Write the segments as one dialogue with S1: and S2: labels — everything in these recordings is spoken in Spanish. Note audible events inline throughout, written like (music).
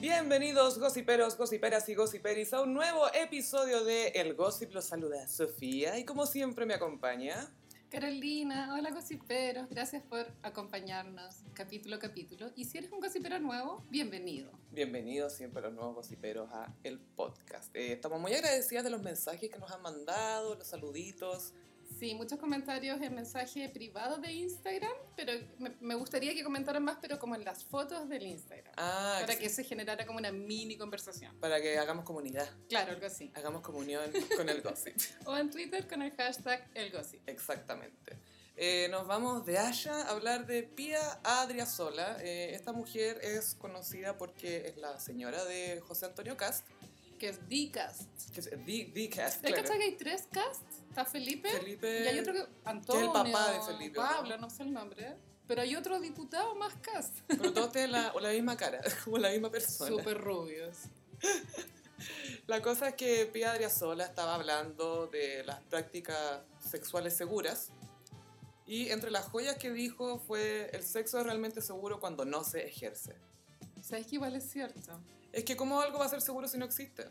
S1: Bienvenidos, gossiperos, gossiperas y gossiperis, a un nuevo episodio de El Gossip. Los saluda Sofía y como siempre me acompaña.
S2: Carolina, hola gossiperos, gracias por acompañarnos capítulo a capítulo. Y si eres un gossipero nuevo, bienvenido.
S1: Bienvenidos siempre los nuevos gossiperos a el podcast. Eh, estamos muy agradecidas de los mensajes que nos han mandado, los saluditos.
S2: Sí, muchos comentarios en mensaje privado de Instagram, pero me, me gustaría que comentaran más, pero como en las fotos del Instagram.
S1: Ah,
S2: para
S1: sí,
S2: que se generara como una mini conversación.
S1: para que hagamos comunidad,
S2: Claro, algo así.
S1: hagamos comunión con el gossip.
S2: O en Twitter con el hashtag el gossip.
S1: Exactamente. Eh, nos vamos de Asha a hablar de Pia Adria Sola. Eh, esta mujer es conocida porque es la señora de José Antonio Cast,
S2: Que es Dcast.
S1: que es The, The Cast,
S2: ¿Te
S1: claro.
S2: cachas que hay tres casts? Está Felipe,
S1: Felipe,
S2: y hay otro que Antonio,
S1: papá de Felipe, ¿no?
S2: Pablo, no sé el nombre. Pero hay otro diputado más
S1: (laughs)
S2: cast.
S1: pero todos tienen la, o la misma cara, (laughs) como la misma persona.
S2: Súper rubios.
S1: La cosa es que Pia Adria Sola estaba hablando de las prácticas sexuales seguras y entre las joyas que dijo fue el sexo es realmente seguro cuando no se ejerce.
S2: Sabes que igual es cierto.
S1: Es que cómo algo va a ser seguro si no existe.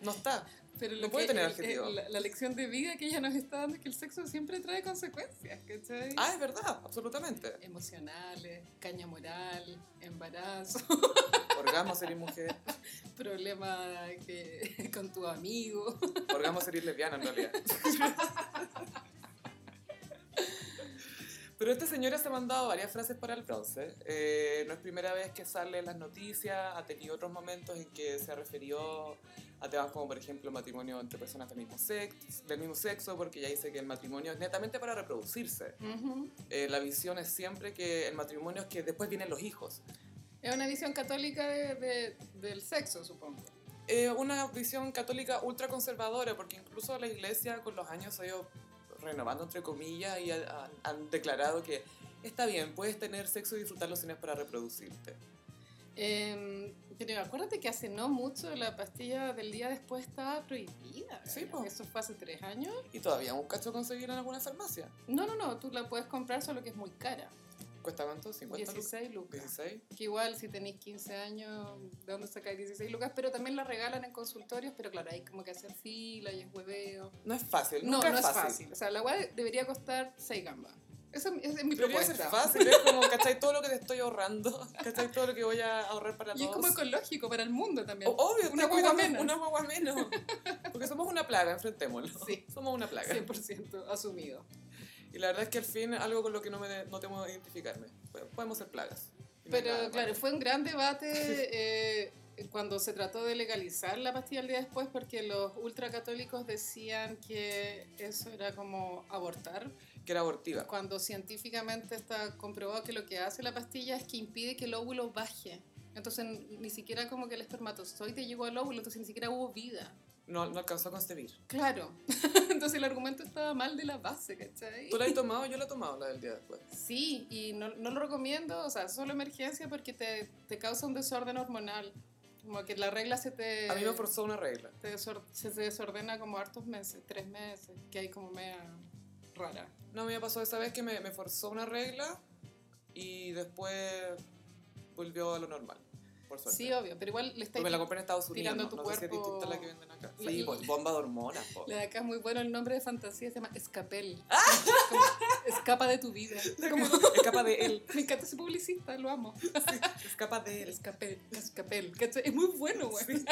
S1: No está.
S2: Pero lo
S1: No puede
S2: que-
S1: tener
S2: el-
S1: adjetivo.
S2: el- La, la lección de vida que ella nos está dando es que el sexo siempre trae consecuencias, ¿cachai?
S1: Ah, es verdad, absolutamente.
S2: Emocionales, caña moral, embarazo, (laughs)
S1: Orgasmo ser y mujer,
S2: problema que, (laughs) con tu amigo.
S1: orgasmo ser y lesbiana en realidad. Pero esta señora se ha mandado varias frases para el bronce. Eh, no es primera vez que sale en las noticias, ha tenido otros momentos en que se ha referido a temas como, por ejemplo, el matrimonio entre personas del mismo, sexo, del mismo sexo, porque ella dice que el matrimonio es netamente para reproducirse.
S2: Ujú.
S1: Eh, la visión es siempre que el matrimonio es que después vienen los hijos.
S2: Es una visión católica de- de- del sexo, supongo.
S1: eh, una visión católica ultraconservadora, porque incluso la iglesia con los años se ha ido renovando, entre comillas, y ha- han, han declarado que está bien, puedes tener sexo y disfrutarlo si no es para reproducirte.
S2: Eh, pero acuérdate que hace no mucho la pastilla del día después estaba prohibida.
S1: Sí,
S2: ¿verdad?
S1: po.
S2: Eso fue hace tres años.
S1: Y todavía un cacho conseguir en alguna farmacia.
S2: No, no, no, tú la puedes comprar, solo que es muy cara.
S1: ¿Cuesta cuánto? ¿50 lucas?
S2: 16 lucas.
S1: ¿16?
S2: Que igual si tenéis 15 años, ¿de dónde sacáis 16 lucas? Pero también la regalan en consultorios, pero claro, hay como que hacer fila y es hueveo.
S1: No es fácil,
S2: No,
S1: nunca
S2: no
S1: es fácil.
S2: O sea, la weá debería costar 6 gambas. Esa es- esa es mi
S1: Debería
S2: propuesta.
S1: ser fácil, es como, ¿cachai? Todo lo que te estoy ahorrando, (laughs) ¿cachai? Todo lo que voy a ahorrar para
S2: Y es
S1: todos.
S2: como ecológico para el mundo también.
S1: O- Obvio,
S2: Una
S1: una
S2: guagua
S1: guagua menos.
S2: menos.
S1: Una guagua menos. Porque somos una plaga, enfrentémoslo.
S2: Sí.
S1: Somos una plaga.
S2: 100% asumido.
S1: Y la verdad es que al fin algo con lo que no, me, no temo identificarme. P- Podemos ser plagas. Y no hay nada
S2: Pero
S1: malo.
S2: claro, fue un gran
S1: (laughs)
S2: debate eh, cuando se trató de legalizar la pastilla el día después porque los ultracatólicos decían que eso era como abortar
S1: Que era abortiva.
S2: cuando científicamente está comprobado que lo que hace la pastilla es que impide que el óvulo baje. Entonces ni siquiera como que el espermatozoide llegó al óvulo, entonces ni siquiera hubo vida.
S1: No, no alcanzó a concebir.
S2: Claro. (laughs) entonces el argumento estaba mal de la base, ¿cachai?
S1: ¿Tú la has tomado? Yo la he tomado la del día después.
S2: Sí, y no, no lo recomiendo, o sea, solo emergencia porque te, te causa un desorden hormonal. Como que la regla se te,
S1: A mí me forzó una regla.
S2: te desor- se te desordena como hartos meses, tres meses, que hay como media rara.
S1: No, a mí me pasó esa vez que me, me forzó una regla y después volvió a lo normal. Por suerte.
S2: Sí, obvio, pero igual le
S1: Pues
S2: estáis
S1: me la compré en Estados Unidos.
S2: tirando
S1: No,
S2: tu
S1: No sé si es
S2: cuerpo-
S1: distinta a la que venden acá.
S2: La-
S1: Sí,
S2: (laughs)
S1: pues, bomba de hormonas. po.
S2: La de acá es muy bueno, el nombre de fantasía se llama Escapel.
S1: Ah.
S2: Como, escapa de tu
S1: (laughs)
S2: vida. (laughs) Como-
S1: Escapa de él.
S2: me encanta ese publicista, lo amo.
S1: Escapa de él.
S2: Escapel, Escapel. ¿cachai? Es muy bueno, güey.
S1: Sí.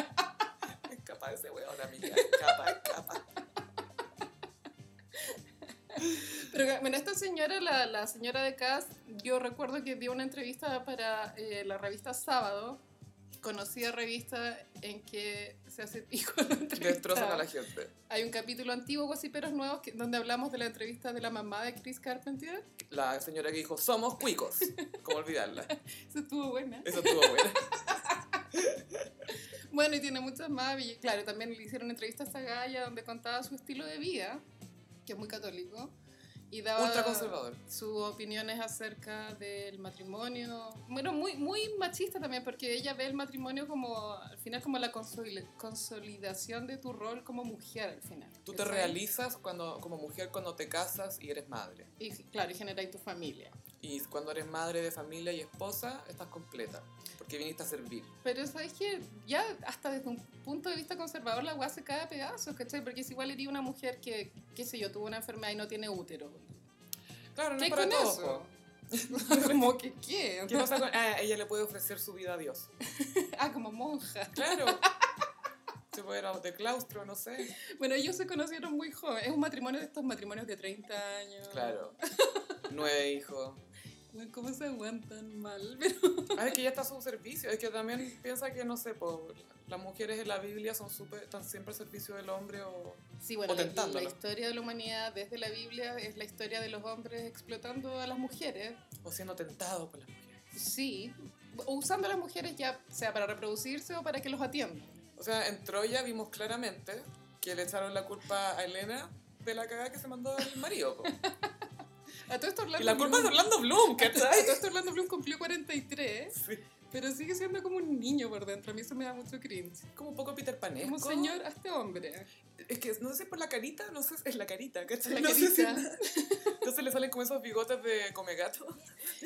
S1: Escapa de ese weón, amiga. Escapa,
S2: (laughs)
S1: escapa.
S2: Pero bueno, esta señora, la, la señora de Cast, yo recuerdo que dio una entrevista para eh, la revista Sábado, conocida revista en que se hace (laughs) pico la entrevista.
S1: Destrozan a la gente.
S2: Hay un capítulo antiguo, Gossiperos Nuevos, que- donde hablamos de la entrevista de la mamá de Chris Carpentier.
S1: La señora que dijo, somos cuicos. ¿Cómo olvidarla?
S2: Eso estuvo buena.
S1: Eso
S2: (laughs)
S1: estuvo bueno.
S2: Bueno, y tiene muchas más. y claro, también le hicieron entrevistas a Gaia donde contaba su estilo de vida, que es muy católico. Y daba
S1: Ultra conservador.
S2: sus opiniones acerca del matrimonio. Bueno, muy, muy machista también, porque ella ve el matrimonio como, al final, como la consoli- consolidación de tu rol como mujer, al final.
S1: Tú te
S2: ¿Cachai?
S1: realizas cuando, como mujer cuando te casas y eres madre.
S2: Y claro, y generáis tu familia.
S1: Y cuando eres madre de familia y esposa, estás completa, porque viniste a servir.
S2: Pero sabes que ya hasta desde un punto de vista conservador la weá se cae a pedazos, ¿cachai? Porque es igual iría una mujer que, qué sé yo, tuvo una enfermedad y no tiene útero.
S1: Claro, no
S2: ¿Qué
S1: es para
S2: con
S1: todos.
S2: eso?
S1: po.
S2: (laughs) como que qué?
S1: ¿Qué pasa con- ah, ella le puede ofrecer su vida a Dios.
S2: (laughs) Ah, como monja. (laughs)
S1: Claro. Se puede ir a- de claustro, no sé.
S2: Bueno, ellos se conocieron muy joven. Es un matrimonio de estos matrimonios de 30 años.
S1: Claro. (laughs) Nueve hijos.
S2: Bueno, ¿Cómo se aguantan mal? (laughs) Pero
S1: Ah, es que ya está a su servicio. Es que también piensa que, no sé, po, las mujeres en la Biblia son súper, están siempre al servicio del hombre o...
S2: Sí, bueno,
S1: O
S2: la,
S1: tentándolo.
S2: la historia de la humanidad desde la Biblia es la historia de los hombres explotando a las mujeres,
S1: o siendo tentados por las mujeres.
S2: sí, o usando a las mujeres ya sea para reproducirse o para que los atiendan.
S1: O sea, en Troya vimos claramente que le echaron la culpa a Elena de la cagada que se mandó el marido.
S2: (laughs)
S1: po.
S2: A todo esto Orlando
S1: Y la culpa es de
S2: Bloom-
S1: Orlando Bloom,
S2: A
S1: ¿cachai?
S2: todo esto Orlando Bloom cumplió 43,
S1: Sí.
S2: pero sigue siendo como un niño por dentro, a mí eso me da mucho cringe.
S1: Como un poco Peter Panesco.
S2: Como señor a este hombre.
S1: Es que no sé si es por la carita, no sé, es la carita, ¿cachai?
S2: La
S1: no sé si-
S2: carita.
S1: entonces le salen como esos bigotes de come gato.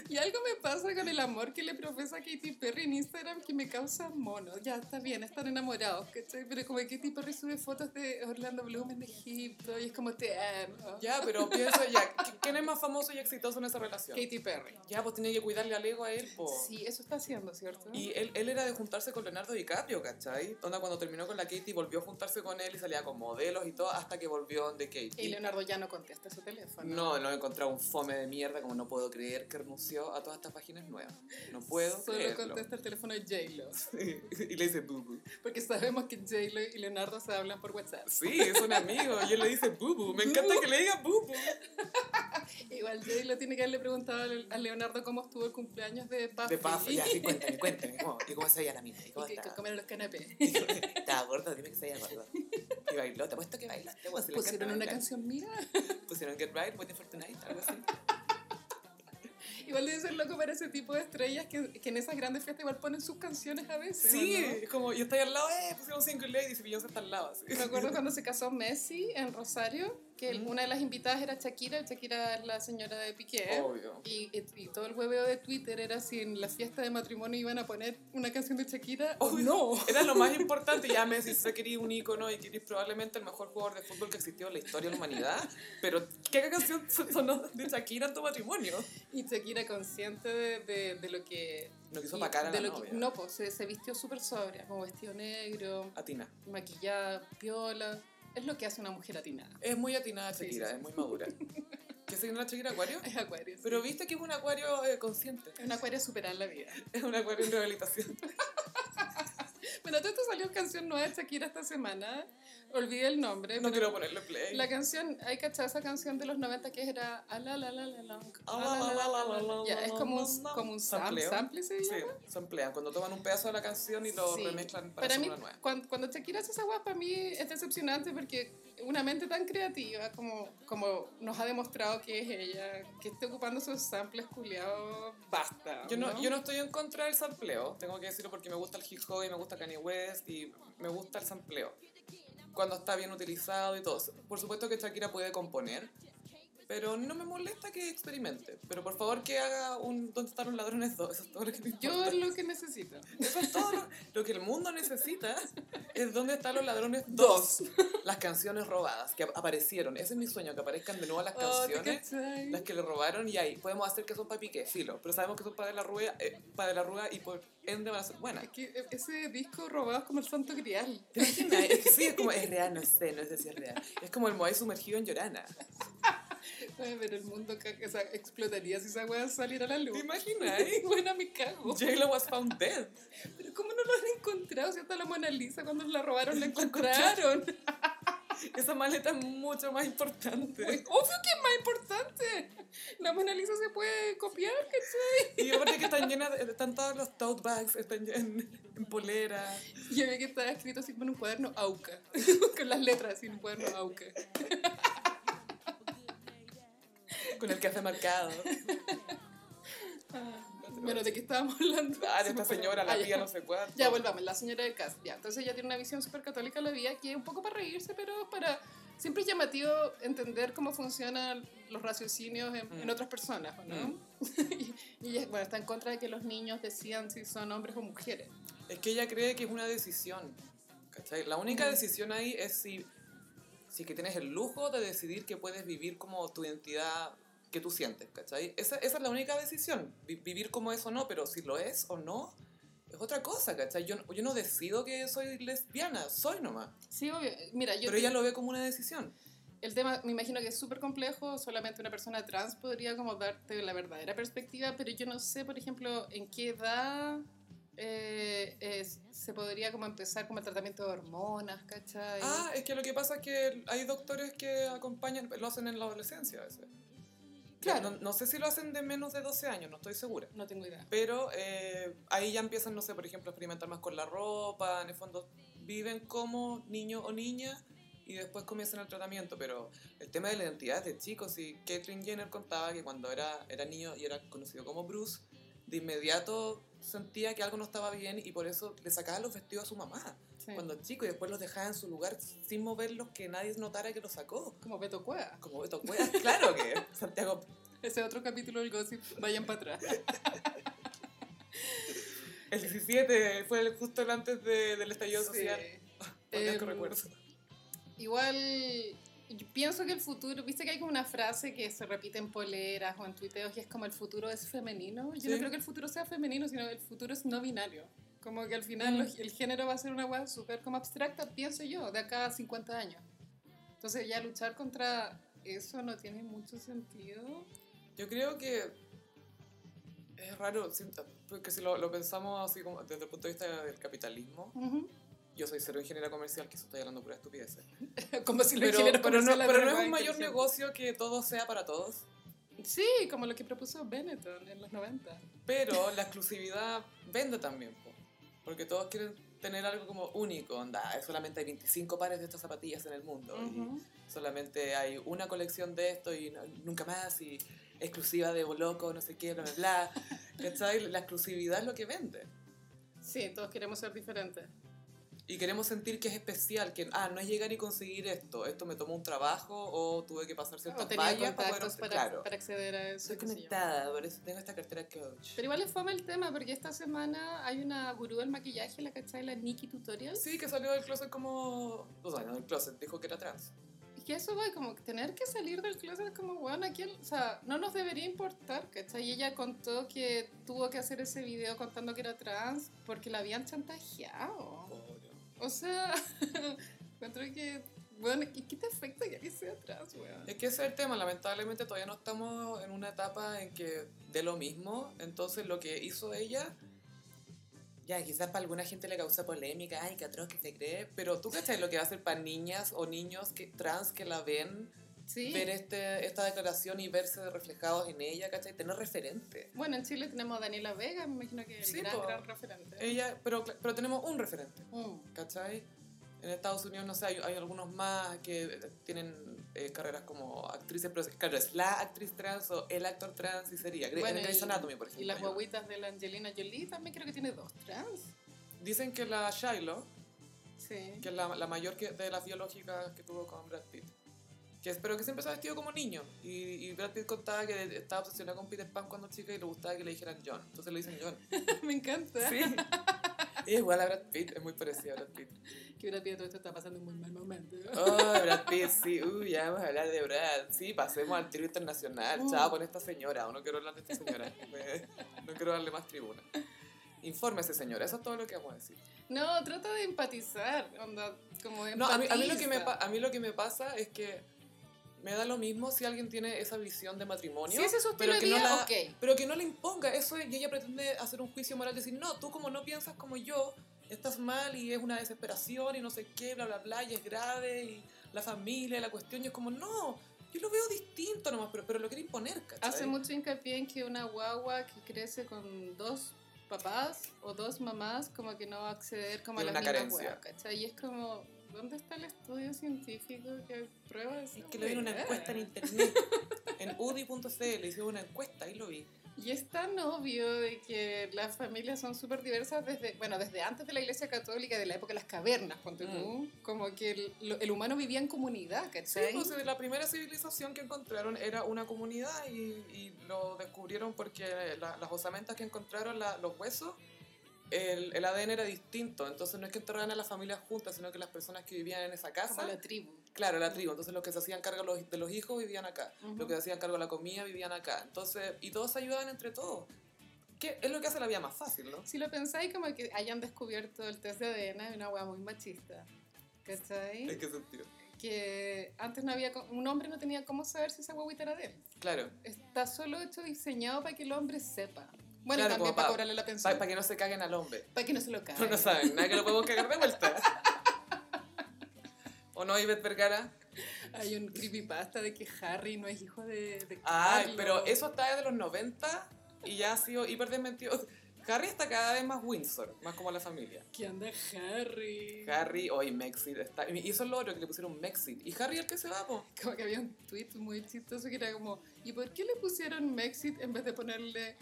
S2: Y algo me pasa con el amor que le profesa Katy Perry en Instagram que me causa mono. Ya está bien, están enamorados, ¿cachai? Pero como que Katy Perry sube fotos de Orlando Bloom en Egipto y es como te amo.
S1: Ya, pero piensa ya, ¿qu- ¿quién es más famoso y exitoso en esa relación?
S2: Katy Perry.
S1: Ya, pues tenía que cuidarle al ego a él, po.
S2: Sí, eso está haciendo, ¿cierto?
S1: Oh. Y él, él era de juntarse con Leonardo DiCaprio, ¿cachai? Onda, cuando terminó con la Katie, volvió a juntarse con él y salía con modelos y todo, hasta que volvió donde Katie.
S2: Y Leonardo ya no contesta su teléfono.
S1: No, no he encontrado un fome de mierda, como no puedo creer que renunció a todas estas páginas nuevas. No puedo
S2: Solo
S1: creerlo.
S2: contesta el teléfono de J-Lo.
S1: (laughs) y le dice bubu.
S2: Porque sabemos que J-Lo y Leonardo se hablan por WhatsApp.
S1: Sí, son amigos. Y él le dice bubu. Me encanta
S2: Bubu.
S1: que le diga bubu.
S2: Igual J-Lo tiene que haberle preguntado a Le- a Leonardo cómo estuvo el cumpleaños de Buffy.
S1: De paso, ya, sí, cuéntame, cuéntame. ¿Cómo, ¿Y cómo se veía la mina? ¿Y cómo
S2: Y que- que
S1: estaba? (laughs)
S2: comieron los canapés.
S1: Estaba gordo, dime que se veía gordo. Y bailó, te apuesto que bailaste. pues, si le
S2: Pusieron
S1: encanta
S2: una
S1: bailar.
S2: canción mía.
S1: Pusieron Get Right, Waiting for Tonight, algo así.
S2: Igual debe ser loco para ese tipo de estrellas que, que en esas grandes fiestas igual ponen sus canciones a veces.
S1: Sí,
S2: ¿o no?
S1: es como yo estoy al lado, eh, pusieron single ladies y Beyoncé está al lado. así. (laughs)
S2: Me acuerdo cuando se casó Messi en Rosario, que el-
S1: Mm.
S2: una de las invitadas era Shakira, Shakira es la señora de Piqué.
S1: Obvio.
S2: Y, y- y todo el hueveo de Twitter era si en la fiesta de matrimonio iban a poner una canción de Shakira o
S1: Obvio.
S2: no.
S1: Era lo más importante, ya
S2: (laughs)
S1: Messi se quería un ícono y quería probablemente el mejor jugador de fútbol que existió en la historia de la humanidad, pero ¿qué canción (laughs) son- sonó de Shakira en tu matrimonio?
S2: Y Shakira consciente de, de- de lo que...
S1: No quiso opacar a
S2: de
S1: la
S2: lo que-
S1: novia.
S2: No, pues se, se vistió súper sobria, como vestido negro,
S1: Atina.
S2: maquillada, piola. Es lo que hace una mujer atinada. (laughs)
S1: Es muy atinada Shakira,
S2: Sí, sí, sí.
S1: es muy madura. (laughs) ¿Qué signo es Shakira? ¿Acuario?
S2: Es acuario. sí.
S1: Pero viste que es un acuario eh, consciente.
S2: Es una acuario superar la vida.
S1: (laughs) Es un acuario en rehabilitación.
S2: Bueno, todo esto salió canción nueva de Shakira esta semana. Olvidé el nombre.
S1: No
S2: pero
S1: quiero ponerle play.
S2: La canción, hay cachado esa canción de los 90 que era "A la la la la long,
S1: Ah,
S2: a la la la la long". Ya, es como un, como un sam-
S1: Sampleo.
S2: sample, se
S1: Sí,
S2: llama.
S1: se emplean cuando toman un pedazo de la canción y lo
S2: Sí.
S1: remezclan para,
S2: Para
S1: hacer
S2: mí,
S1: una nueva.
S2: cuando, cuando Shakira hace esa guapa, para mí es decepcionante porque una mente tan creativa como, como nos ha demostrado que es ella, que esté ocupando esos samples culiados, basta.
S1: Yo no, yo no estoy en contra del sampleo, tengo que decirlo porque me gusta el hip hop y me gusta Kanye West y me gusta el sampleo. Cuando está bien utilizado y todo. eso. Por supuesto que Shakira puede componer, pero no me molesta que experimente. Pero por favor que haga un ¿Dónde están los ladrones 2? Eso es todo lo que me importa.
S2: (laughs) Yo lo que necesito.
S1: Eso es todo lo, lo que el mundo necesita es dónde están los ladrones 2. Las canciones robadas que ap- aparecieron. Ese es mi sueño, que aparezcan de nuevo las
S2: Oh, ¿te
S1: canciones.
S2: cachai?
S1: Las que le robaron y ahí podemos hacer que son para Piqué, filo. Pero sabemos que son para de la Rúa, eh, para de la Rúa y por ende van a ser buenas.
S2: Es que e- ese disco robado es como el santo grial.
S1: ¿Te imaginas? Es que sí, es como, es real, no sé, no sé si es real. Es como el Moai sumergido en Llorana.
S2: Ay, pero el mundo ca- o sea, explotaría si esa wea saliera a la luz.
S1: ¿Te imaginas? eh?
S2: (laughs) Bueno, me cago.
S1: J-Lo was found dead.
S2: Pero ¿cómo no lo han encontrado? Si hasta la Mona Lisa cuando la robaron
S1: (laughs)
S2: la encontraron.
S1: Esa maleta es mucho más importante.
S2: Pues, obvio que es más importante. La Mona Lisa se puede copiar, ¿cachai?
S1: Y aparte que están llenas, de- están todos los tote bags, están en, en polera.
S2: Y había que estar escrito así con un cuaderno AUCA. (laughs) con las letras así en un cuaderno AUCA.
S1: Con el café marcado.
S2: Bueno, ¿de qué estábamos hablando?
S1: Ah,
S2: Se
S1: de
S2: me
S1: esta
S2: fue.
S1: señora,
S2: Ah,
S1: la
S2: ya.
S1: tía, no sé cuánto.
S2: Ya volvamos, la señora de casa. Ya, entonces ella tiene una visión súper católica de la vida que es un poco para reírse, pero es para Siempre es llamativo entender cómo funcionan los raciocinios en,
S1: Mm.
S2: en otras personas, ¿o ¿no?
S1: Mm.
S2: (laughs) y, y ella, bueno, está en contra de que los niños decidan si son hombres o mujeres.
S1: Es que ella cree que es una decisión. ¿cachai? La única
S2: Ujú.
S1: decisión ahí es si, si que tienes el lujo de decidir que puedes vivir como tu identidad que tú sientes. ¿cachai? Esa, esa es la única decisión. vi- vivir como es o no, pero si lo es o no, es otra cosa. ¿cachai? Yo, no- yo no decido que soy lesbiana, soy nomás.
S2: Sí, obvio. Mira, yo
S1: pero ella lo ve como una decisión.
S2: el tema me imagino que es súper complejo, solamente una persona trans podría como darte la verdadera perspectiva, pero yo no sé, por ejemplo, en qué edad eh, es- se podría como empezar como el tratamiento de hormonas, ¿cachai?
S1: Ah, es que lo que pasa es que hay doctores que acompañan, lo hacen en la adolescencia a veces.
S2: Claro.
S1: No, no sé si lo hacen de menos de 12 años, no estoy segura.
S2: No tengo idea.
S1: Pero eh, ahí ya empiezan, no sé, por ejemplo, a experimentar más con la ropa, en el fondo viven como niño o niña y después comienzan el tratamiento. Pero el tema de la identidad es de chicos y Caitlyn Jenner contaba que cuando era, era niño y era conocido como Bruce, de inmediato sentía que algo no estaba bien y por eso le sacaba los vestidos a su mamá
S2: Sí.
S1: cuando chico y después los dejaba en su lugar sin moverlos que nadie notara que los sacó.
S2: Como Beto Cueva.
S1: Como Beto Cuevas, claro que Santiago
S2: Ese otro capítulo del Gossip, vayan para atrás.
S1: El 17 fue el- justo el antes de- del estallido
S2: Sí.
S1: social.
S2: Em,
S1: Maldito recuerdo.
S2: Igual, yo pienso que el futuro, viste que hay como una frase que se repite en poleras o en tuiteos y es como el futuro es femenino. Yo no
S1: Sí.
S2: creo que el futuro sea femenino, sino que el futuro es no binario. Como que al final
S1: Mm.
S2: los- el género va a ser una hueá súper como abstracta, pienso yo, de acá a 50 años. Entonces ya luchar contra eso no tiene mucho sentido.
S1: Yo creo que es raro, sí, porque si lo, lo pensamos así como desde el punto de vista del capitalismo,
S2: Ujú.
S1: yo soy cero ingeniera comercial, que eso estoy hablando pura estupidez.
S2: (laughs) como si lo
S1: Pero,
S2: hicieran
S1: pero no,
S2: comercial
S1: pero
S2: atrás,
S1: no es
S2: hueá
S1: un mayor
S2: inteligente.
S1: negocio que todo sea para todos,
S2: Sí, como lo que propuso Benetton en los 90. (laughs)
S1: pero la exclusividad vende también, po, porque todos quieren tener algo como único, onda, solamente hay 25 pares de estas zapatillas en el mundo. y-
S2: Ujú.
S1: solamente hay una colección de esto y no- nunca más y exclusiva de Boloco, no sé qué, bla, bla, bla.
S2: (laughs)
S1: ¿Cachai? La exclusividad es lo que vende.
S2: Sí, todos queremos ser diferentes.
S1: Y queremos sentir que es especial, que ah, no es llegar y conseguir esto, esto me tomó un trabajo o tuve que pasar
S2: O
S1: ciertas
S2: tenía
S1: vallas para poder
S2: contactos para,
S1: obtener- claro.
S2: para acceder a eso.
S1: Estoy
S2: qué sé yo.
S1: conectada, por eso tengo esta cartera coach.
S2: Pero igual es fama el tema, porque esta semana hay una gurú del maquillaje, la cachai, la Nikki Tutorials.
S1: Sí, que salió del closet como... O sea, no del closet, dijo que era trans.
S2: Y que eso va, como que tener que salir del closet es como, bueno, aquí, o sea, no nos debería importar, ¿cachai? Y ella contó que tuvo que hacer ese video contando que era trans porque la habían chantajeado.
S1: Pobre.
S2: O sea, (laughs) encuentro que, bueno, ¿y qué te afecta que alguien sea trans, weón?
S1: Es que ese es el tema, lamentablemente todavía no estamos en una etapa en que de lo mismo, entonces lo que hizo ella, ya quizás para alguna gente le causa polémica, ay, que atroz que se cree, pero tú cachai lo que va a hacer para niñas o niños que, trans que la ven,
S2: Sí.
S1: ver este, esta declaración y verse reflejados en ella, cachai, tener referente.
S2: Bueno, en Chile tenemos a Daniela Vega, me imagino que el
S1: Sí,
S2: gran,
S1: po. Eh,
S2: gran referente.
S1: Ella, pero, cl- pero tenemos un referente.
S2: Mm.
S1: ¿cachai? En Estados Unidos, no sé, hay, hay algunos más que tienen eh, carreras como actrices, pero claro, es la actriz trans o el actor trans y sería. Gre-
S2: Bueno,
S1: en Grey's
S2: y-
S1: Anatomy, por ejemplo.
S2: Y las
S1: yo.
S2: guaguitas de la Angelina Jolie también creo que tiene dos trans.
S1: Dicen que la Shiloh,
S2: Sí.
S1: que es la, la mayor que- de las biológicas que tuvo con Brad Pitt, que espero que siempre se ha vestido como niño. Y, y Brad Pitt contaba que estaba obsesionado con Peter Pan cuando chica y le gustaba que le dijeran John. Entonces le dicen
S2: (laughs)
S1: John.
S2: (laughs) Me encanta.
S1: Sí. Es igual a Brad Pitt, es muy parecida a Brad Pitt.
S2: Que Brad Pitt todo esto está pasando un muy mal momento.
S1: Oh, Brad Pitt, sí, uy, ya vamos a hablar de Brad. Sí, pasemos al trío internacional.
S2: Uh.
S1: Chao con esta señora, o no quiero hablar de esta
S2: (laughs)
S1: señora. Me- No quiero darle más tribuna. Infórmese, señora, eso es todo lo que vamos a decir.
S2: No, trata de empatizar. Onda, como
S1: No, a mí, a mí lo que me, pa-
S2: empatiza.
S1: a mí lo que me pasa es que me da lo mismo si alguien tiene esa visión de matrimonio,
S2: Si ese es su
S1: pero
S2: estilo
S1: que
S2: de
S1: no
S2: vida,
S1: la,
S2: ok.
S1: pero que no le imponga eso es- y ella pretende hacer un juicio moral decir no tú como no piensas como yo estás mal y es una desesperación y no sé qué bla bla bla y es grave y la familia la cuestión y es como no yo lo veo distinto nomás pero, pero lo quiere imponer ¿cachai?
S2: Hace mucho hincapié en que una guagua que crece con dos papás o dos mamás como que no va a acceder como a
S1: Tiene
S2: las
S1: una
S2: mismas
S1: carencia.
S2: weas, ¿cachai? Y es como, ¿dónde está el estudio científico que prueba eso?
S1: es que lo vi en una encuesta en internet en udi.cl hicieron una encuesta y lo vi
S2: Y es tan obvio de que las familias son súper diversas desde, bueno, desde antes de la Iglesia Católica, de la época de las cavernas, ponte tú, como que el, lo- el humano vivía en comunidad,
S1: Sí,
S2: ¿cachai?
S1: pues la primera civilización que encontraron era una comunidad y, y lo descubrieron porque la- las osamentas que encontraron, la- los huesos, el, el ADN era distinto. Entonces no es que enterraran a las familias juntas, sino que las personas que vivían en esa
S2: como
S1: casa,
S2: la tribu.
S1: claro, la tribu. Entonces los que se hacían cargo de los, de los hijos vivían acá,
S2: Ujú.
S1: los que se hacían cargo de la comida vivían acá. Entonces, y todos se ayudaban entre todos. Que es lo que hace la vida más fácil, ¿no?
S2: Si lo pensáis, como que hayan descubierto el test de ADN de una hueá muy machista,
S1: ¿En
S2: ¿cachai?
S1: qué sentido?
S2: Que antes no había, co- un hombre no tenía cómo saber si esa huevita era de él.
S1: Claro,
S2: Está solo hecho diseñado para que el hombre sepa. Bueno,
S1: Claro,
S2: también
S1: como
S2: para
S1: pa-
S2: cobrarle la
S1: para
S2: pensión.
S1: que no se caguen al hombre.
S2: Para que no se lo
S1: No,
S2: caiga.
S1: no saben, nada que lo podemos cagar de (laughs) vuelta. ¿O no, Ivette Vergara?
S2: Hay un creepypasta de que Harry no es hijo de, de
S1: Ay,
S2: Carlos.
S1: pero eso está desde los 90 y ya ha sido hiper desmentido. Harry está cada vez más Windsor, más como la familia.
S2: ¿Qué anda Harry?
S1: Harry, hoy Mexit está. Y eso es lo otro que le pusieron Mexit. ¿Y Harry el que se va, po?
S2: Como que había un tweet muy chistoso que era como, ¿y por qué le pusieron Mexit en vez de ponerle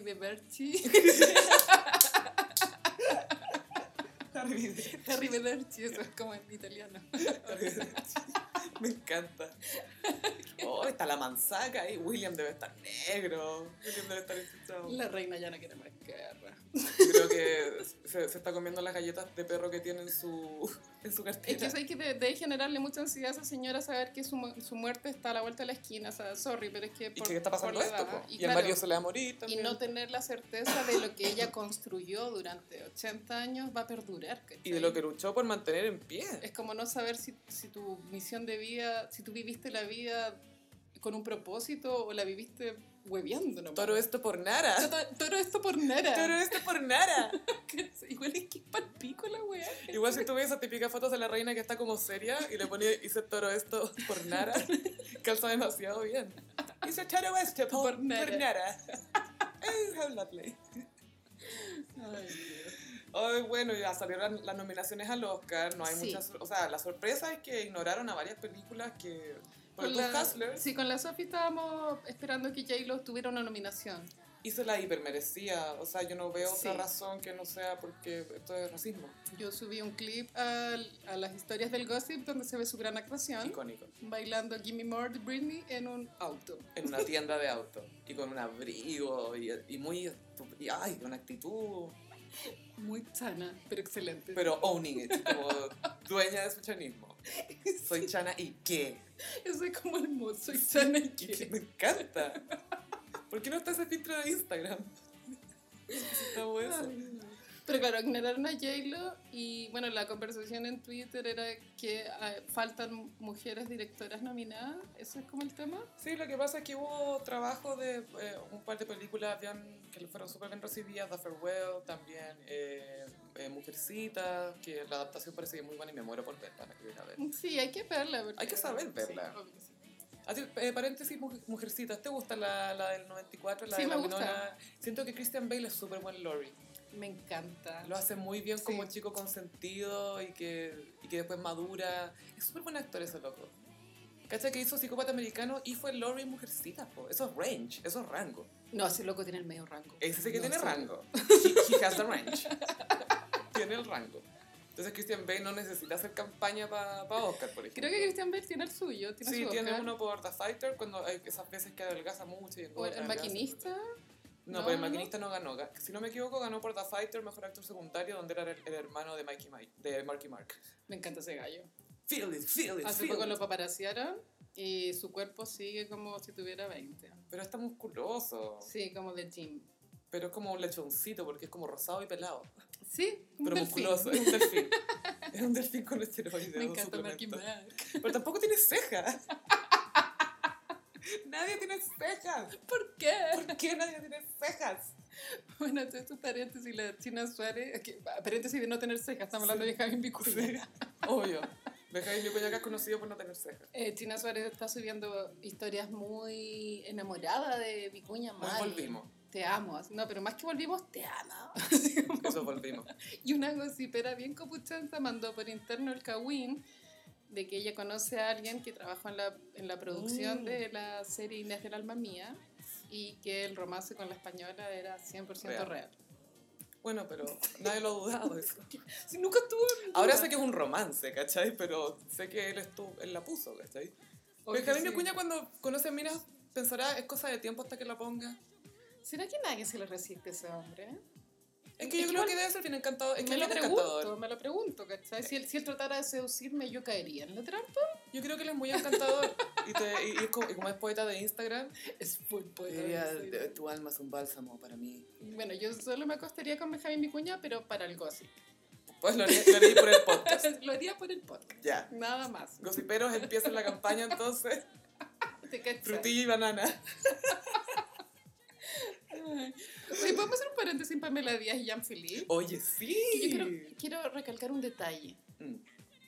S1: (laughs)
S2: Beberchi?
S1: Harry.
S2: Harry Beberchi, eso es como en italiano.
S1: (laughs) Me encanta. Oh, está la manzaca ahí. William debe estar negro. William debe estar enchuchado.
S2: La reina ya no quiere más guerra.
S1: Creo que se, se está comiendo las galletas de perro que tiene en su, en su
S2: Es que
S1: cartera.
S2: eso hay que de- debe generarle mucha ansiedad a esa señora saber que su, mu- su muerte está a la vuelta de la esquina. O sea, sorry, pero es que
S1: ¿Y qué está pasando
S2: por la
S1: esto?
S2: edad. ¿eh?
S1: po?
S2: Y,
S1: Y,
S2: claro,
S1: el marido se le va a morir
S2: y
S1: también.
S2: no tener la certeza de lo que ella construyó durante 80 años va a perdurar. ¿cachai?
S1: Y de lo que luchó por mantener en pie.
S2: Es como no saber si, si tu misión de vida, si tú viviste la vida con un propósito o la viviste hueveando nomás.
S1: Toro esto por nada. (laughs)
S2: Todo- todo esto por nada.
S1: Toro esto por
S2: (laughs)
S1: nada.
S2: Igual es que es palpico la weá.
S1: Igual si tú ves esas típicas fotos de la reina que está como seria y le ponía hice toro esto por
S2: (laughs)
S1: nada, calza demasiado bien. Hice toro esto por,
S2: Por
S1: por
S2: nada.
S1: nada. (laughs) Eh, how lovely.
S2: Ay, Dios.
S1: Ay, bueno, ya salieron las nominaciones al Oscar, no hay
S2: Sí.
S1: muchas, o sea, la sorpresa es que ignoraron a varias películas que por
S2: Con
S1: los
S2: la-
S1: Hustlers
S2: Sí, con la Sophie estábamos esperando que J-Lo tuviera una nominación.
S1: y se la hipermerecía, o sea, yo no veo otra
S2: Sí.
S1: razón que no sea porque esto es racismo
S2: Yo subí un clip al- a las historias del gossip donde se ve su gran actuación
S1: icónico
S2: bailando Gimme More de Britney en un auto.
S1: en una tienda de auto y con un abrigo y, y muy estu- y, ay, con actitud
S2: Muy sana, pero excelente.
S1: pero owning it, como dueña de su chanismo. Soy chana y qué.
S2: (laughs) Eso es como hermoso y sana y
S1: Y
S2: que-
S1: que (laughs) Me encanta. ¿Por qué no está ese filtro de Instagram? (laughs) Está bueno.
S2: Pero claro, ignoraron a J-Lo y bueno, la conversación en Twitter era que eh, faltan mujeres directoras nominadas. ¿Eso es como el tema?
S1: Sí, lo que pasa es que hubo trabajo de eh, un par de películas bien- que fueron súper bien recibidas, The Farewell, también eh, eh, Mujercita, que la adaptación parece que es muy buena y me muero por verla, la quiero ir a ver.
S2: Sí, hay que verla. porque-
S1: Hay que saber verla.
S2: Sí, obvio que sí.
S1: A ti, eh, paréntesis, muj- Mujercitas, ¿te gusta la, la del 94? La
S2: Sí,
S1: de la
S2: me gusta.
S1: Winona? Siento que Christian Bale es súper buen Lori.
S2: Me encanta.
S1: Lo hace muy bien
S2: Sí.
S1: como chico consentido y que, y que después madura. Es súper buen actor ese loco. ¿Cacha que hizo Psicópata Americano y fue Laurie en Mujercitas? po? Eso es range, eso es rango.
S2: No, ese loco tiene el medio rango.
S1: Ese sí que
S2: No,
S1: tiene
S2: sí.
S1: rango. He, he has the range. (laughs) tiene el rango. Entonces Christian Bale no necesita hacer campaña para Oscar, por ejemplo.
S2: Creo que Christian Bale tiene el suyo. Tiene
S1: Sí,
S2: su
S1: tiene
S2: Oscar.
S1: uno por The Fighter, cuando hay esas veces que adelgaza mucho. Y
S2: O el,
S1: engorda, adelgaza.
S2: maquinista.
S1: No,
S2: No,
S1: pero el
S2: no, no.
S1: maquinista no ganó. Ga- Si no me equivoco, ganó por The Fighter, mejor actor secundario, donde era el, el hermano de Mikey Mike, de Marky Mark.
S2: Me encanta ese gallo.
S1: Feel it, feel it,
S2: Hace
S1: feel
S2: poco
S1: it.
S2: lo paparaciaron y su cuerpo sigue como si tuviera 20.
S1: Pero está musculoso.
S2: Sí, como de gym.
S1: Pero es como un lechoncito porque es como rosado y pelado.
S2: Sí, un
S1: Pero
S2: delfín.
S1: musculoso. Es un delfín. es un delfín con esteroides.
S2: (laughs) Me
S1: un
S2: encanta Marky
S1: suplemento.
S2: Mark.
S1: Pero tampoco tiene cejas. (laughs) nadie tiene cejas.
S2: ¿Por qué? (laughs)
S1: ¿Por qué nadie tiene cejas?
S2: Bueno, entonces estos paréntesis, la China Suárez, que, ah, paréntesis de no tener cejas, estamos
S1: Sí.
S2: hablando de Javier Vicuña.
S1: Obvio. Benjamín Vicuña acá es conocido por no tener cejas.
S2: Eh, China Suárez está subiendo historias muy enamorada de Vicuña
S1: Nos
S2: Mal.
S1: volvimos.
S2: Te amo. No, pero más que volvimos, te amo.
S1: Eso volvimos.
S2: (laughs) Y una gocipera bien copuchenta mandó por interno el Kawin de que ella conoce a alguien que trabajó en la, en la producción
S1: Mm.
S2: de la serie Inés del Alma Mía y que el romance con la española era 100% real.
S1: Real. Bueno, pero nadie lo ha dudado eso.
S2: Si nunca estuvo.
S1: Ahora sé que es un romance, ¿cachai? Pero sé que él, estuvo, él la puso, ¿cachai? Pero Benjamín
S2: sí.
S1: Vicuña cuando conoce a Minas pensará, es cosa de tiempo hasta que la ponga.
S2: ¿Será que nadie se le resiste a ese hombre?
S1: Es que yo
S2: Es
S1: creo
S2: que igual-
S1: que debe ser bien encantado. Es que
S2: me
S1: es
S2: lo
S1: bien
S2: pregunto,
S1: encantador.
S2: me lo pregunto, ¿cachai? Si él, si él tratara de seducirme, yo caería en la trampa. (laughs)
S1: Yo creo que él es muy encantador. y, te- y- y es como, y como es poeta de Instagram,
S2: Es muy poeta.
S1: diría, "De- tu alma es un bálsamo para mí.
S2: Bueno, yo solo me acostaría con Benjamín Vicuña, pero para el
S1: (laughs)
S2: gossip.
S1: Pues lo, leí- lo leí por el podcast.
S2: lo haría por el podcast,
S1: (laughs) Ya.
S2: nada más.
S1: Gossiperos empiezan la campaña entonces.
S2: ¿Te cachai?
S1: Frutilla y banana.
S2: Ay. Oye, ¿podemos hacer un paréntesis en Pamela Díaz y Jean-Philippe?
S1: Oye, sí.
S2: Yo quiero, quiero recalcar un detalle.
S1: Mm.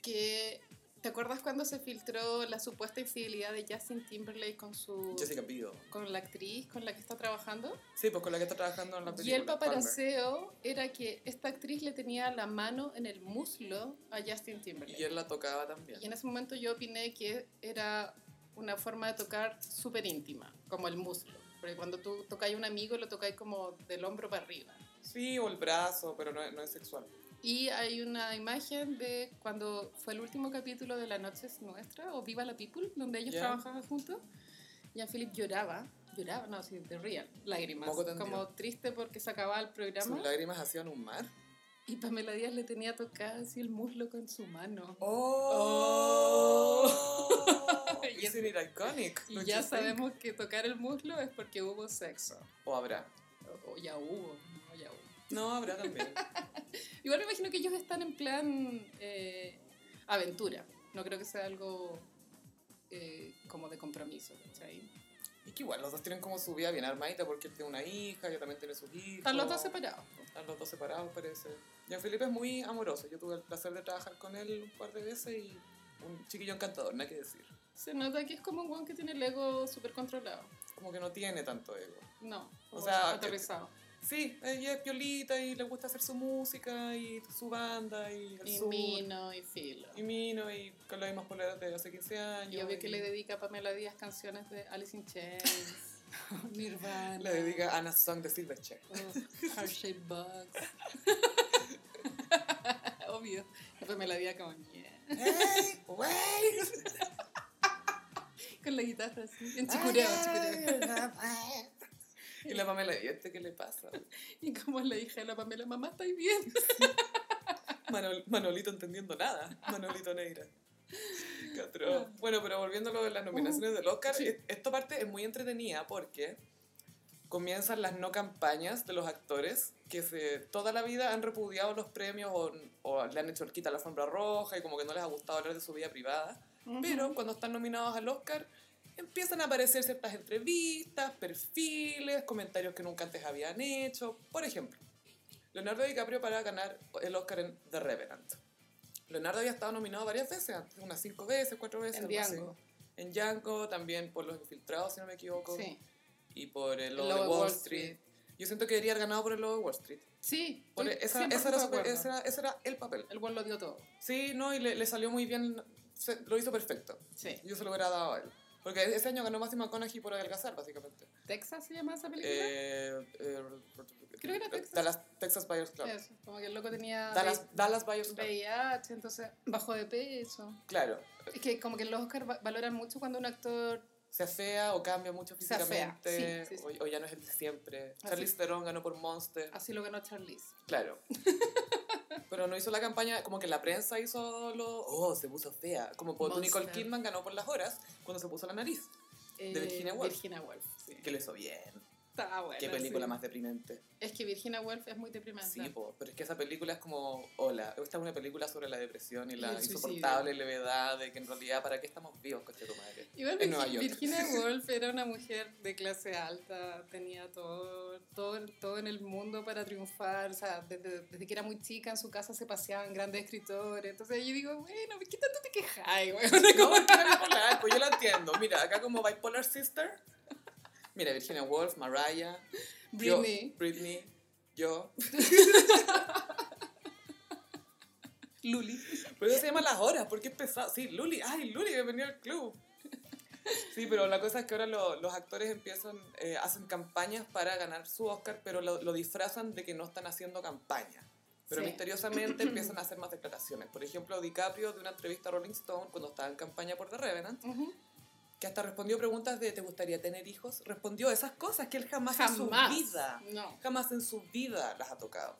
S2: Que, ¿te acuerdas cuando se filtró la supuesta infidelidad de Justin Timberlake con su...
S1: Jessica Pido.
S2: con la actriz con la que está trabajando?
S1: Sí, pues con la que está trabajando en la
S2: Y
S1: película.
S2: el
S1: Palmer.
S2: paparaceo era que esta actriz le tenía la mano en el muslo a Justin
S1: Y
S2: Timberlake.
S1: él la tocaba también.
S2: Y en ese momento yo opiné que era una forma de tocar súper íntima, como el muslo. Porque cuando tú tocáis a un amigo, lo tocáis como del hombro para arriba.
S1: Sí, o el brazo, pero no, es- no es sexual.
S2: Y hay una imagen de cuando fue el último capítulo de La Noche es Nuestra o Viva la People, donde ellos
S1: Ya.
S2: trabajaban juntos. Y Philip lloraba, lloraba, no, sí, de real, lágrimas.
S1: Moco tendido.
S2: Como triste porque se acababa el programa.
S1: Sus lágrimas hacían un mar.
S2: Y Pamela Díaz le tenía tocada así el muslo con su mano.
S1: ¡Oh! (laughs)
S2: Y
S1: Isn't it iconic?
S2: Y
S1: Don't
S2: ya
S1: you think?
S2: sabemos que tocar el muslo es porque hubo sexo.
S1: ¿O habrá?
S2: O, o ya hubo, no, ya hubo.
S1: No, habrá también.
S2: Igual me imagino que ellos están en plan eh, aventura. No creo que sea algo eh, como de compromiso, ¿cachai?
S1: y que igual, los dos tienen como su vida bien armadita porque él tiene una hija, ella también tiene sus hijos.
S2: Están los dos separados.
S1: Están los dos separados, parece. Jean-Philippe es muy amoroso. Yo tuve el placer de trabajar con él un par de veces y un chiquillo encantador, nada que decir.
S2: Se nota que es como un guan que tiene el ego súper controlado.
S1: Como que no tiene tanto ego.
S2: No,
S1: O
S2: o
S1: sea,
S2: sea,
S1: que-
S2: aterrizado.
S1: Sí, ella es piolita y le gusta hacer su música y su banda y el
S2: Y
S1: sur.
S2: Mino y Filo.
S1: Y Mino y con las mismas poleras de hace 15 años.
S2: Y obvio que le dedica a Pamela Díaz canciones de Alice in Chains,
S1: (laughs)
S2: Nirvana.
S1: Le dedica a Anna Song de
S2: (laughs)
S1: Silverchair. (laughs)
S2: Heart-shaped box. (laughs) Obvio. Y Pamela Díaz como, yeah.
S1: ¡Hey! ¡Wey!
S2: Con la guitarra así.
S1: Ah,
S2: En chicureo, chicureo.
S1: Y la Pamela, ¿y este qué le pasa?
S2: Y como la hija de la Pamela, mamá, ¿estáis bien?
S1: Manol- Manolito entendiendo nada. Manolito Neira. Qué atroz. Bueno, pero volviendo a lo de las nominaciones del Oscar,
S2: Sí.
S1: e- esta parte es muy entretenida porque comienzan las no campañas de los actores que se, toda la vida han repudiado los premios o, o le han hecho el quita a la alfombra roja y como que no les ha gustado hablar de su vida privada. Pero cuando están nominados al Oscar, empiezan a aparecer ciertas entrevistas, perfiles, comentarios que nunca antes habían hecho. Por ejemplo, Leonardo DiCaprio para ganar el Oscar en The Revenant. Leonardo había estado nominado varias veces, antes, unas cinco veces, cuatro veces.
S2: en
S1: algo así.
S2: Django.
S1: En Django, también por Los Infiltrados, si no me equivoco.
S2: Sí.
S1: Y por el
S2: El
S1: Lobo de Wall, Street. Yo siento que debería haber ganado por el Lobo de Wall Street.
S2: Sí.
S1: Por
S2: estoy
S1: esa, esa era
S2: 100% de
S1: su-
S2: acuerdo.
S1: ese era- ese era el papel.
S2: El buen lo dio todo.
S1: Sí, no, y le, le salió muy bien, se- lo hizo perfecto.
S2: Sí.
S1: Yo se lo hubiera dado a él. Porque ese año ganó Máximo McConaughey por adelgazar, básicamente.
S2: ¿Texas se llama esa película?
S1: Eh, eh,
S2: Creo que era Texas. Eh,
S1: Dallas, Texas Buyers Club.
S2: Eso, como que el loco tenía
S1: Dallas, Dallas Buyers Club.
S2: VIH, entonces bajó de peso.
S1: Claro.
S2: Es que como que los Oscar va- valoran mucho cuando un actor...
S1: Se afea o cambia mucho
S2: Se afea,
S1: físicamente.
S2: sí, sí,
S1: O, o ya no es el de siempre.
S2: Así. Ah.
S1: Charlize Theron ganó por Monster.
S2: Así lo ganó Charlize.
S1: Claro.
S2: (laughs)
S1: Pero no hizo la campaña, como que la prensa hizo lo. Oh, se puso fea. Como por
S2: Monster.
S1: Nicole Kidman ganó por las horas cuando se puso la nariz.
S2: Eh,
S1: Virginia Woolf.
S2: Virginia Woolf, sí.
S1: Que lo hizo bien.
S2: Está bueno,
S1: Qué película
S2: sí.
S1: más deprimente.
S2: Es que Virginia Woolf es muy deprimente.
S1: Sí, po, pero es que esa película es como, hola, esta es una película sobre la depresión y la
S2: Y el suicidio.
S1: insoportable levedad de que en realidad, ¿para qué estamos vivos, coche tu madre?
S2: (laughs) Igual
S1: En
S2: Virgi-
S1: Nueva York. (laughs)
S2: Virginia Woolf era una mujer de clase alta, tenía todo, todo, todo en el mundo para triunfar, o sea, desde, desde que era muy chica en su casa se paseaban grandes escritores, entonces yo digo, bueno, ¿qué tanto te quejáis? weón?
S1: No, es que era bipolar, pues yo la entiendo. Mira, acá como Bipolar Sister, mira, Virginia Woolf, Mariah, yo-
S2: (laughs) Britney,
S1: Britney, yo.
S2: Luli.
S1: Pero eso se llama Las Horas, porque es pesado. Sí, Luli, ay, Luli, bienvenida al club. Sí, pero la cosa es que ahora lo- los actores empiezan, eh, hacen campañas para ganar su Oscar, pero lo, lo disfrazan de que no están haciendo campaña. Pero
S2: Sí. (clears throat)
S1: misteriosamente empiezan a hacer más declaraciones. Por ejemplo, DiCaprio de una entrevista a Rolling Stone cuando estaba en campaña por The Revenant,
S2: Ujú.
S1: que hasta respondió preguntas de ¿te gustaría tener hijos? Respondió esas cosas que él jamás,
S2: Jamás.
S1: en su vida,
S2: No.
S1: jamás en su vida las ha tocado.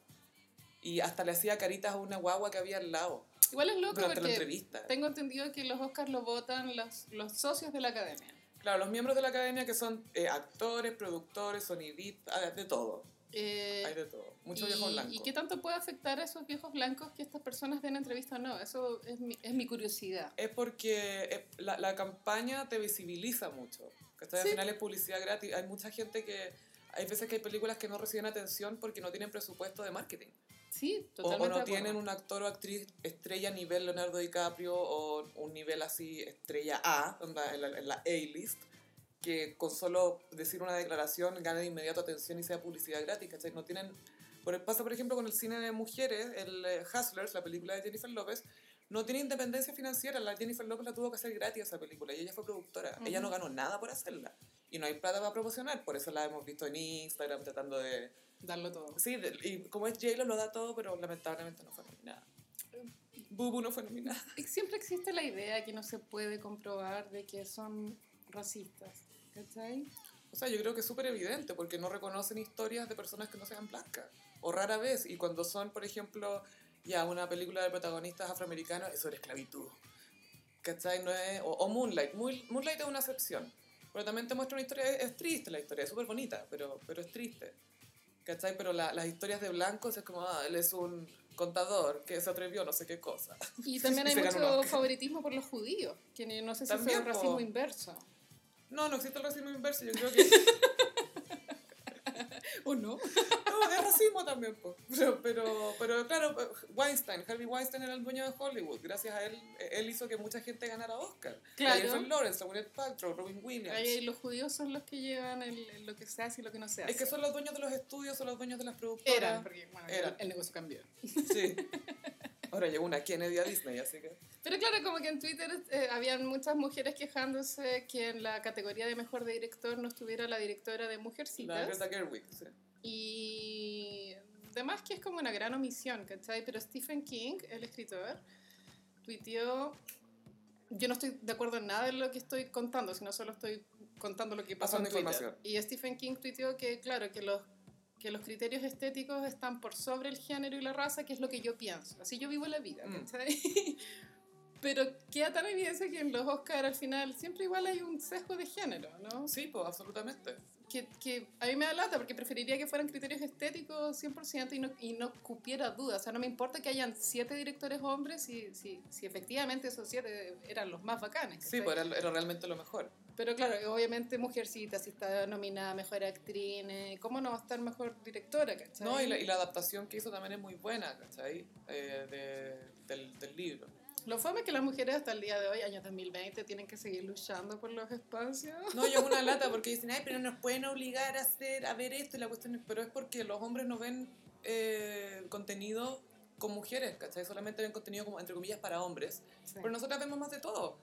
S1: Y hasta le hacía caritas a una guagua que había al lado
S2: Igual es loco
S1: durante la
S2: porque
S1: entrevista.
S2: tengo entendido que los Oscars lo votan los, los socios de la academia.
S1: Claro, los miembros de la academia que son eh, actores, productores, sonidistas, ah, de todo.
S2: Eh,
S1: Hay de todo. Mucho
S2: y,
S1: viejo blanco.
S2: ¿Y qué tanto puede afectar a esos viejos blancos que estas personas den entrevista o no? Eso es mi, es mi curiosidad.
S1: Es porque eh, la, la campaña te visibiliza mucho. Que
S2: Sí.
S1: Al final es publicidad gratis. Hay mucha gente que. Hay veces que hay películas que no reciben atención porque no tienen presupuesto de marketing.
S2: Sí,
S1: O, o
S2: totalmente. de
S1: no
S2: acuerdo.
S1: tienen un actor o actriz estrella nivel Leonardo DiCaprio o un nivel así estrella A, onda, en la, en la A-list, que con solo decir una declaración gane de inmediato atención y sea publicidad gratis, ¿cachai? No tienen... Por el, pasa, por ejemplo, con el cine de mujeres, el eh, Hustlers, la película de Jennifer López, no tiene independencia financiera. La Jennifer López la tuvo que hacer gratis esa película y ella fue productora. Ella
S2: Ujú.
S1: no ganó nada por hacerla. Y no hay plata para promocionar, por eso la hemos visto en Instagram tratando de
S2: Darlo todo.
S1: Sí, de- y como es J-Lo lo da todo, pero lamentablemente no fue nominada. Bubu no fue nominada.
S2: Y Siempre existe la idea que no se puede comprobar de que son racistas. ¿Cachai?
S1: O sea, yo creo que es súper evidente porque no reconocen historias de personas que no sean blancas. O rara vez. Y cuando son, por ejemplo, ya una película de protagonistas afroamericanos, es sobre esclavitud. ¿Cachai? No es, o, o Moonlight. Moon- Moonlight es una excepción. Pero también te muestra una historia, es triste la historia, es súper bonita, pero, pero es triste. ¿Cachai? Pero la- las historias de blancos es como, ah, él es un contador que se atrevió, no sé qué cosa.
S2: Y también hay
S1: Se ganó un
S2: mucho
S1: Oscar.
S2: favoritismo por los judíos, que ni- no sé si es
S1: También,
S2: un racismo
S1: po.
S2: inverso.
S1: No, no existe el racismo inverso. Yo creo que
S2: ¿O no?
S1: (laughs) no, es racismo también. po. Pero, pero, pero claro, Weinstein, Harvey Weinstein era el dueño de Hollywood. Gracias a él, eh, él hizo que mucha gente ganara Oscar.
S2: Claro.
S1: Jennifer Lawrence, Gwyneth Paltrow, Robin Williams.
S2: Ahí los judíos son los que llevan el- lo que se hace y lo que no se hace.
S1: es que son los dueños de los estudios, son los dueños de las productoras.
S2: Eran, porque bueno,
S1: Eran.
S2: el negocio cambió.
S1: Sí. Ahora llegó una Kennedy a Disney, así que...
S2: Pero claro, como que en Twitter eh, habían muchas mujeres quejándose que en la categoría de mejor director no estuviera la directora de
S1: La
S2: Mujercitas.
S1: Greta Gerwig, sí.
S2: Y además que es como una gran omisión, ¿cachai? Pero Stephen King, el escritor, tuiteó... Yo no estoy de acuerdo en nada de lo que estoy contando, sino solo estoy contando lo que pasó en
S1: Pasando
S2: Twitter.
S1: información.
S2: Y Stephen King tuiteó que, claro, que los, que los criterios estéticos están por sobre el género y la raza, que es lo que yo pienso. Así yo vivo la vida,
S1: Mm.
S2: ¿cachai? (laughs) Pero queda tan evidencia que en los Oscars al final siempre igual hay un sesgo de género, ¿no?
S1: Sí, pues, absolutamente.
S2: que, que a mí me da lata porque preferiría que fueran criterios estéticos 100% y no, y no cupiera duda. O sea, no me importa que hayan siete directores hombres si, si, si efectivamente esos siete eran los más
S1: Sí,
S2: bacanes. ¿cachai?
S1: pues era, era realmente lo mejor.
S2: Pero claro, obviamente Mujercita, si está nominada a Mejor Actriz, eh, ¿cómo no va a estar Mejor Directora? ¿cachai?
S1: No, y la, y la adaptación que hizo también es muy buena, ¿cachai? Eh, de- del, del libro.
S2: Lo fome es que las mujeres hasta el día de hoy, año 2020, tienen que seguir luchando por los espacios.
S1: No, yo es una lata porque dicen, ay, pero nos pueden obligar a hacer, a ver esto y la cuestión es, pero es porque los hombres no ven eh, contenido con mujeres, ¿cachai? Solamente ven contenido como, entre comillas, para hombres.
S2: Sí.
S1: Pero nosotras vemos más de todo.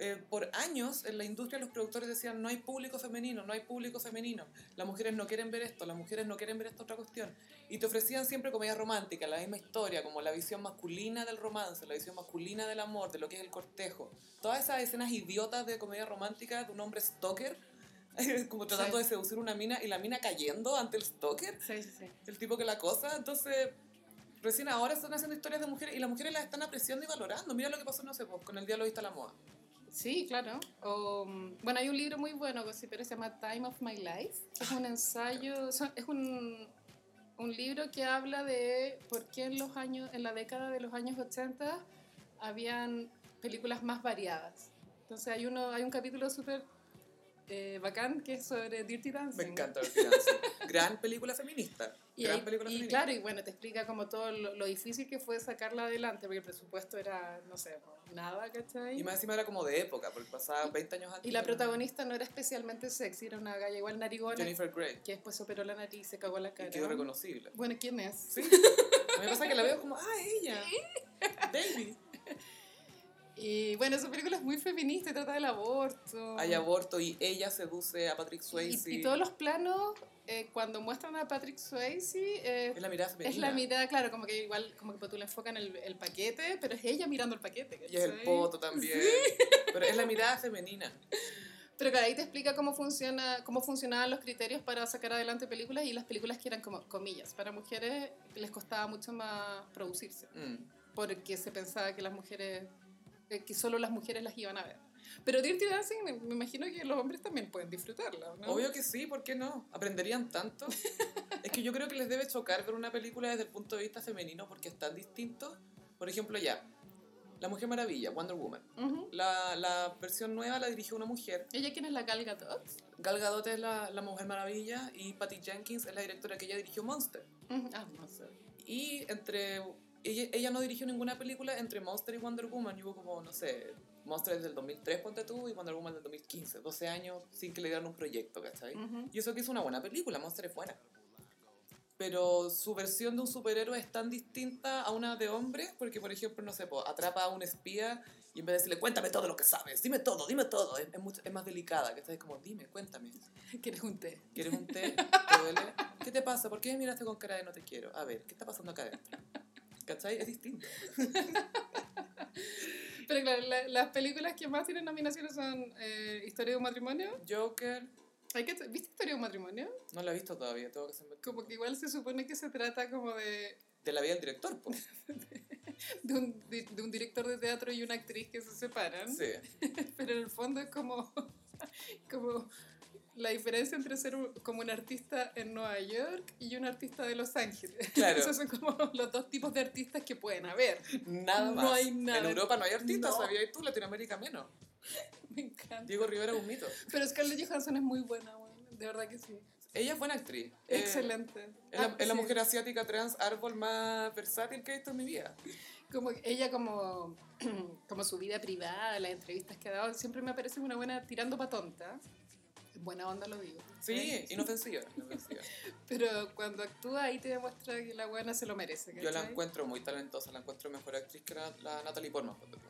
S1: Eh, por años en la industria los productores decían, no hay público femenino, no hay público femenino. Las mujeres no quieren ver esto, las mujeres no quieren ver esta otra cuestión. Y te ofrecían siempre comedia romántica, la misma historia, como la visión masculina del romance, la visión masculina del amor, de lo que es el cortejo. Todas esas escenas idiotas de comedia romántica de un hombre stalker, (laughs) como tratando
S2: Sí.
S1: de seducir una mina y la mina cayendo ante el stalker
S2: Sí, sí, sí.
S1: el tipo que la cosa. Entonces, recién ahora están haciendo historias de mujeres y las mujeres las están apreciando y valorando. Mira lo que pasó, no sé, pues, con el dialogista la moda.
S2: Sí, claro. O, mm, bueno, hay un libro muy bueno que se se llama Time of My Life. Es
S1: Ah.
S2: un ensayo, son- es un, un libro que habla de por qué en, los años, en la década de los años 80 habían películas más variadas. Entonces hay, uno, hay un capítulo súper eh, bacán que es sobre Dirty Dancing.
S1: Me encanta ver Fidanza. Gran película feminista.
S2: Y,
S1: gran
S2: ahí-
S1: película
S2: y
S1: feminista.
S2: claro, y bueno, te explica como todo lo, lo difícil que fue sacarla adelante, porque el presupuesto era, no sé, nada, ¿cachai?
S1: Y más encima era como de época, porque pasaba 20 años antes.
S2: Y la
S1: de-
S2: protagonista no era especialmente sexy, era una galla igual narigona
S1: Jennifer Grey.
S2: que después se operó la nariz y se cagó la
S1: Que
S2: cara.
S1: quedó reconocible.
S2: Bueno, ¿quién es?
S1: (laughs) Sí. A mí me pasa que la veo como, ah, ella. Baby.
S2: Y bueno, esa película es muy feminista y trata del aborto.
S1: Hay aborto y ella seduce a Patrick Swayze.
S2: Oh. Y, y todos los planos, eh, cuando muestran a Patrick Swayze, eh,
S1: Es la mirada femenina.
S2: es la mirada, claro, como que igual, como que tú le enfocan el, el paquete, pero es ella mirando el paquete.
S1: Y es el
S2: ¿cachai?
S1: poto también. Pero es la mirada femenina.
S2: Pero claro, ahí te explica cómo, funciona, cómo funcionaban los criterios para sacar adelante películas y las películas que eran como comillas. Para mujeres les costaba mucho más producirse
S1: Mm.
S2: porque se pensaba que las mujeres, eh, que solo las mujeres las iban a ver. Pero Dirty Dancing me me imagino que los hombres también pueden disfrutarla, ¿no?
S1: Obvio que sí, ¿por qué no? ¿Aprenderían tanto? es que yo creo que les debe chocar ver una película desde el punto de vista femenino porque es tan distinto. Por ejemplo, ya, La Mujer Maravilla, Wonder Woman.
S2: Ujú.
S1: La, la versión nueva la dirigió una mujer.
S2: ¿Ella quién es la Gal Gadot?
S1: Gal Gadot es la, la Mujer Maravilla y Patty Jenkins es la directora que ella dirigió Monster.
S2: Ujú. Ah, no sé.
S1: Y entre... Ella, ella no dirigió ninguna película entre Monster y Wonder Woman. Y hubo como, no sé, Monster es del 2003, ponte tú, y Wonder Woman del 2015. 12 años sin que le dieran un proyecto, ¿cachai?
S2: (laughs) Ujú.
S1: Y eso que es una buena película, Monster es buena. Pero su versión de un superhéroe es tan distinta a una de hombres, porque por ejemplo, no sé, po, atrapa a un espía y en vez de decirle, cuéntame todo lo que sabes, dime todo, dime todo, es, es mucho- es más delicada, que estás como, dime, cuéntame,
S2: ¿Quieres un té?
S1: ¿quieres un té? ¿Te duele? ¿Qué te pasa? ¿Por qué me miraste con cara de no te quiero? A ver, ¿qué está pasando acá adentro? ¿Cachai? Es distinto.
S2: Pero claro, la- las películas que más tienen nominaciones son eh, Historia de un matrimonio.
S1: Joker,
S2: Hay que- ¿Viste Historia de un matrimonio?
S1: no la he visto todavía, tengo que hacerme...
S2: Como que igual se supone que se trata como de
S1: De la vida del director,
S2: (laughs)
S1: pues.
S2: de un, di- de un director de teatro y una actriz que se separan,
S1: Sí.
S2: pero en el fondo es como, (laughs) como la diferencia entre ser un- como un artista en Nueva York y un artista de Los Ángeles. (laughs)
S1: Claro.
S2: Esos son como los dos tipos de artistas que pueden haber. (laughs)
S1: Nada
S2: No
S1: más.
S2: hay nada.
S1: En Europa no hay artistas,
S2: No.
S1: ¿sabías tú? Latinoamérica menos.
S2: Me encanta.
S1: Diego Rivera es un mito.
S2: Pero Scarlett Johansson es muy buena, bueno, de verdad que sí.
S1: Ella es buena actriz. Eh,
S2: Excelente.
S1: Es la,
S2: Ah,
S1: es la
S2: sí.
S1: mujer asiática trans árbol más versátil que he visto en mi vida.
S2: Como que ella como, (clears throat) como su vida privada, las entrevistas que ha dado, siempre me parece una buena tirando pa' tonta. Buena onda lo digo.
S1: Sí, inofensiva.
S2: (laughs)
S1: inofensiva.
S2: Pero cuando actúa ahí te demuestra que la buena se lo merece.
S1: Yo la
S2: ¿cachai?
S1: encuentro muy talentosa, la encuentro mejor actriz que la, la Natalie Portman. por ejemplo.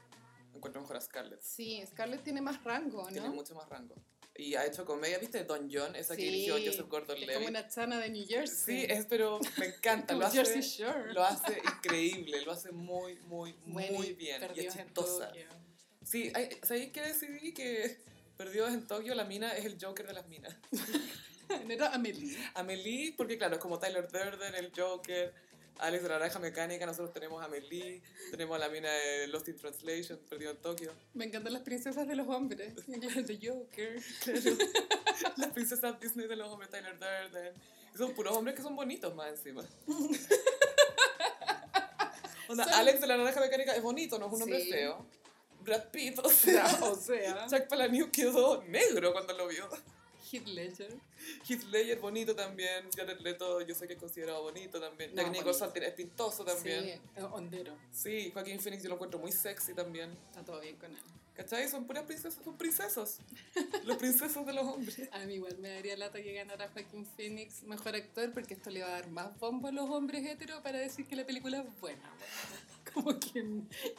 S1: Encuentro mejor a Scarlett.
S2: Sí, Scarlett tiene más rango, ¿no?
S1: Tiene mucho más rango. Y ha hecho comedia, ¿viste? Don John, esa que
S2: Sí,
S1: dirigió Joseph
S2: es
S1: Gordon-Levitt.
S2: como una chana de New Jersey.
S1: Sí, es, pero me
S2: (laughs)
S1: encanta.
S2: como
S1: lo, hace,
S2: Jersey Shore.
S1: lo hace increíble, lo hace muy, muy,
S2: Bueno,
S1: muy
S2: y
S1: bien. Y es
S2: Perdidos en
S1: chistosa.
S2: Tokio.
S1: Sí, hay- ¿sabéis que decidí que Perdidos en Tokio, la mina es el Joker de las minas?
S2: ¿No era Amelie?
S1: Amelie, porque claro, es como Tyler Durden, el Joker, Alex de la Naranja Mecánica, nosotros tenemos a Amelie, tenemos a la mina de Lost in Translation, Perdido en Tokio, (laughs)
S2: Me encantan las princesas de los hombres. (laughs) Claro, The
S1: (laughs)
S2: Joker. (laughs)
S1: las princesas Disney de los hombres, Tyler Durden. Y son puros hombres que son bonitos más
S2: (laughs)
S1: encima. O sea,
S2: Son-
S1: Alex de la Naranja Mecánica es bonito, no es un hombre
S2: Sí.
S1: feo. Brad Pitt, o sea,
S2: o sea,
S1: Jack Palahniuk quedó negro cuando lo vio.
S2: Heath Ledger.
S1: Heath Ledger bonito también, Jared Leto yo sé que es considerado bonito también,
S2: No,
S1: Jack Nicholson
S2: bonito.
S1: es pintoso también.
S2: Sí, eh, hondero.
S1: Sí, Joaquín Phoenix yo lo encuentro muy sexy también.
S2: Está todo bien con él.
S1: ¿Cachai? Son puras princesas, son princesos. Los princesos de los hombres.
S2: A mí igual me daría lata que ganara Joaquin Phoenix mejor actor porque esto le va a dar más bombo a los hombres heteros para decir que la película es buena. (laughs) Como que,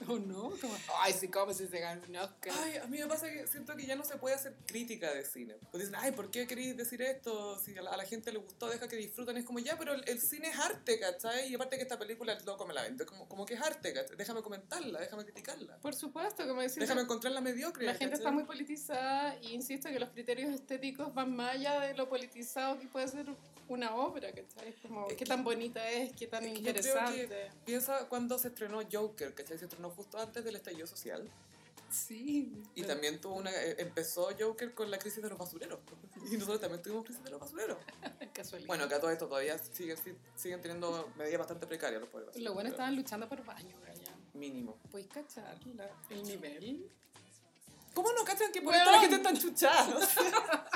S2: o no, como, ay, sí, como si se gana un Oscar.
S1: Ay, a mí me pasa que siento que ya no se puede hacer crítica de cine. Pues dicen, ay, ¿por qué queréis decir esto? Si a la, a la gente le gustó, deja que disfruten. Es como, ya, pero el, el cine es arte, ¿cachai? Y aparte que esta película el loco me la vende. Como, como que es arte, ¿cachai? Déjame comentarla, déjame criticarla.
S2: Por supuesto, como decir,
S1: Déjame encontrarla mediocre.
S2: la gente
S1: ¿cachai?
S2: está muy politizada y insisto que los criterios estéticos van más allá de lo politizado que puede ser una obra, ¿cachai? Como,
S1: Es
S2: qué
S1: que-
S2: tan bonita es, qué tan
S1: es que yo creo que-
S2: interesante.
S1: Piensa cuando se estrenó Joker, ¿cachai? Se estrenó justo antes del estallido social.
S2: Sí.
S1: Y también tuvo una, eh, empezó Joker con la crisis de los basureros. Y nosotros también tuvimos crisis de los basureros.
S2: Casualidad.
S1: Bueno, acá todo esto todavía siguen, siguen teniendo medidas bastante precarias los pobres
S2: lo
S1: basureros,
S2: bueno
S1: pero
S2: estaban luchando por baño, allá.
S1: Mínimo.
S2: ¿Puedes cachar la- el nivel?
S1: ¿Cómo no cachan que por
S2: Weón.
S1: esto la gente está enchuchada? O sea,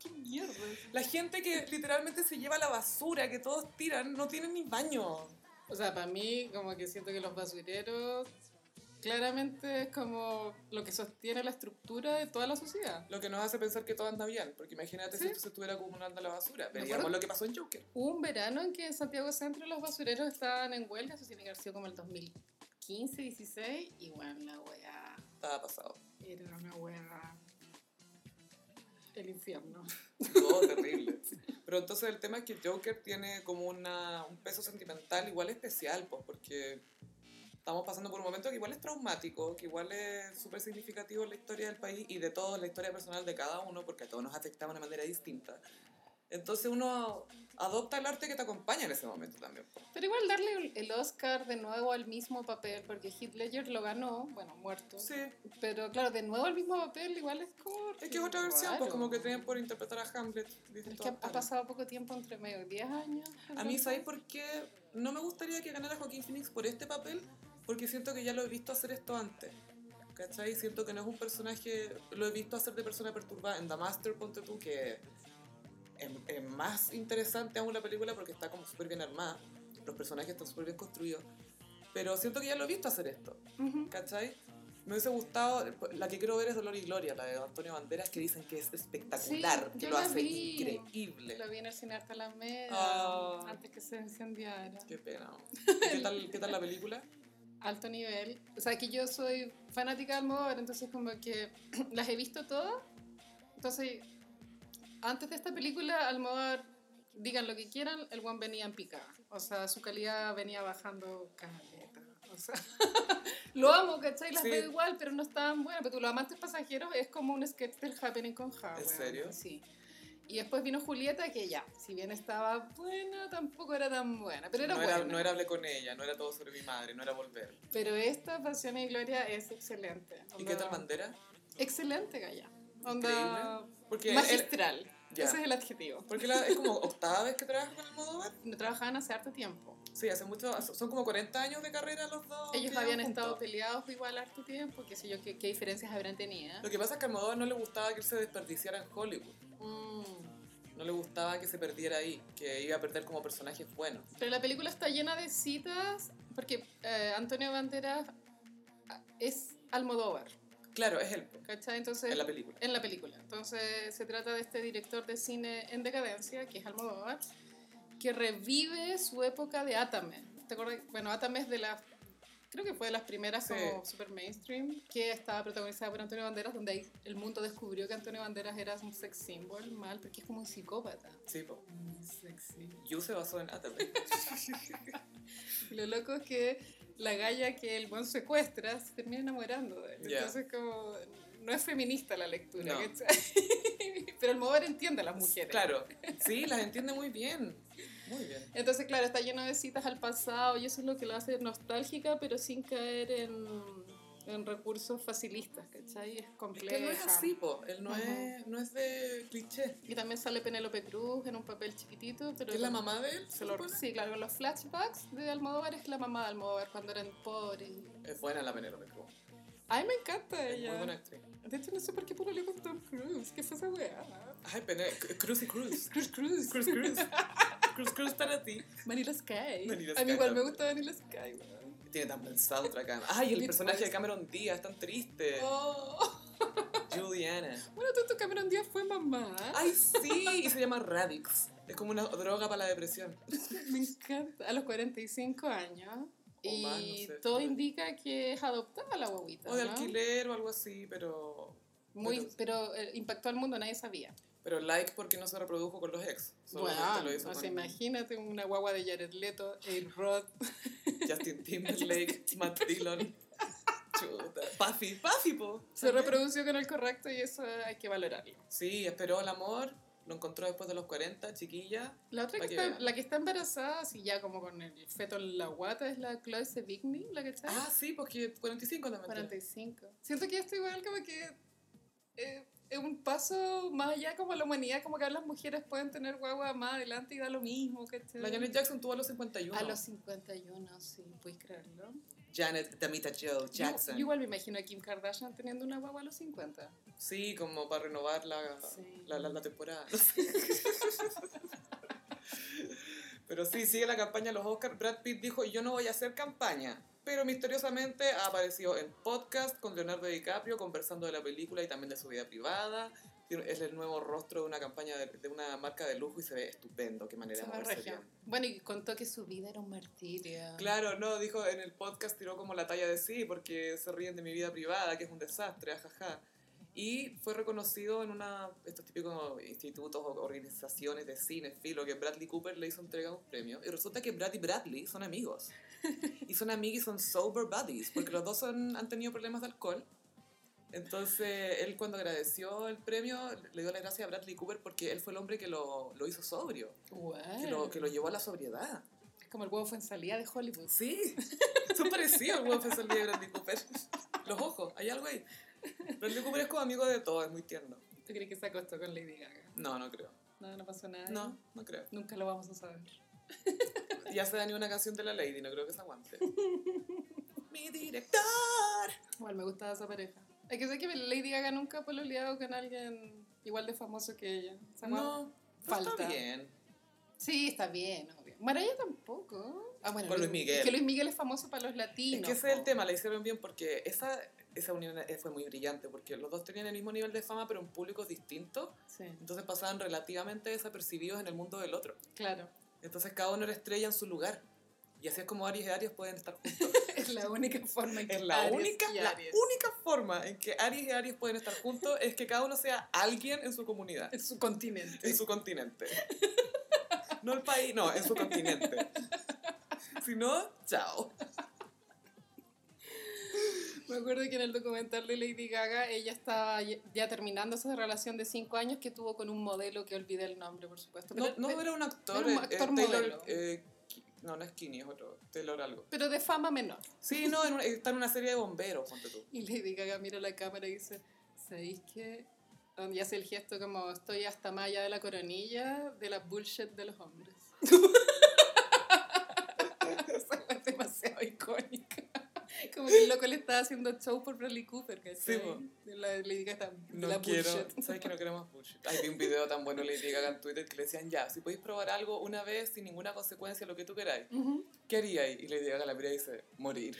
S2: ¿Qué mierda?
S1: la gente que literalmente se lleva la basura, que todos tiran, no tienen ni baño.
S2: O sea, para mí, como que siento que los basureros claramente es como lo que sostiene la estructura de toda la sociedad.
S1: Lo que nos hace pensar que todo anda bien. Porque imagínate si
S2: Sí.
S1: esto se estuviera acumulando la basura.
S2: Me
S1: Veríamos
S2: acuerdo.
S1: lo que pasó en Joker.
S2: Hubo un verano en que en Santiago Centro los basureros estaban en huelga, eso tiene que haber sido como el 2015, 16, y bueno, la weá
S1: estaba pasado.
S2: Era una hueá. El infierno. (laughs)
S1: Todo terrible. Pero entonces el tema es que Joker tiene como una, un peso sentimental igual especial, pues, porque estamos pasando por un momento que igual es traumático, que igual es súper significativo en la historia del país y de todos, la historia personal de cada uno, porque a todos nos afecta de una manera distinta. Entonces uno adopta el arte que te acompaña en ese momento también. pues. po.
S2: Pero igual darle el Oscar de nuevo al mismo papel, porque Heath Ledger lo ganó, bueno, muerto.
S1: Sí,
S2: Pero claro, de nuevo al mismo papel, igual es como.
S1: es que es otra versión, pues
S2: raro.
S1: como que tienen por interpretar a Hamlet.
S2: Pero es
S1: distintos
S2: que ha, ha
S1: actores.
S2: pasado poco tiempo entre medio, 10 años.
S1: A mí, ¿sabéis por qué? No me gustaría que ganara Joaquín Phoenix por este papel, porque siento que ya lo he visto hacer esto antes. ¿Cachai? Siento que no es un personaje. Lo he visto hacer de persona perturbada. En The Master, ponte tú, que es, es más interesante aún la película porque está como súper bien armada. Los personajes están súper bien construidos. Pero siento que ya lo he visto hacer esto.
S2: Ujú.
S1: ¿Cachai? Me hubiese gustado. La que quiero ver es Dolor y Gloria, la de Antonio Banderas, que dicen que es espectacular,
S2: Sí,
S1: que
S2: yo
S1: lo
S2: la
S1: hace
S2: vi.
S1: increíble.
S2: Lo vi en el cine hasta la media,
S1: Ah.
S2: antes que se incendiara.
S1: Qué
S2: (laughs)
S1: pena. ¿Qué tal, qué tal la película?
S2: Alto nivel. O sea, que yo soy fanática de Almodóvar, entonces como que (clears throat) las he visto todas. Entonces, antes de esta película, Almodóvar, digan lo que quieran, el one venía en picada. O sea, su calidad venía bajando caleta. O sea, (laughs) lo amo, ¿cachai? Las
S1: Sí.
S2: veo igual, pero no estaban buenas. Pero tú, los amantes pasajeros es como un sketch del happening con Howard.
S1: ¿En serio?
S2: Sí. Y después vino Julieta, que ya, si bien estaba buena, tampoco era tan buena. Pero era
S1: no,
S2: buena.
S1: era, no era hablé con ella, no era todo sobre mi madre, no era volver.
S2: Pero esta Pasión y Gloria es excelente.
S1: ¿Y
S2: Onda-
S1: qué tal bandera?
S2: Excelente, Gaya. Onda
S1: Porque, él-
S2: magistral.
S1: ya.
S2: Ese es el adjetivo.
S1: porque la- es como octava vez que trabaja con Almodóvar.
S2: No trabajaban hace harto tiempo.
S1: Sí, hace mucho, hace- son como 40 años de carrera los dos. que
S2: Ellos
S1: llevan
S2: habían
S1: juntos.
S2: estado peleados igual harto tiempo, qué sé yo, qué, qué diferencias habrán tenido. ¿eh?
S1: Lo que pasa es que a Almodóvar no le gustaba que él se desperdiciara en Hollywood.
S2: Mm.
S1: No le gustaba que se perdiera ahí, que iba a perder como personajes buenos.
S2: Pero la película está llena de citas porque eh, Antonio Banderas ah, es Almodóvar,
S1: Claro, es él, po,
S2: ¿cachai? Entonces,
S1: en la película.
S2: en la película. Entonces se trata de este director de cine en decadencia, que es Almodóvar, que revive su época de Atame. ¿Te acuerdas? Bueno, Atame es de las, creo que fue de las primeras
S1: Sí.
S2: como super mainstream, que estaba protagonizada por Antonio Banderas, donde ahí el mundo descubrió que Antonio Banderas era un sex symbol mal, porque es como un psicópata.
S1: Sí, po.
S2: Mm, Sexy.
S1: Yu se basó en Atame.
S2: Lo loco es que la galla que el buen secuestra se termina enamorando de él.
S1: Ya.
S2: Entonces, como. No es feminista la lectura,
S1: No.
S2: ¿cachai? (laughs) Pero el mover entiende a (laughs) las mujeres.
S1: Claro, sí, las entiende muy bien. Muy bien.
S2: Entonces, claro, está lleno de citas al pasado y eso es lo que lo hace nostálgica, pero sin caer en, en recursos facilistas, ¿cachai? Es
S1: Es
S2: compleja.
S1: que él no es así, po. Él no,
S2: Ajá.
S1: es, no es de cliché.
S2: Y también sale Penélope Cruz en un papel chiquitito, pero...
S1: ¿Que es la mamá de él?
S2: se lo-
S1: supone?
S2: sí, claro, en los flashbacks de Almodóvar es la mamá de Almodóvar cuando eran pobres.
S1: Es buena la Penélope Cruz.
S2: Ay, me encanta
S1: Es muy buena
S2: ella.
S1: actriz.
S2: De hecho, no sé por qué por con Tom Cruise. ¿Qué fue esa weá?
S1: Ay, Penélope Cruz y Cruz.
S2: Cruz, Cruz.
S1: (laughs) Cruz, Cruz. Cruz, Cruz para ti.
S2: Vanilla Sky.
S1: (laughs) Vanilla
S2: A
S1: Sky
S2: mí igual me
S1: también.
S2: gusta Vanilla Sky, weón.
S1: Tiene tan buen soundtrack. además. Ay, el
S2: Big
S1: personaje de
S2: Boys.
S1: Cameron Díaz, es tan triste.
S2: Oh.
S1: Juliana.
S2: Bueno, tú, tu Cameron Díaz fue mamá.
S1: Ay, sí. Y se llama Radix. Es como una droga para la depresión.
S2: Me encanta. A los 45 años. y
S1: más, no sé.
S2: todo indica que es adoptada la guaguita.
S1: O de
S2: ¿no?
S1: alquiler o algo así, pero.
S2: Muy, pero eh, impactó al mundo, nadie sabía.
S1: Pero like porque no se reprodujo con los ex. Solamente
S2: Bueno,
S1: lo hizo
S2: o sea,
S1: con
S2: imagínate una guagua de Jared
S1: (laughs)
S2: Leto, A. Rod. (laughs)
S1: Justin Timberlake, Matt Dillon. Chuta. Puffy, Puffy, po.
S2: Se reprodució con el correcto y eso hay que valorarlo.
S1: Sí, esperó el amor. Lo encontró después de los 40, chiquilla.
S2: La otra que
S1: Pa' que
S2: está,
S1: vean.
S2: la que está embarazada, así ya como con el feto en la guata, es la Chloe Sevigny, la que está.
S1: Ah, sí, porque 45 también.
S2: 45. Siento que esto igual como que eh, es un paso más allá como la humanidad, como que ahora las mujeres pueden tener guagua más adelante y da lo mismo, ¿cachai?
S1: La Janet Jackson tuvo a los 51.
S2: A los 51, sí, puedes creerlo.
S1: Janet Damita Joe Jackson.
S2: Yo, yo igual me imagino a Kim Kardashian teniendo una guagua a los 50.
S1: Sí, como para renovar la,
S2: Sí.
S1: la, la- la temporada. (laughs) pero sí, sigue la campaña de los Oscars. Brad Pitt dijo, yo no voy a hacer campaña. Pero misteriosamente ha aparecido en podcast con Leonardo DiCaprio conversando de la película y también de su vida privada. es el nuevo rostro de una campaña de, de una marca de lujo y se ve estupendo, qué manera
S2: Se
S1: de
S2: va
S1: moverse
S2: regia.
S1: bien.
S2: Bueno, y contó que su vida era un martirio.
S1: Claro, no, dijo en el podcast, tiró como la talla de sí, porque se ríen de mi vida privada, que es un desastre, ajaja. Y fue reconocido en una, estos típicos institutos o organizaciones de cine, filo, que Bradley Cooper le hizo entrega un premio. Y resulta que Brad y Bradley son amigos. Y son amigos y son sober buddies, porque los dos son- han tenido problemas de alcohol. Entonces, él cuando agradeció el premio, le dio las gracias a Bradley Cooper porque él fue el hombre que lo, lo hizo sobrio,
S2: Guau.
S1: que lo, que lo llevó a la sobriedad.
S2: Es como el huevo fue en salida de Hollywood.
S1: Sí, son parecidos el profesor de Bradley Cooper. Los ojos, hay algo ahí. Bradley Cooper es como amigo de todos, es muy tierno.
S2: ¿Tú crees que se acostó con Lady Gaga?
S1: No, no creo.
S2: No, no pasó nada.
S1: No, no creo.
S2: Nunca lo vamos a saber.
S1: Ya se dañó una canción de la Lady, no creo que se aguante. Mi director.
S2: Igual me gustaba esa pareja. Es que sé que Lady Gaga nunca fue liado con alguien igual de famoso que ella. O sea, guau.
S1: No, falta.
S2: Falta.
S1: Está bien.
S2: Sí, está bien, obvio. Mariah tampoco. Ah, bueno.
S1: Con Luis Miguel.
S2: Es que Luis Miguel es famoso para los
S1: Es
S2: latinos.
S1: que ese es
S2: po.
S1: el tema, la hicieron bien porque esa, esa unión eh, fue muy brillante porque los dos tenían el mismo nivel de fama pero en públicos distintos,
S2: Sí,
S1: entonces pasaban relativamente desapercibidos en el mundo del otro.
S2: claro. (laughs)
S1: Entonces cada uno era estrella en su lugar. Y así es como Aries y Aries pueden estar juntos.
S2: Es la única forma en que
S1: Es la
S2: Aries
S1: única,
S2: y
S1: la
S2: Aries-
S1: única forma en que Aries y Aries pueden estar juntos es que cada uno sea alguien en su comunidad,
S2: En su continente.
S1: en su continente. No el país, no, en su continente. Si no, chao.
S2: Me acuerdo que en el documental de Lady Gaga ella estaba ya- ya terminando esa relación de 5 años que tuvo con un modelo que olvidé el nombre, por supuesto.
S1: No,
S2: Pero,
S1: no
S2: pero,
S1: era un actor,
S2: era un
S1: eh,
S2: actor
S1: Taylor,
S2: modelo.
S1: eh, Ki- no, no es Kinney, es otro, Taylor algo.
S2: pero de fama menor.
S1: Sí, no, en una- está en una serie de bomberos, ponte tú.
S2: Y Lady Gaga mira la cámara y dice, ¿sabéis qué? Um, Y hace el gesto como, estoy hasta más allá de la coronilla de la bullshit de los hombres. (laughs) Esa fue demasiado icónica. Como que el loco le estaba haciendo show por Bradley Cooper, ¿cachai?
S1: Sí, po.
S2: la Lady Gaga está,
S1: No
S2: la
S1: quiero,
S2: bullshit.
S1: ¿sabes que no quiero más bullshit? Ay, vi un video tan bueno le Lady Gaga en Twitter que le decían, ya, si podéis probar algo una vez sin ninguna consecuencia, lo que tú queráis.
S2: Ujú.
S1: ¿Qué haría? ahí? Y Lady Gaga la mira y dice,
S2: (laughs)
S1: morir.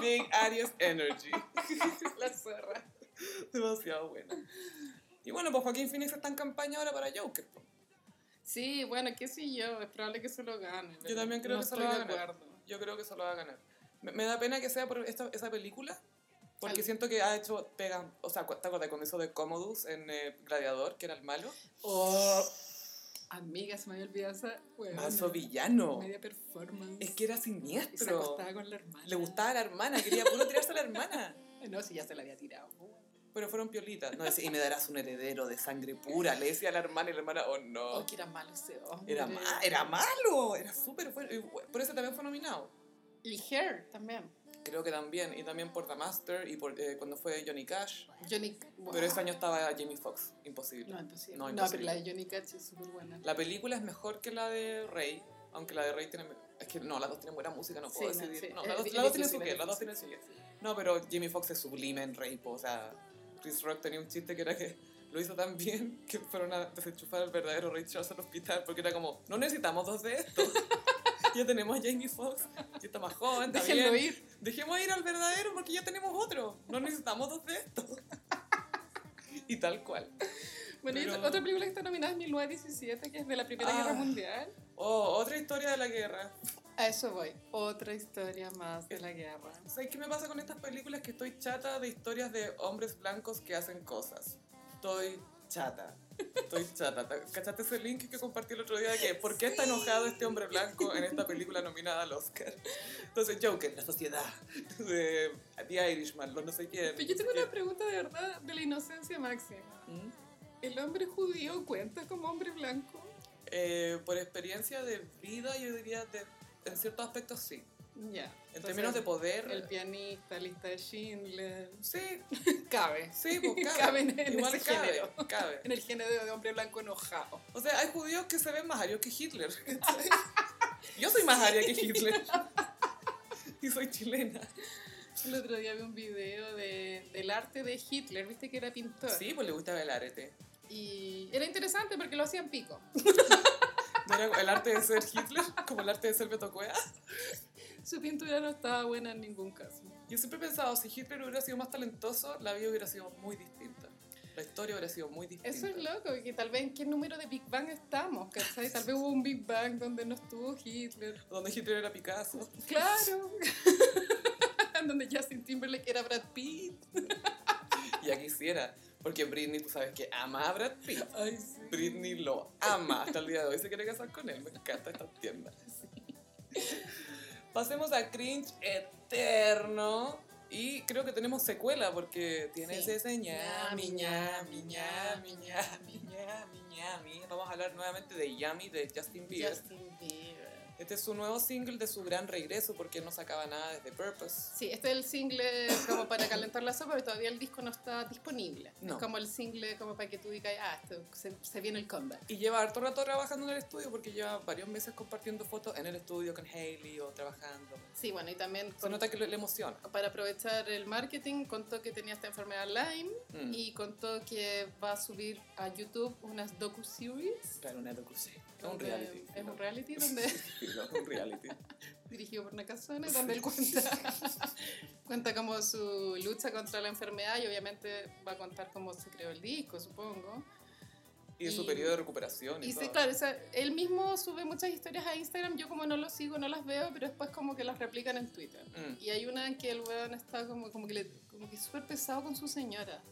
S1: Big Aries Energy.
S2: La zorra.
S1: Demasiado buena. Y bueno, pues Joaquín Phoenix está en campaña ahora para Joker. pues. po.
S2: Sí, bueno, qué sé yo, es probable que se lo gane. pero
S1: también creo
S2: no
S1: que se lo
S2: estoy
S1: va a
S2: de
S1: ganar.
S2: acuerdo.
S1: Yo creo que se lo va a ganar. Me, me da pena que sea por esta, esa película, porque
S2: Al-
S1: siento que ha hecho pega. O sea, cu- ¿te acuerdas cuando hizo de Commodus en eh, Gladiador, que era el malo?
S2: Oh, amiga, se me había olvidado esa huevona.
S1: Mazo villano.
S2: Media performance.
S1: Es que era
S2: Y se
S1: siniestro.
S2: acostaba con la hermana.
S1: Le gustaba la hermana, quería puro tirarse a la hermana.
S2: No, si ya se la había tirado.
S1: Oh, Pero fueron piolitas. No, decía, y me darás un heredero de sangre pura. Le decía a la hermana y la hermana, oh no.
S2: Oh, que era malo ese hombre.
S1: Era, ma- era malo, era súper bueno. Y bu- Por eso también fue nominado.
S2: Y Hair también.
S1: Creo que también. Y también por The Master y por eh, cuando fue Johnny Cash.
S2: Johnny. wow.
S1: Pero ese año estaba Jamie Foxx. Imposible.
S2: No, imposible.
S1: No,
S2: No,
S1: imposible.
S2: pero la de Johnny Cash es súper buena.
S1: La película es mejor que la de Rey. Aunque la de Rey tiene. Es que no, las dos tienen buena música, no puedo
S2: Sí, no,
S1: decidir.
S2: sí.
S1: No,
S2: Eh,
S1: las dos,
S2: es
S1: las dos tienen su
S2: difícil,
S1: qué.
S2: es
S1: Las dos tienen
S2: difícil.
S1: su qué. No, pero Jamie Foxx es sublime en Rey. po, O sea, Chris Rock tenía un chiste que era que lo hizo tan bien que fueron a desenchufar al verdadero Ray Charles al hospital porque era como: no necesitamos dos de
S2: (laughs)
S1: estos. ya tenemos a Jamie Foxx, ya está más joven, está
S2: Déjenlo
S1: bien.
S2: ir.
S1: Dejemos ir al verdadero porque ya tenemos otro. No necesitamos dos de
S2: (laughs)
S1: estos. y tal cual.
S2: Bueno, y
S1: Pero-
S2: otra- otra película que está nominada es 1917, que es de la Primera
S1: Ah.
S2: Guerra Mundial.
S1: Oh, otra historia de la guerra.
S2: A eso voy. Otra historia más
S1: Eh,
S2: de la guerra.
S1: ¿Sabes qué me pasa con estas películas? Que estoy chata de historias de hombres blancos que hacen cosas. Estoy chata. Estoy chata. ¿Te- ¿Cachaste ese link que compartí el otro día de que por qué está enojado este hombre blanco en esta película nominada al Oscar? Entonces, Joker, la sociedad. De The Irishman, los no sé quién.
S2: Pero yo tengo una pregunta de verdad de la inocencia máxima.
S1: ¿Mm?
S2: ¿El hombre judío cuenta como hombre blanco?
S1: Eh, por experiencia de vida, yo diría, de, en ciertos aspectos sí.
S2: Ya.
S1: En
S2: Entonces,
S1: términos de poder,
S2: El pianista, lista de Schindler.
S1: sí,
S2: Cabe.
S1: sí,
S2: (laughs)
S1: pues cabe.
S2: Cabe en- en
S1: Igual
S2: ese
S1: cabe,
S2: género.
S1: cabe.
S2: En el género de hombre blanco enojado.
S1: O sea, hay judíos que se ven más arios que Hitler. Yo soy más aria que Hitler. Y soy chilena.
S2: El otro día vi un video de, del arte de Hitler, viste que era pintor.
S1: Sí, pues le gustaba el arete.
S2: Y era interesante porque lo hacían pico.
S1: ¿No era el arte de ser Hitler? Como el arte de ser Beto Cueva.
S2: Su pintura no estaba buena en ningún caso.
S1: Yo siempre he pensado, si Hitler hubiera sido más talentoso, la vida hubiera sido muy distinta. La historia habría sido muy distinta.
S2: Eso es loco, que tal vez en qué número de Big Bang estamos, ¿cachai? Tal vez hubo un Big Bang donde no estuvo Hitler.
S1: Donde Hitler era Picasso. (laughs)
S2: ¡Claro! (laughs) donde Justin Timberlake era Brad Pitt.
S1: Ya quisiera. Porque Britney, tú sabes que ama a Brad Pitt.
S2: Ay, sí.
S1: Britney lo ama hasta el día de hoy. Se quiere casar con él. Me encanta esta tienda. Pasemos a Cringe Eterno. Y creo que tenemos secuela porque tiene
S2: Sí.
S1: ese ñami, ñami,
S2: Ñami,
S1: ñami,
S2: ñami,
S1: ñami, ñami, ñami. Vamos a hablar nuevamente de Yami de Justin Bieber.
S2: Justin Bieber.
S1: Este es su nuevo single de su gran regreso porque no sacaba nada desde Purpose.
S2: Sí, este es el single como para calentar la sopa, pero todavía el disco no está disponible.
S1: No.
S2: Es como el single como para que tú digas, ah, esto, se, se viene el comeback.
S1: Y lleva harto rato trabajando en el estudio porque lleva varios meses compartiendo fotos en el estudio con Hailey o trabajando.
S2: Sí, bueno, y también
S1: Se
S2: con-
S1: nota que le, le emociona.
S2: para aprovechar el marketing contó que tenía esta enfermedad Lyme
S1: Mm.
S2: y contó que va a subir a YouTube unas docu-series.
S1: Claro, una docuserie. Es un
S2: donde-
S1: reality.
S2: Es un reality donde
S1: (laughs) Sí, no, es un reality.
S2: dirigido por una persona donde él cuenta, (laughs) cuenta como su lucha contra la enfermedad y obviamente va a contar cómo se creó el disco, supongo.
S1: Y de su
S2: Y-
S1: periodo de recuperación y,
S2: Y sí,
S1: todo.
S2: claro, o sea, él mismo sube muchas historias a Instagram, yo como no lo sigo, no las veo, pero después como que las replican en Twitter.
S1: Mm.
S2: Y hay una en que el weón está como, como que, le- como que súper pesado con su señora.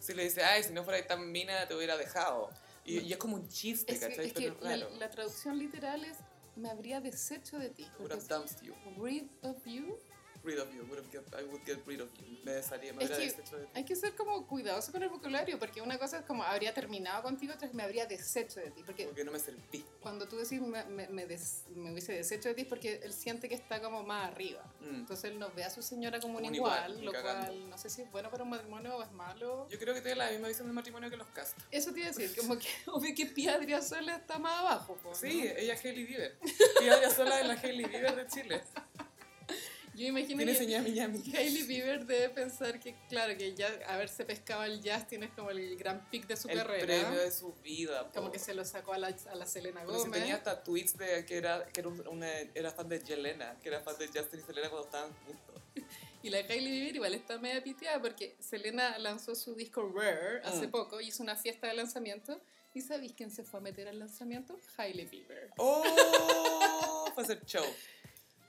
S1: Si le dice, ay, si no fuera tan mina te hubiera dejado. Y, y es como un chiste,
S2: Es, que-
S1: ¿cachai?
S2: es que
S1: Pero
S2: la,
S1: claro.
S2: la traducción literal es, me habría deshecho de ti.
S1: Would
S2: porque
S1: have
S2: es
S1: dumped you,
S2: Rid of you.
S1: rid of you, would have get- I would get rid of you. Me desharía, me
S2: Es
S1: hubiera
S2: que-
S1: deshecho de ti.
S2: Hay que ser como cuidadoso con el vocabulario, porque una cosa es como habría terminado contigo, otra es me habría deshecho de ti. Porque
S1: Porque no me serví.
S2: cuando tú decís me, me- me des- me hubiese deshecho de ti, es porque él siente que está como más arriba.
S1: Mm.
S2: Entonces él no ve a su señora como un,
S1: Un igual,
S2: igual,
S1: ni
S2: lo
S1: cagando.
S2: cual no sé si es bueno para un matrimonio o es malo.
S1: Yo creo que tiene la misma visión del matrimonio que los cast.
S2: Eso te iba a decir, como que (laughs) obvio que Piedra Sola está más abajo. po, ¿no?
S1: Sí, ella es Hailey
S2: (laughs)
S1: Bieber. Y ella sola es la Hailey Bieber de Chile.
S2: Yo imagino
S1: Tiene
S2: que (laughs)
S1: ese ñami ñami.
S2: Hailey Bieber debe pensar que, claro, que ya haberse pescado el Justin es como el gran pick de su
S1: El
S2: carrera.
S1: premio de su vida.
S2: Como
S1: po.
S2: que se lo sacó a la, a la Selena
S1: Pero
S2: Gómez.
S1: si tenía hasta tweets de que era, que era, un- una- era fan de Yelena, que era fan de Justin y Selena cuando estaban juntos.
S2: Y la Hailey Bieber igual está media piteada porque Selena lanzó su disco Rare hace
S1: Mm.
S2: poco, hizo una fiesta de lanzamiento. ¿Y sabéis quién se fue a meter al lanzamiento? Hailey Bieber.
S1: ¡Oh! (laughs) Fue a hacer show.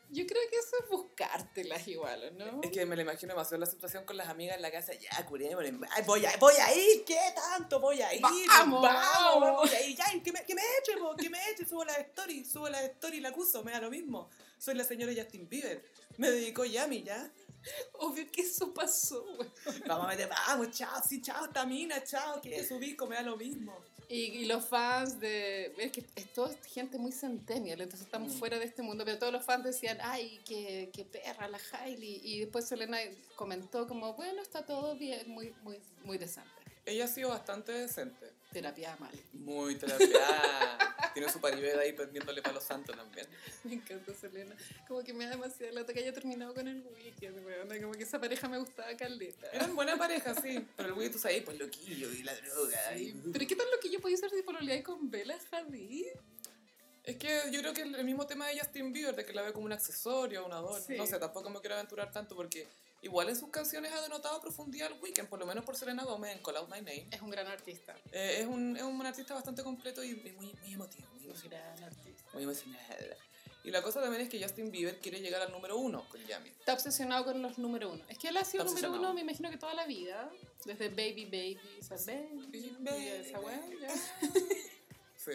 S2: Yo creo que eso es buscártelas igual, ¿o ¿no?
S1: Es que me la imagino demasiado la situación con las amigas en la casa. Ya, curémosle. Ay, Voy a, voy a ir, ¿qué tanto? Voy a ir.
S2: Vamos.
S1: vamos, voy a ir. Ya, que me, que me eche, po, que me eche. Subo las stories, subo las stories, la acuso, me da lo mismo. Soy la señora Justin Bieber. Me dedicó Yami, ya.
S2: Obvio que eso pasó, güey.
S1: Vamos a meter, vamos, chao, sí, chao, esta mina, chao, que su disco me da lo mismo.
S2: Y, y los fans de... Es que es toda gente muy centennial, entonces estamos
S1: Mm.
S2: fuera de este mundo, pero todos los fans decían, ay, qué, qué perra la Hailey. Y después Selena comentó como, bueno, está todo bien, muy, muy, muy decente.
S1: Ella ha sido bastante decente.
S2: Terapia mal. (laughs)
S1: Muy terapia. Tiene su paribeda ahí pendiéndole palo santo también.
S2: Me encanta Selena. Como que me da demasiada lata que haya terminado con el weekend, weona. Como que esa pareja me gustaba caleta.
S1: Eran buena pareja, sí. Pero el güey, tú sabes, pues loquillo y la droga.
S2: Sí.
S1: y-
S2: Pero ¿qué tal lo que yo podía hacer si pololeáis con Bella Hadid?
S1: Es que yo creo que el mismo tema de Justin Bieber, de que la ve como un accesorio, un adorno.
S2: Sí.
S1: No sé, tampoco me quiero aventurar tanto porque igual en sus canciones ha denotado profundidad el weekend, por lo menos por Selena Gómez en Call Out My Name.
S2: Es un gran artista.
S1: Eh, es, un, es un artista bastante completo y, y muy, muy emotivo, muy
S2: Un
S1: emocional.
S2: gran artista.
S1: Muy emocional. Y la cosa también es que Justin Bieber quiere llegar al número uno con Yami.
S2: Está obsesionado con los número uno. Es que él ha sido
S1: Está
S2: número
S1: obsesionado.
S2: uno, me imagino que toda la vida. Desde Baby Baby, esa Baby,
S1: Baby,
S2: esa weá,
S1: baby.
S2: ya.
S1: Sí.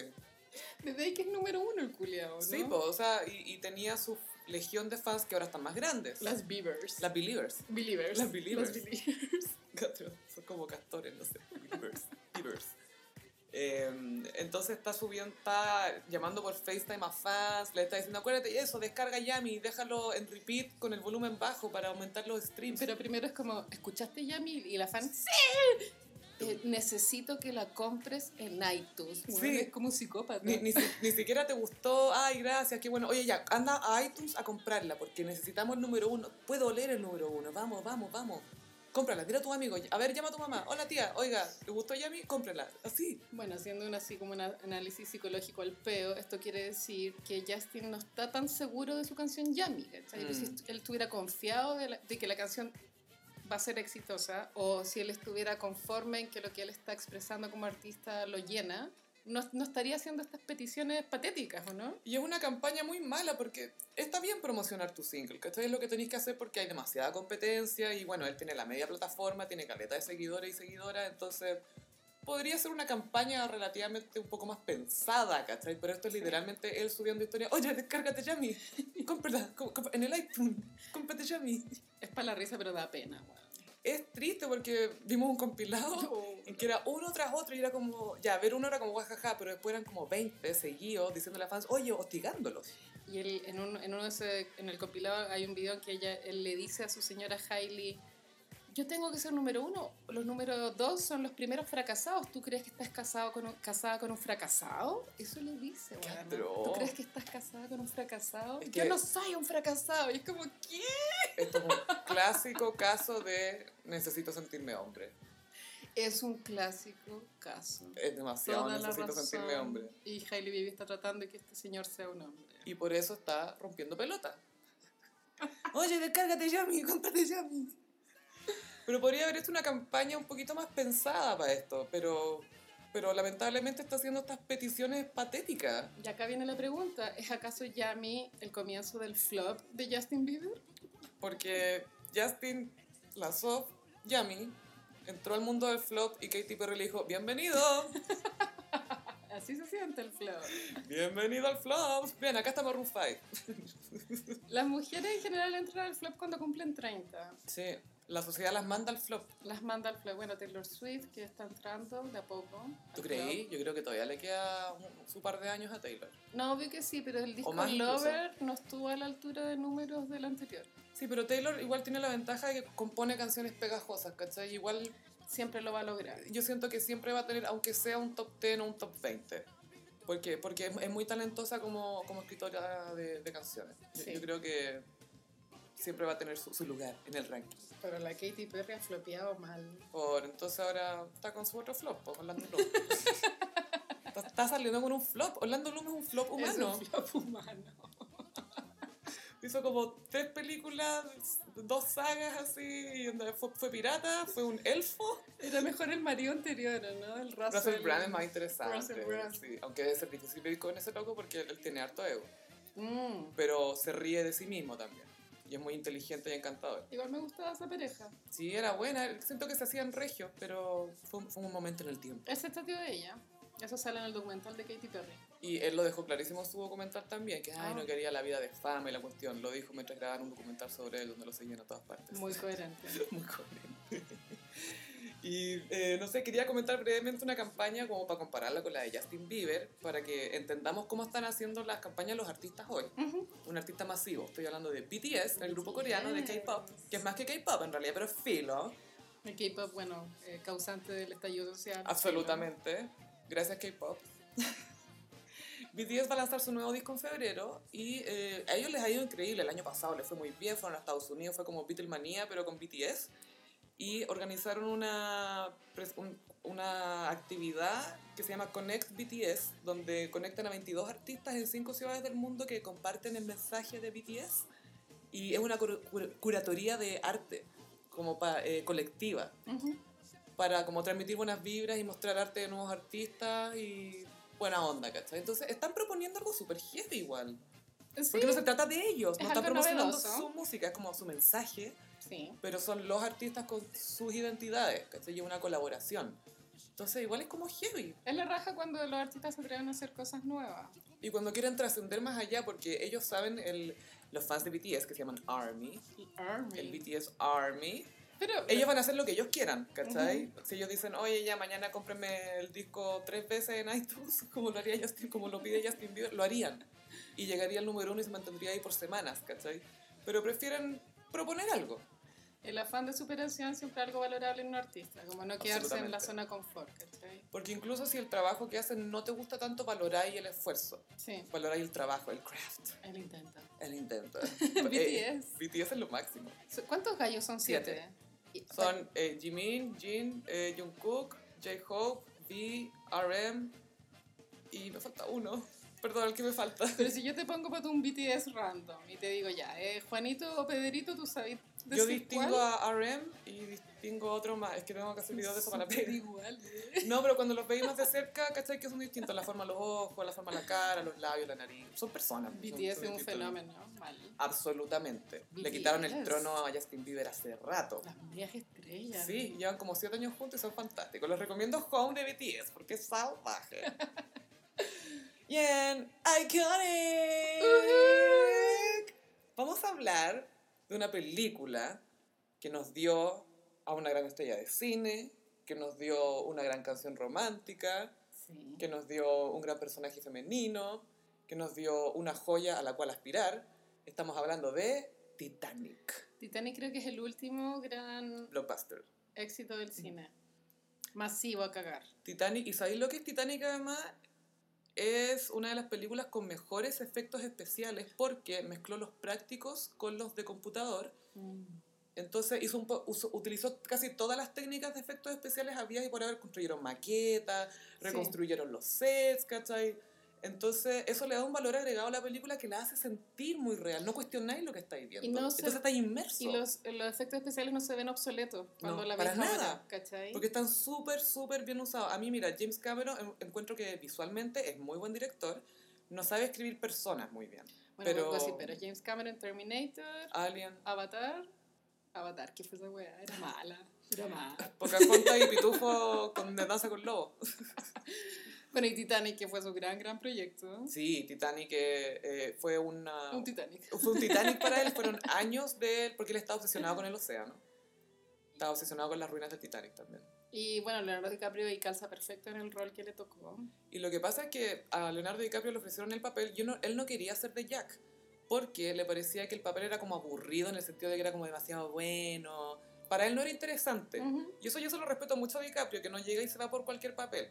S2: Desde ahí que es número uno el culiao, ¿no?
S1: Sí, po, o sea, y, y tenía su legión de fans que ahora están más grandes.
S2: Las Beavers.
S1: Las Believers. (laughs)
S2: Believers.
S1: las Believers.
S2: Las Believers.
S1: Cuatro, Son como castores, no sé.
S2: (laughs)
S1: Beavers. Beavers. Em, entonces está subiendo, está llamando por FaceTime a fans, le está diciendo, acuérdate de eso, descarga Yami, déjalo en repeat con el volumen bajo para aumentar los streams.
S2: Pero primero es como, ¿escuchaste Yami? Y la fan, ¡sí! Eh, necesito que la compres en iTunes.
S1: Sí.
S2: Weón, Es como un psicópata.
S1: ni, ni si- ni siquiera te gustó, ay, gracias, qué bueno. Oye, ya, anda a iTunes a comprarla porque necesitamos el número uno. Puedo leer el número uno, vamos, vamos, vamos. Cómprala, dile a tu amigo, a ver, llama a tu mamá, hola tía, oiga, ¿te gustó Yami? Cómprala, así.
S2: Bueno, haciendo un, así como un a- análisis psicológico al peo, esto quiere decir que Justin no está tan seguro de su canción Yami. ¿cachai? Que
S1: Mm.
S2: Si estu- él estuviera confiado de, la- de que la canción va a ser exitosa o si él estuviera conforme en que lo que él está expresando como artista lo llena, no, no estaría haciendo estas peticiones patéticas, ¿o no?
S1: Y es una campaña muy mala porque está bien promocionar tu single, que esto es lo que tenéis que hacer porque hay demasiada competencia y bueno, él tiene la media plataforma, tiene caleta de seguidores y seguidoras, entonces podría ser una campaña relativamente un poco más pensada, ¿cachai? Pero esto es literalmente él subiendo historia, oye, descárgate ya mi, cómprala, co- co- en el iTunes, cómprate ya mi.
S2: Es para la risa, pero da pena, weón.
S1: Es triste porque vimos un compilado
S2: (laughs)
S1: en que era uno tras otro y era como, ya, ver uno era como guajaja, pero después eran como 20 seguidos diciéndole a fans, oye, hostigándolos.
S2: Y él, en, un- en uno de ese- en el compilado hay un video en que ella, él le dice a su señora Hailey, yo tengo que ser número uno, los números dos son los primeros fracasados. ¿Tú crees que estás casado con un- casada con un fracasado? Eso le dice,
S1: Qué
S2: weón.
S1: atroz.
S2: ¿Tú crees que estás casada con un fracasado?
S1: Es
S2: Yo
S1: que-
S2: no soy un fracasado. Y es como, ¿qué?
S1: Esto es un clásico caso de necesito sentirme hombre.
S2: Es un clásico caso.
S1: Es demasiado
S2: Toda la
S1: Eh, necesito
S2: razón.
S1: sentirme hombre.
S2: Y Hailey Bieber está tratando de que este señor sea un hombre.
S1: Y por eso está rompiendo pelota. Oye, descárgate Yami, cómprate Yami. Pero podría haber hecho una campaña un poquito más pensada para esto, pero, pero lamentablemente está haciendo estas peticiones patéticas.
S2: Y acá viene la pregunta, ¿es acaso Yami el comienzo del flop de Justin Bieber?
S1: Porque Justin lanzó Yami, entró al mundo del flop y Katy Perry le dijo, bienvenido,
S2: Así se siente el flop.
S1: bienvenido al flop. Bien, acá estamos Maroon 5.
S2: Las mujeres en general entran al flop cuando cumplen 30.
S1: Sí, la sociedad las manda al flop.
S2: Las manda al flop. Bueno, Taylor Swift, que está entrando de a poco. al
S1: ¿Tú
S2: flop.
S1: creí? Yo creo que todavía le queda un- su par de años a Taylor.
S2: No, obvio que sí, pero el disco
S1: más incluso.
S2: Lover no estuvo a la altura de números del anterior.
S1: Sí, pero Taylor igual tiene la ventaja de que compone canciones pegajosas, ¿cachai? Igual
S2: Siempre lo va a lograr.
S1: yo siento que siempre va a tener, aunque sea un top 10 o un top 20. ¿Por qué? Porque es, es muy talentosa como, como escritora de, de canciones. Yo-
S2: Sí.
S1: Yo, creo que siempre va a tener su, su lugar en el ranking.
S2: Pero la Katy Perry ha flopeado mal.
S1: Por, entonces ahora está con su otro flop, pues, Orlando
S2: (laughs)
S1: Bloom. está, está saliendo con un flop. Orlando Bloom es un flop humano.
S2: Es un flop humano.
S1: Hizo como tres películas, dos sagas así, y onda, fue, fue pirata, fue un elfo.
S2: Era mejor el marido anterior, ¿o ¿no? El Russell,
S1: Russell Brand es más interesante.
S2: Russell Brand.
S1: sí. aunque debe ser difícil vivir con ese loco porque él tiene harto ego.
S2: Mm.
S1: Pero se ríe de sí mismo también. Y es muy inteligente y encantador.
S2: Igual me gustaba esa pareja.
S1: Sí, era buena. Siento que se hacían regios, pero fue, un- fue un momento en el tiempo.
S2: Ese estadio de ella. Eso sale en el documental de Katy Perry.
S1: Y él lo dejó clarísimo en su documental también, que ay,
S2: Ah.
S1: no quería la vida de fama y la cuestión. Lo dijo mientras grababan un documental sobre él donde lo seguían a todas partes.
S2: Muy coherente.
S1: (laughs) Muy coherente. Y eh, no sé, quería comentar brevemente una campaña como para compararla con la de Justin Bieber, para que entendamos cómo están haciendo las campañas los artistas hoy.
S2: Ujú.
S1: Un artista masivo, estoy hablando de BTS, el grupo coreano de K-pop, que es más que K-pop en realidad, pero es filo,
S2: El K-pop, bueno, eh, causante del estallido social.
S1: absolutamente. Gracias K-pop. (laughs) BTS va a lanzar su nuevo disco en febrero y eh, a ellos les ha ido increíble. El año pasado les fue muy bien, fueron a Estados Unidos, fue como Beatlemania, pero con BTS. Y organizaron una, pres- un- una actividad que se llama Connect BTS, donde conectan a 22 artistas en 5 ciudades del mundo que comparten el mensaje de BTS. Y es una cur- cur- curatoría de arte, como pa- eh, colectiva
S2: Ujú.
S1: para como transmitir buenas vibras y mostrar arte de nuevos artistas y buena onda, ¿cachai? Entonces están proponiendo algo súper heavy igual.
S2: Sí,
S1: Porque no se trata de ellos,
S2: Es
S1: no están
S2: algo
S1: promocionando
S2: novedoso.
S1: su música, es como su mensaje,
S2: sí.
S1: pero son los artistas con sus identidades, ¿cachai? Y es una colaboración. Entonces igual es como heavy.
S2: Es la raja cuando los artistas se atreven a hacer cosas nuevas.
S1: Y cuando quieren trascender más allá, porque ellos saben, el, los fans de BTS, que se llaman ARMY, el BTS ARMY,
S2: Pero
S1: Ellos van a hacer lo que ellos quieran, ¿cachai? Si ellos dicen, oye, ya mañana cómprenme el disco tres veces en iTunes, (laughs) como lo haría Justin, como lo pide Justin Bieber, lo harían. Y llegaría al número uno y se mantendría ahí por semanas, ¿cachai? Pero prefieren proponer algo.
S2: el afán de superación siempre es algo valorable en un artista, como no quedarse en la
S1: Absolutamente.
S2: zona confort, ¿cachai?
S1: Porque incluso si el trabajo que hacen no te gusta tanto, valoráis el esfuerzo,
S2: Sí,
S1: valoráis el trabajo, el craft,
S2: él intenta.
S1: el intento. Eh,
S2: BTS.
S1: BTS es lo máximo.
S2: So- ¿Cuántos gallos son siete? Y-
S1: Son eh, Jimin, Jin, eh, Jungkook, J-Hope, B, RM y me falta uno. (laughs) Perdón, el que me falta.
S2: Pero si yo te pongo para tú un BTS random y te digo ya, eh, Juanito o Pedrito, tú sabes decir
S1: Yo distingo
S2: cuál?
S1: a RM y distingo a otro más. Es que tengo que hacer videos de eso
S2: (laughs)
S1: para la
S2: Súper
S1: pega.
S2: igual, eh.
S1: No, pero cuando los veis más de cerca, ¿cachai? Que son distintos. La forma de los ojos, la forma de la cara, los labios, la nariz. Son personas. son-
S2: BTS
S1: son
S2: es un
S1: distintos.
S2: fenómeno, mal.
S1: Absolutamente. Le quitaron el
S2: BTS.
S1: trono a Justin Bieber hace rato.
S2: Las medias estrellas.
S1: Sí, llevan como siete años juntos y son fantásticos. Les recomiendo Home de BTS porque es salvaje. y en Iconic vamos a hablar de una película que nos dio a una gran estrella de cine, que nos dio una gran canción romántica,
S2: Sí.
S1: que nos dio un gran personaje femenino, que nos dio una joya a la cual aspirar. Estamos hablando de Titanic,
S2: Titanic creo que es el último gran
S1: Blockbuster.
S2: éxito del cine. Masivo a cagar.
S1: Titanic, y sabéis lo que es Titanic además es una de las películas con mejores efectos especiales porque mezcló los prácticos con los de computador. Entonces hizo un po- usó- utilizó casi todas las técnicas de efectos especiales había y por haber construyeron maquetas, reconstruyeron los sets, ¿cachai? Entonces eso le da un valor agregado a la película que la hace sentir muy real. No cuestionáis lo que estáis viendo.
S2: no se-
S1: Entonces estáis inmerso.
S2: Y los, los efectos especiales no se ven obsoletos cuando
S1: No,
S2: la
S1: para
S2: ves ahora,
S1: nada.
S2: ¿cachai?
S1: Porque están súper, súper bien usados. A mí, mira, James Cameron en- encuentro que visualmente es muy buen director. No sabe escribir personas muy bien.
S2: bueno,
S1: pero-
S2: algo así, pero James Cameron, Terminator,
S1: Alien,
S2: Avatar. Avatar, ¿qué fue esa weá? Era mala. Era mala.
S1: Pocahontas y Pitufo con de danza con lobo.
S2: Bueno, y Titanic, que fue su gran, gran proyecto.
S1: Sí, Titanic eh, eh, fue una...
S2: Un Titanic.
S1: fue un Titanic para él. Fueron años de él porque él estaba obsesionado con el océano. Estaba obsesionado con las ruinas del Titanic también.
S2: Y bueno, Leonardo DiCaprio y calza perfecto en el rol que le tocó.
S1: Y lo que pasa es que a Leonardo DiCaprio le ofrecieron el papel y uno- él no quería ser de Jack, porque le parecía que el papel era como aburrido en el sentido de que era como demasiado bueno. Para él no era interesante.
S2: Ujú.
S1: Y eso yo se lo respeto mucho a DiCaprio, que no llega y se va por cualquier papel.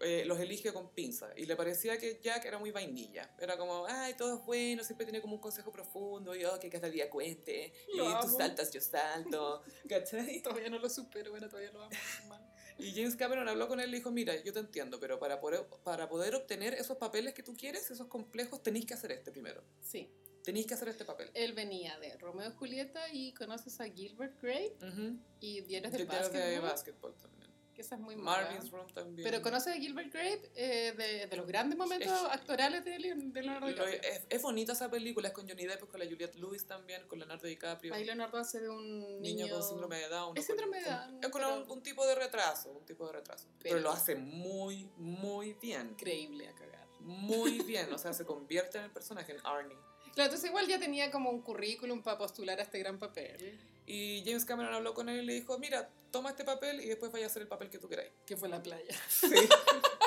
S1: Eh, los elige con pinza. Y le parecía que Jack era muy vainilla. Era como, ay, todo es bueno, siempre tiene como un consejo profundo, y oh, que cada día cuente, y
S2: Lo
S1: tú
S2: amo.
S1: saltas, yo
S2: (laughs)
S1: salto. ¿Cachai?
S2: Todavía no lo supero, bueno, todavía lo amo. mal.
S1: Y James Cameron habló con él y le dijo, mira, yo te entiendo, pero para poder, para poder obtener esos papeles que tú quieres, esos complejos, tenéis que hacer este primero.
S2: Sí.
S1: Tenéis que hacer este papel.
S2: Él venía de Romeo y Julieta y conoces a Gilbert Grape
S1: Ujú.
S2: y Diarios
S1: Yo
S2: del
S1: quiero de
S2: Básquetbol,
S1: basketball también.
S2: que esa es muy mala.
S1: Marvin's Room también.
S2: Pero conoces a Gilbert Grape eh, de, de los grandes momentos
S1: Es-
S2: actorales de, Leon- de Leonardo
S1: Lo-
S2: DiCaprio.
S1: es, es bonita esa película, es con Johnny Depp, con la Juliette Lewis también, con Leonardo DiCaprio.
S2: Ahí Leonardo hace de un niño...
S1: niño, con síndrome de Down.
S2: Es
S1: con-
S2: síndrome de
S1: con-
S2: Down,
S1: Es con
S2: pero-
S1: un, un tipo de retraso, un tipo de retraso. Pero,
S2: Pero-
S1: lo hace muy, muy bien.
S2: Increíble a cagar.
S1: Muy bien, o sea, se convierte en el personaje, en Arnie.
S2: Claro, entonces igual ya tenía como un currículum para postular a este gran papel,
S1: Y James Cameron habló con él y le dijo, mira, toma este papel y después vaya a hacer el papel que tú queráis.
S2: que fue la playa. (laughs)
S1: (laughs)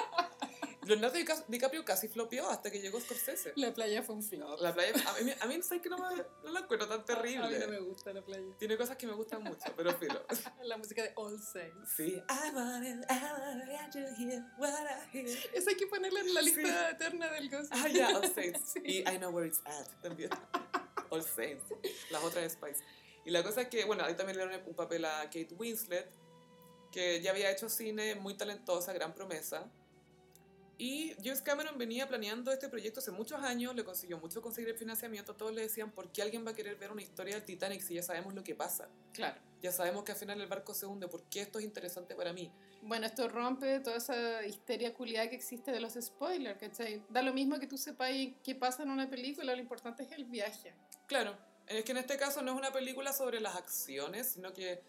S1: Leonardo Dica- DiCaprio casi flopeó hasta que llegó Scorsese.
S2: La playa fue un flop.
S1: La playa, a mí, a mí ¿sabes que no, me, no la encuentro tan
S2: A mí no me
S1: terrible.
S2: gusta la playa.
S1: Tiene cosas que me gustan mucho, pero filo.
S2: La música de All Saints.
S1: Sí. I wanna- I wanna let you hear what I hear.
S2: Esa hay que ponerla en la
S1: Sí.
S2: lista eterna del Ghost.
S1: Ah, ya,
S2: (laughs)
S1: All Saints.
S2: Sí.
S1: Y I Know Where It's At también. All Saints. Las otras de Spice. Y la cosa es que, bueno, ahí también le dieron un papel a Kate Winslet, que ya había hecho cine, muy talentosa, gran promesa. Y James Cameron venía planeando este proyecto hace muchos años, le consiguió mucho conseguir el financiamiento, todos le decían, ¿por qué alguien va a querer ver una historia del Titanic si ya sabemos lo que pasa?
S2: Claro.
S1: Ya sabemos que al final el barco se hunde, ¿por qué esto es interesante para mí?
S2: Bueno, esto rompe toda esa histeria culiada que existe de los spoilers, ¿cachai? Da lo mismo que tú sepas qué pasa en una película, lo importante es el viaje.
S1: Claro, es que en este caso no es una película sobre las acciones, sino que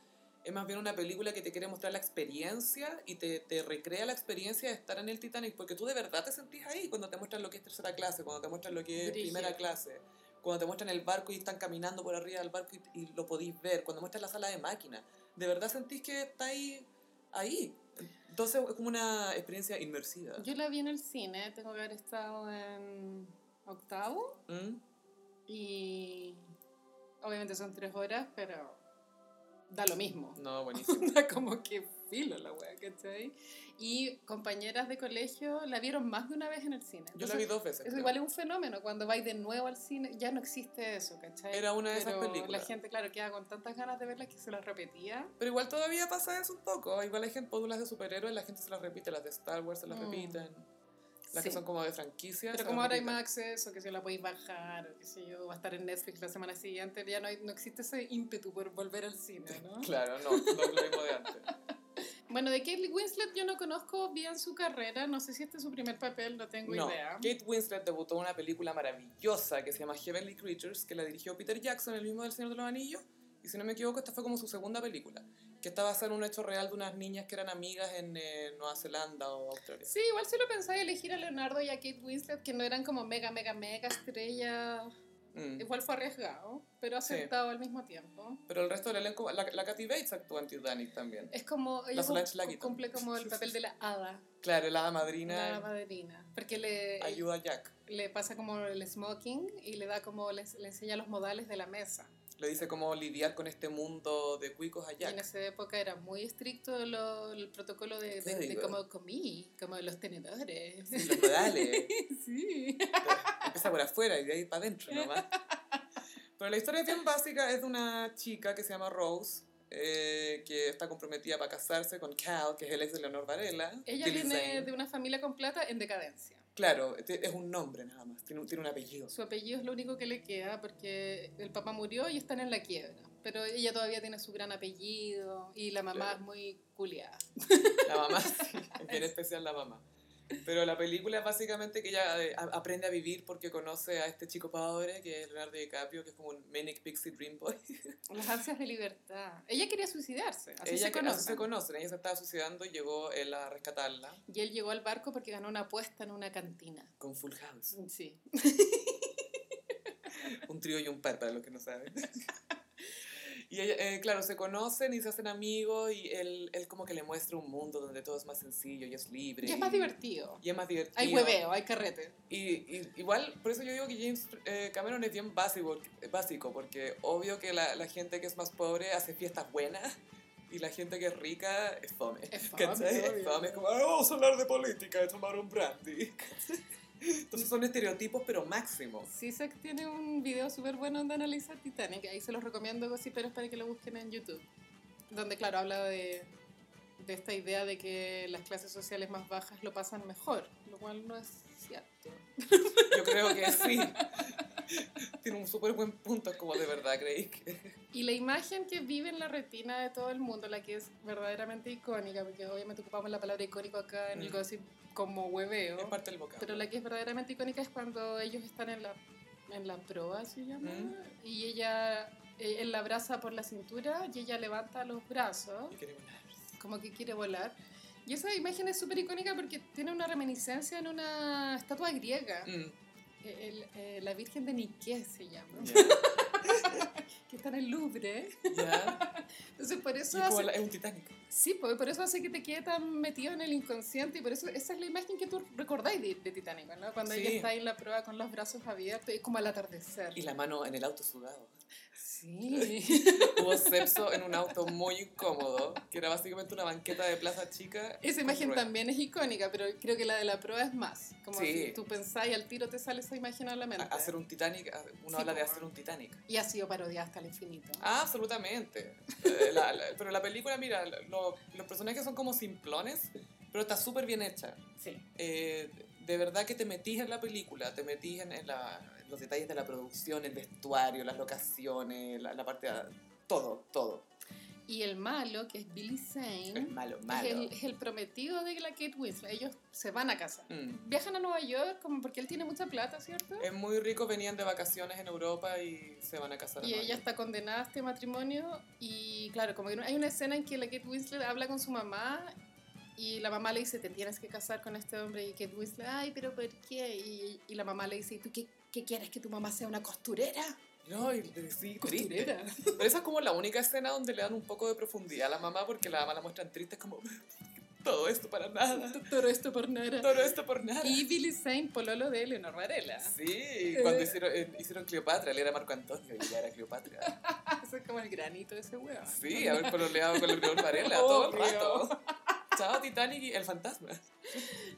S1: es más bien una película que te quiere mostrar la experiencia y te, te recrea la experiencia de estar en el Titanic, porque tú de verdad te sentís ahí cuando te muestran lo que es tercera clase, cuando te muestran lo que es
S2: Brígido.
S1: primera clase, cuando te muestran el barco y están caminando por arriba del barco y, y lo podís ver, cuando muestran la sala de máquinas, de verdad sentís que está ahí, ahí. Entonces es como una experiencia inmersiva.
S2: Yo la vi en el cine, tengo que haber estado en octavo
S1: ¿Mm?
S2: y obviamente son tres horas, pero da lo mismo. (laughs)
S1: No, buenísimo.
S2: Onda, como que filo la wea, ¿cachai? Y compañeras de colegio la vieron más de una vez en el cine.
S1: Yo la
S2: Entonces,
S1: vi dos veces.
S2: Eso
S1: creo.
S2: igual es un fenómeno, cuando vais de nuevo al cine, ya no existe eso, ¿cachai?
S1: Era una de esas
S2: Pero La
S1: películas.
S2: gente, claro, queda con tantas ganas de verlas que se las repetía.
S1: Pero igual todavía pasa eso un poco. Igual hay gente, pódulas de superhéroes, la gente se las repite, las de Star Wars se las
S2: Mm.
S1: repiten. Las
S2: Sí.
S1: que son como de franquicia.
S2: Pero
S1: son
S2: como ahora hay más
S1: americanas.
S2: acceso, que si la podéis bajar, o que si yo, va a estar en Netflix la semana siguiente, ya no, hay- no existe ese ímpetu por volver al cine, ¿no?
S1: (laughs) Claro, no, no es lo mismo de antes.
S2: Bueno, de Kate Winslet yo no conozco bien su carrera, no sé si este es su primer papel, no (laughs) tengo
S1: No,
S2: idea.
S1: Kate Winslet debutó en una película maravillosa que se llama Heavenly Creatures, que la dirigió Peter Jackson, el mismo del Señor de los Anillos, y si no me equivoco, esta fue como su segunda película, que está basada en un hecho real de unas niñas que eran amigas en eh, Nueva Zelanda o Australia.
S2: Sí, igual si lo pensáis elegir a Leonardo y a Kate Winslet, que no eran como mega, mega, mega estrella,
S1: Mm.
S2: igual fue arriesgado, pero aceptado al mismo tiempo.
S1: Pero el resto del elenco, la, la Kathy Bates actúa en Titanic también.
S2: Es como, ella
S1: Solange
S2: cum-
S1: Laguito.
S2: cumple como el papel de la hada,
S1: Claro, la hada
S2: la
S1: madrina
S2: madrina, porque le,
S1: ayuda a Jack.
S2: le pasa como el smoking y le da como, le, le enseña los modales de la mesa.
S1: Le dice cómo lidiar con este mundo de cuicos a
S2: Y en
S1: Jack.
S2: esa época era muy estricto lo- el protocolo de, de, de
S1: Código.
S2: cómo comí, como los tenedores.
S1: Y los modales.
S2: (laughs) Sí.
S1: Empieza por afuera y de ahí para adentro nomás. Pero la historia es bien básica, es de una chica que se llama Rose, eh, que está comprometida para casarse con Cal, que es el ex de Leonor Varela.
S2: Ella
S1: Billy
S2: viene
S1: Zane.
S2: de una familia con plata en decadencia.
S1: Claro, este es un nombre nada más, tiene un, tiene un apellido.
S2: Su apellido es lo único que le queda porque el papá murió y están en la quiebra. Pero ella todavía tiene su gran apellido y la mamá
S1: Claro.
S2: es muy culiada.
S1: La
S2: (laughs)
S1: mamá, sí, en bien especial la mamá. Pero la película es básicamente que ella eh, a- aprende a vivir porque conoce a este chico padre, que es Leonardo DiCaprio, que es como un Manic Pixie Dream Boy.
S2: Las ansias de libertad. Ella quería suicidarse, así
S1: ella
S2: se conoce.
S1: así se conocen, ella se estaba suicidando y llegó él a rescatarla
S2: Y él llegó al barco porque ganó una apuesta en una cantina.
S1: con Full House.
S2: Sí.
S1: (laughs) un trío y un par, para los que no saben. (laughs) Y ella, eh, claro, se conocen y se hacen amigos y él, él como que le muestra un mundo donde todo es más sencillo y es libre.
S2: Y es más divertido.
S1: Y es más divertido.
S2: Hay hueveo, hay carrete.
S1: Y, y igual, por eso yo digo que James eh, Cameron es bien básico, básico porque obvio que la, la gente que es más pobre hace fiestas buenas y la gente que es rica es fome.
S2: Es fome,
S1: ¿Cachai? Es
S2: obvio.
S1: fome, es como, "Ah, vamos a hablar de política y tomar un brandy. ¿Cachai? (laughs) Entonces son estereotipos, pero máximos.
S2: Sisek tiene un video súper bueno donde analiza Titanic. Ahí se los recomiendo, gossiperos, para que lo busquen en YouTube. Donde, claro, habla de, de esta idea de que las clases sociales más bajas lo pasan mejor. Lo cual no es cierto.
S1: Yo creo que sí. (laughs) Tiene un súper buen punto, es como de verdad creí que...
S2: Y la imagen que vive en la retina de todo el mundo, la que es verdaderamente icónica, porque obviamente ocupamos la palabra icónico acá en el
S1: Mm.
S2: gossip como hueveo.
S1: Es parte del vocablo.
S2: Pero la que es verdaderamente icónica es cuando ellos están en la, en la proa, se llama,
S1: Mm.
S2: y ella, eh, él la abraza por la cintura y ella levanta los brazos,
S1: Y queremos nada.
S2: como que quiere volar. Y esa imagen es súper icónica porque tiene una reminiscencia en una estatua griega,
S1: Mm,
S2: Eh, el- eh, la Virgen de Niké se llama,
S1: ya,
S2: que está en el Louvre.
S1: (laughs) ya.
S2: Entonces por
S1: Y
S2: eso
S1: como
S2: hace,
S1: la- es un Titanic.
S2: sí, po, por eso hace que te quede tan metido en el inconsciente y por eso esa es la imagen que tú recordáis de, de Titanic, ¿no? Cuando ella
S1: Sí.
S2: está ahí en la proa con los brazos abiertos y como al atardecer.
S1: Y la mano en el auto sudado.
S2: Sí.
S1: Hubo sexo en un auto muy incómodo, que era básicamente una banqueta de plaza chica.
S2: (laughs) Esa
S1: con
S2: imagen
S1: ruedas.
S2: también es icónica, pero creo que la de la prueba es más. Como
S1: Sí.
S2: si tú pensás y al tiro te sale esa imagen a la mente.
S1: A- Hacer un Titanic, a- uno
S2: Sí,
S1: habla de
S2: como-
S1: hacer un Titanic.
S2: Y ha sido parodiada hasta el infinito.
S1: Ah, absolutamente. Eh, la- la- pero la película, mira, lo- los personajes son como simplones, pero está súper bien hecha.
S2: Sí.
S1: eh, de verdad que te metís en la película, te metís en, en la- en los detalles de la producción, el vestuario, las locaciones, la, la parte... Todo, todo.
S2: Y el malo, que es Billy Zane,
S1: Es malo, malo.
S2: es, el, es el prometido de la Kate Winslet. Ellos se van a casar.
S1: Mm.
S2: Viajan a Nueva York como porque él tiene mucha plata, ¿cierto?
S1: Es muy rico, venían de vacaciones en Europa y se van a casar. a
S2: Y
S1: Nueva
S2: ella
S1: York.
S2: está condenada a este matrimonio y claro, como que no- hay una escena en que la Kate Winslet habla con su mamá y la mamá le dice, te tienes que casar con este hombre y Kate Winslet, ay, pero ¿por qué? Y, y la mamá le dice, ¿y tú qué, qué quieres? ¿Que tu mamá sea una costurera?
S1: No, y de- sí, triste. Pero esa es como la única escena donde le dan un poco de profundidad a la mamá porque la mamá la muestran triste, es como... Todo esto para nada.
S2: (laughs) Todo esto por nada.
S1: Todo esto por nada.
S2: Y Billy Zane, pololo de Leonor (laughs) Varela.
S1: Sí, cuando
S2: Eh.
S1: hicieron, eh, hicieron Cleopatra, él era Marco Antonio y ella era Cleopatra.
S2: Eso es como el granito de ese huevo.
S1: Sí, haber pololeado con el León Varela todo el
S2: Obvio.
S1: rato. Chao, Titanic y el fantasma.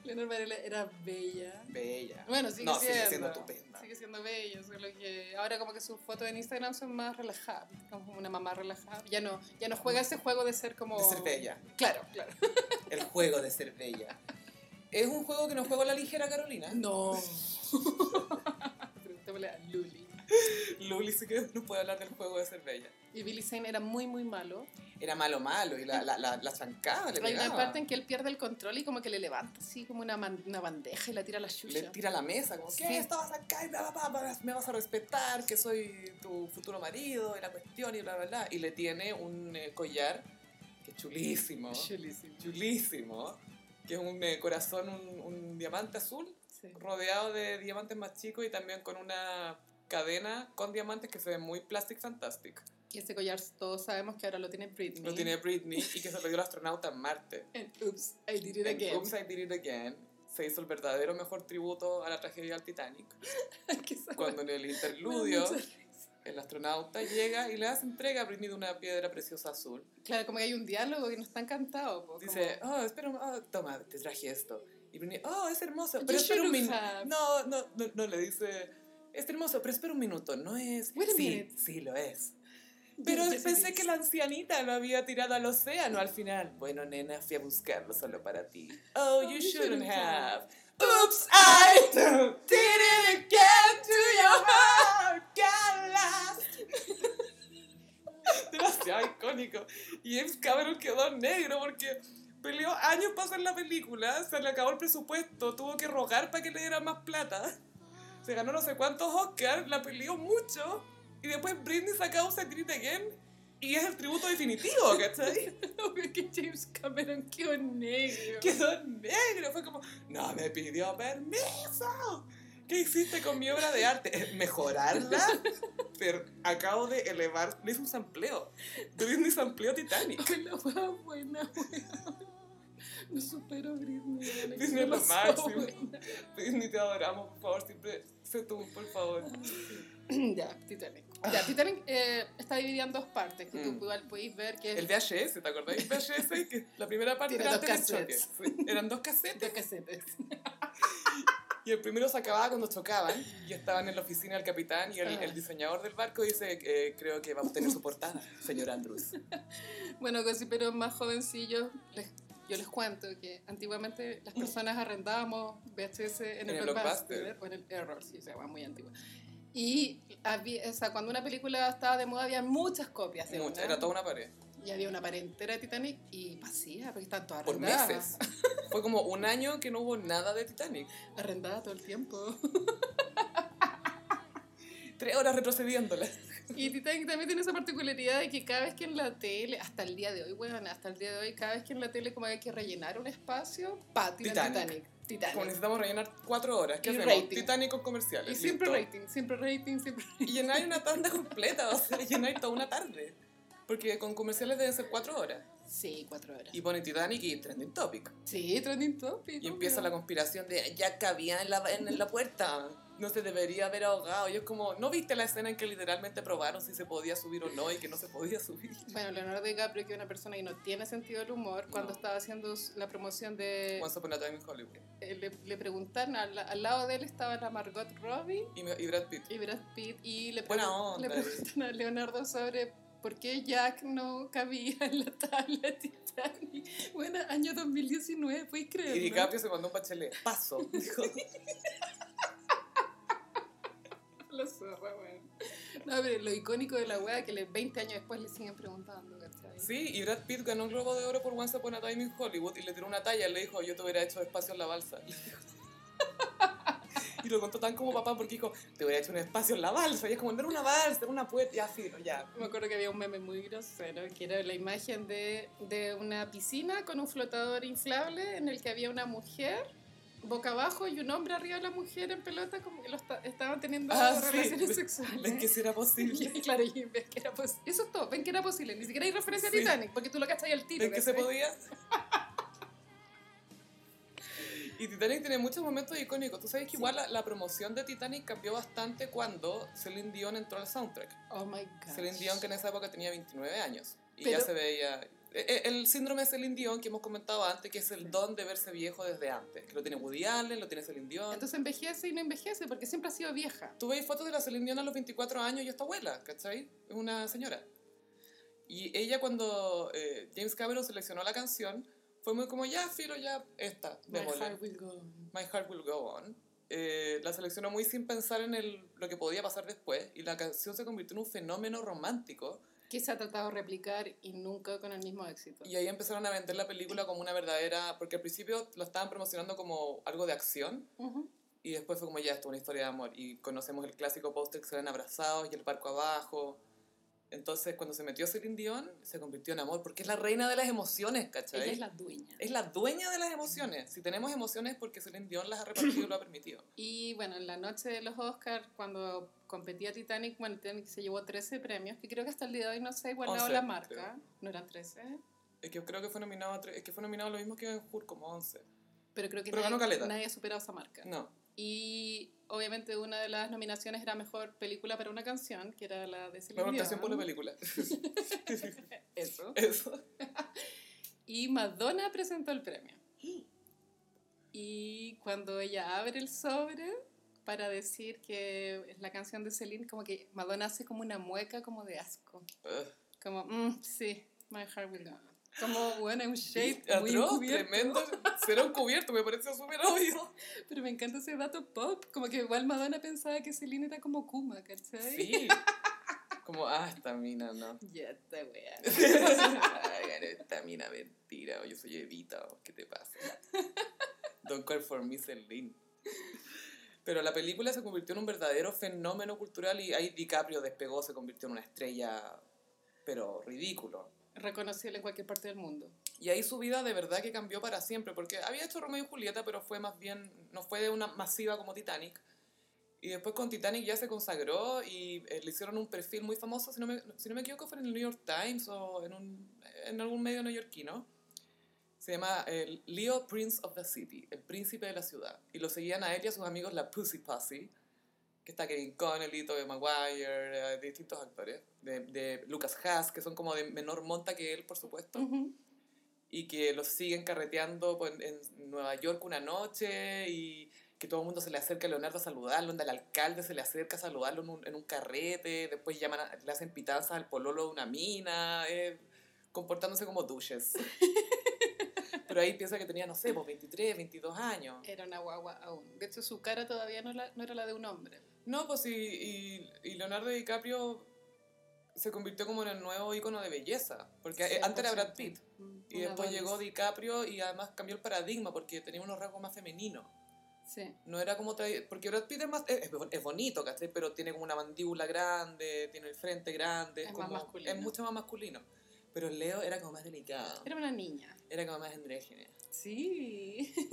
S2: Leonor Varela era bella.
S1: Bella.
S2: Bueno, sigue,
S1: no,
S2: siendo,
S1: sigue siendo estupenda.
S2: Sigue siendo bello, solo que ahora como que sus fotos en Instagram son más relajadas, como una mamá relajada. Ya no, ya Oh. no juega ese juego de ser como...
S1: De ser bella.
S2: Claro, claro.
S1: El juego de ser bella. Es un juego que no juego a la ligera, Carolina.
S2: No. (laughs) Preguntémosle a Luli.
S1: Luli sí que nos puede hablar del juego de Cervella.
S2: Y Billy Zane era muy, muy malo.
S1: Era malo, malo, y la, la, la, la zancada le
S2: Hay una
S1: pegaba.
S2: parte en que él pierde el control y como que le levanta así como una, man- una bandeja y la tira a la
S1: Le
S2: chucha.
S1: tira a la mesa, como,
S2: Sí.
S1: ¿qué? Estabas acá y bla, bla, bla, bla, me vas a respetar, que soy tu futuro marido, y la cuestión, y bla, bla, bla. Y le tiene un eh, collar que es chulísimo,
S2: Chulísimo.
S1: chulísimo, que es un eh, corazón, un, un diamante azul,
S2: Sí.
S1: rodeado de diamantes más chicos y también con una cadena con diamantes que se ve muy Plastic Fantastic.
S2: Y ese collar todos sabemos que ahora lo tiene Britney.
S1: Lo tiene Britney y que se lo dio el astronauta en Marte.
S2: En Oops, I did it
S1: En
S2: again.
S1: Oops, I Did It Again se hizo el verdadero mejor tributo a la tragedia del Titanic,
S2: (laughs) Que esa
S1: cuando en el
S2: (laughs) me da
S1: interludio
S2: mucha risa.
S1: el astronauta llega y le hace entrega a Britney de una piedra preciosa azul.
S2: Claro, como que hay un diálogo que no está encantado. po,
S1: Dice,
S2: como-
S1: oh, espera, un- oh, toma, te traje esto. Y Britney, oh, es hermoso,
S2: You
S1: pero espera un
S2: shouldn't
S1: minuto.
S2: have.
S1: No, no, no, no, le dice, es hermoso, pero espera un minuto, no es.
S2: Wait a
S1: sí,
S2: minute.
S1: sí, lo es. Pero
S2: Yes, yes,
S1: pensé
S2: it
S1: que
S2: is.
S1: la ancianita lo había tirado al océano al final. Bueno, nena, fui a buscarlo solo para ti. Oh, you shouldn't have. Oops, (laughs) I did it again to your heart, got lost. (laughs) Demasiado icónico. Y James Cameron quedó negro porque peleó años para hacer la película, se le acabó el presupuesto, tuvo que rogar para que le dieran más plata. Se ganó no sé cuántos Oscars, la peleó mucho. Y después Britney saca un Did It Again y es el tributo definitivo, ¿cachai?
S2: (laughs) Obvio que James Cameron quedó negro.
S1: Quedó negro, fue como, no me pidió permiso. ¿Qué hiciste con mi obra de arte? Eh, ¿Mejorarla? Pero acabo de elevar, le hice un sampleo. Britney sampleó Titanic.
S2: Ay, la wea buena, wea. No supero a Britney. weón,
S1: Britney es lo
S2: demasiado
S1: máximo. (clears throat)
S2: buena.
S1: Britney, te adoramos, por favor, siempre sé tú, por favor.
S2: Ya, Titanic. Ya, Titanic eh, está dividida en dos partes, que
S1: Mm.
S2: tú igual podéis ver que es
S1: El VHS, ¿te acordáis? El VHS, que la primera parte
S2: Tiene
S1: era
S2: dos
S1: telechoque.
S2: cassettes.
S1: Sí, Eran dos cassettes.
S2: de casetes.
S1: Y el primero se acababa cuando chocaban y estaban en la oficina del capitán y el,
S2: Ah.
S1: el diseñador del barco dice, eh, creo que va a obtener su portada, señor
S2: (laughs)
S1: Andrews.
S2: Bueno, pero más jovencillos, les- yo les cuento que antiguamente las personas arrendábamos VHS en,
S1: En
S2: el
S1: el
S2: Blockbuster
S1: Blockbuster.
S2: o en el Error, sí, se llama muy antigua. Y había, o sea, cuando una película estaba de moda había muchas copias de
S1: Mucha,
S2: una.
S1: era toda una pared.
S2: Y había una pared entera de Titanic y vacía, porque estaban todas
S1: Por
S2: arrendadas.
S1: meses. (laughs) Fue como un año que no hubo nada de Titanic.
S2: Arrendada todo el tiempo.
S1: Tres horas retrocediéndola.
S2: Y Titanic también tiene esa particularidad de que cada vez que en la tele, hasta el día de hoy, bueno, hasta el día de hoy, cada vez que en la tele como hay que rellenar un espacio, pa, tiran
S1: Titanic.
S2: Titanic. Titanic.
S1: Como necesitamos rellenar cuatro horas. ¿Qué
S2: Y
S1: hacemos?
S2: rating.
S1: Titanic con comerciales.
S2: Y siempre
S1: listo.
S2: rating, siempre rating, siempre
S1: Y llenáis una
S2: (laughs)
S1: tanda completa, o sea, llenáis toda una tarde. Porque con comerciales deben ser cuatro horas.
S2: Sí, cuatro horas.
S1: Y pone Titanic y Trending Topic.
S2: sí, trending topic.
S1: Y empieza la
S2: obvio.
S1: conspiración de ya cabía en la, en la puerta, no se debería haber ahogado. Y es como, ¿no viste la escena en que literalmente probaron si se podía subir o no y que no se podía subir?
S2: Bueno, Leonardo DiCaprio, que es una persona que no tiene sentido del humor, cuando
S1: No.
S2: estaba haciendo s- la promoción de...
S1: Once Upon a Time in Hollywood.
S2: eh, le, le preguntaron, al, al lado de él estaba la Margot Robbie
S1: Y, me- y Brad Pitt.
S2: y Brad Pitt, y le, pregun-
S1: Buena onda.
S2: le preguntan a Leonardo sobre por qué Jack no cabía en la tabla Titanic. Bueno, año 2019, ¿puedes creerlo?
S1: Y DiCaprio se mandó un bachelet. (laughs) Paso. Dijo,
S2: (laughs) La zorra, bueno. No, pero lo icónico de la wea que le- 20 años después le siguen preguntando, ¿cachai?
S1: sí, y Brad Pitt ganó un globo de oro por Once Upon a Time in Hollywood y le tiró una talla. Le dijo, yo te hubiera hecho espacio en la balsa. (laughs) Y lo contó tan como papá porque dijo, te hubiera hecho un espacio en la balsa. Y es como, no era una balsa, era una puerta. Ya, filo, ya.
S2: Me acuerdo que había un meme muy grosero, que era la imagen de, de una piscina con un flotador inflable en el que había una mujer boca abajo y un hombre arriba de la mujer en pelota, como que lo esta- estaban teniendo
S1: Ah, sí.
S2: relaciones
S1: Ven-
S2: sexuales.
S1: Ven que si era posible.
S2: (laughs)
S1: (laughs)
S2: Y claro, y ven que era posible. Eso es todo, ven que era posible. Ni siquiera hay referencia
S1: Sí.
S2: a Titanic, porque tú lo cachai al tiro.
S1: ¿En qué se
S2: ¿cachai?
S1: podía? (laughs) Y Titanic tiene muchos momentos icónicos. Tú sabes que igual la, la promoción de Titanic cambió bastante cuando Celine Dion entró al soundtrack.
S2: Oh my god.
S1: Celine Dion que en esa época tenía 29 años y
S2: Pero-
S1: ya se veía... e- e- El síndrome de Celine Dion que hemos comentado antes, que es el don de verse viejo desde antes. Que lo tiene Woody Allen, lo tiene Celine Dion.
S2: Entonces envejece y no envejece, porque siempre ha sido vieja.
S1: Tú veis fotos de la Celine Dion a los 24 años y esta abuela, ¿cachai? Es una señora. Y ella cuando eh, James Cameron seleccionó la canción, Fue muy como, ya, filo, ya, esta,
S2: My
S1: démosle.
S2: heart will go on.
S1: My Heart Will Go On. Eh, la seleccionó muy sin pensar en el, lo que podía pasar después y la canción se convirtió en un fenómeno romántico
S2: Que se ha tratado de replicar y nunca con el mismo éxito.
S1: y ahí empezaron a vender la película como una verdadera, porque al principio lo estaban promocionando como algo de acción
S2: Ujú.
S1: y después fue como ya, esto es una historia de amor y conocemos el clásico póster que se ven abrazados y el barco abajo. Entonces cuando se metió Celine Dion se convirtió en amor porque es la reina de las emociones, ¿cachai?
S2: Ella es la dueña.
S1: es la dueña de las emociones. Si tenemos emociones porque Celine Dion las ha repartido y lo ha permitido.
S2: Y bueno, en la noche de los Oscars, cuando competía Titanic, bueno, Titanic se llevó 13 premios, que creo que hasta el día de hoy no se ha igualado
S1: 11,
S2: la marca. No eran 13,
S1: Es que creo que fue nominado a tres- es que fue nominado lo mismo que en Hur, como 11.
S2: pero creo que
S1: Pero ganó
S2: nadie,
S1: caleta.
S2: nadie ha superado esa marca.
S1: No.
S2: Y obviamente una de las nominaciones era Mejor Película para una canción, que era la de Celine
S1: La votación
S2: Dion.
S1: por la película. (laughs)
S2: Eso.
S1: Eso.
S2: Y Madonna presentó el premio. Y cuando ella abre el sobre para decir que es la canción de Celine, como que Madonna hace como una mueca como de asco.
S1: Ugh.
S2: Como, "Mm, sí, my heart will go on". Como, bueno, es un shade muy
S1: Atroz,
S2: encubierto.
S1: tremendo. Será encubierto, me pareció súper obvio.
S2: Pero me encanta ese dato pop. Como que igual Madonna pensaba que Celine era como Kuma, ¿cachai?
S1: Sí. Como, ah, esta mina,
S2: (laughs)
S1: no.
S2: Ya está, wea.
S1: Ay, esta mina, mentira. Yo soy Evita, o ¿qué te pasa? Don't call for me, Celine. Pero la película se convirtió en un verdadero fenómeno cultural y ahí DiCaprio despegó, se convirtió en una estrella, pero ridículo.
S2: Reconocible en cualquier parte del mundo.
S1: Y ahí su vida de verdad que cambió para siempre, porque había hecho Romeo y Julieta, pero fue más bien, no fue de una masiva como Titanic. Y después con Titanic ya se consagró y eh, le hicieron un perfil muy famoso, si no, me, si no me equivoco fue en el New York Times o en, un- en algún medio neoyorquino. Se llama el Leo Prince of the City, el príncipe de la ciudad. Y lo seguían a él y a sus amigos la Pussy Pussy, que está Kevin Connelly, Tobey Maguire, eh, distintos actores, de, de Lucas Haas, que son como de menor monta que él, por supuesto
S2: Ujú.
S1: y que los siguen carreteando pues, en, en Nueva York una noche y que todo el mundo se le acerca a Leonardo a saludarlo, onda, el alcalde se le acerca a saludarlo en un, en un carrete, después llaman a- le hacen pitanzas al pololo de una mina, eh, comportándose como duches. Pero ahí piensa que tenía, no sé, pues 23, 22 años.
S2: Era una guagua aún. De hecho, su cara todavía no, la- no era la de un hombre.
S1: No, pues y, y, y Leonardo DiCaprio se convirtió como en el nuevo ícono de belleza, porque eh, antes era Brad Pitt.
S2: Mm,
S1: Y
S2: una
S1: después
S2: Adonis.
S1: llegó DiCaprio y además cambió el paradigma porque tenía unos rasgos más femeninos.
S2: Sí.
S1: No era como... tra- Porque Brad Pitt es, más, es, es bonito, ¿cachai? Pero tiene como una mandíbula grande, tiene el frente grande.
S2: Es más
S1: como,
S2: masculino.
S1: Es mucho más masculino. Pero Leo era como más delicado.
S2: Era una niña.
S1: Era como más andrógino.
S2: Sí. (laughs)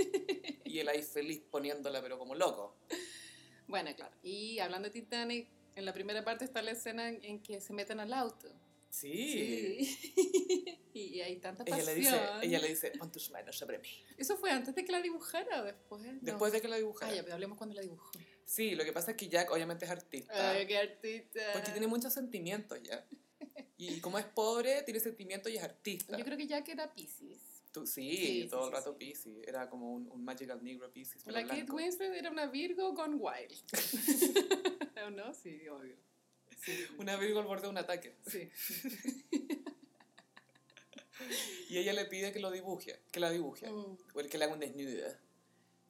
S1: Y él ahí feliz poniéndola, pero como loco.
S2: Bueno, claro. Y hablando de Titanic, en la primera parte está la escena en, en que se meten al auto.
S1: Sí.
S2: Sí. (laughs) y hay tanta
S1: Ella le,
S2: pasión.
S1: dice, ella le dice, pon tus manos sobre mí.
S2: ¿Eso fue antes de que la dibujara o después? No.
S1: Después de que la dibujara.
S2: Ah, ya, pero hablemos cuando la dibujó.
S1: Sí, lo que pasa es que Jack obviamente es artista.
S2: Ay, qué artista.
S1: Porque Ah. Pues tiene muchos sentimientos ya. Y como es pobre, tiene sentimientos y es artista.
S2: Yo creo que ya que era Pisces.
S1: Tú- sí,
S2: Sí,
S1: todo
S2: sí,
S1: el
S2: sí,
S1: rato
S2: sí.
S1: Pisces. Era como un, un Magical Negro Pisces. pero
S2: La Kate
S1: blanco.
S2: Winslet era una Virgo
S1: (laughs)
S2: con Wild. ¿O no? Sí, obvio. Sí.
S1: Una Virgo al borde de un ataque.
S2: sí.
S1: Y ella le pide que lo dibuje, que la dibuje.
S2: Mm.
S1: O el que le haga un desnudo.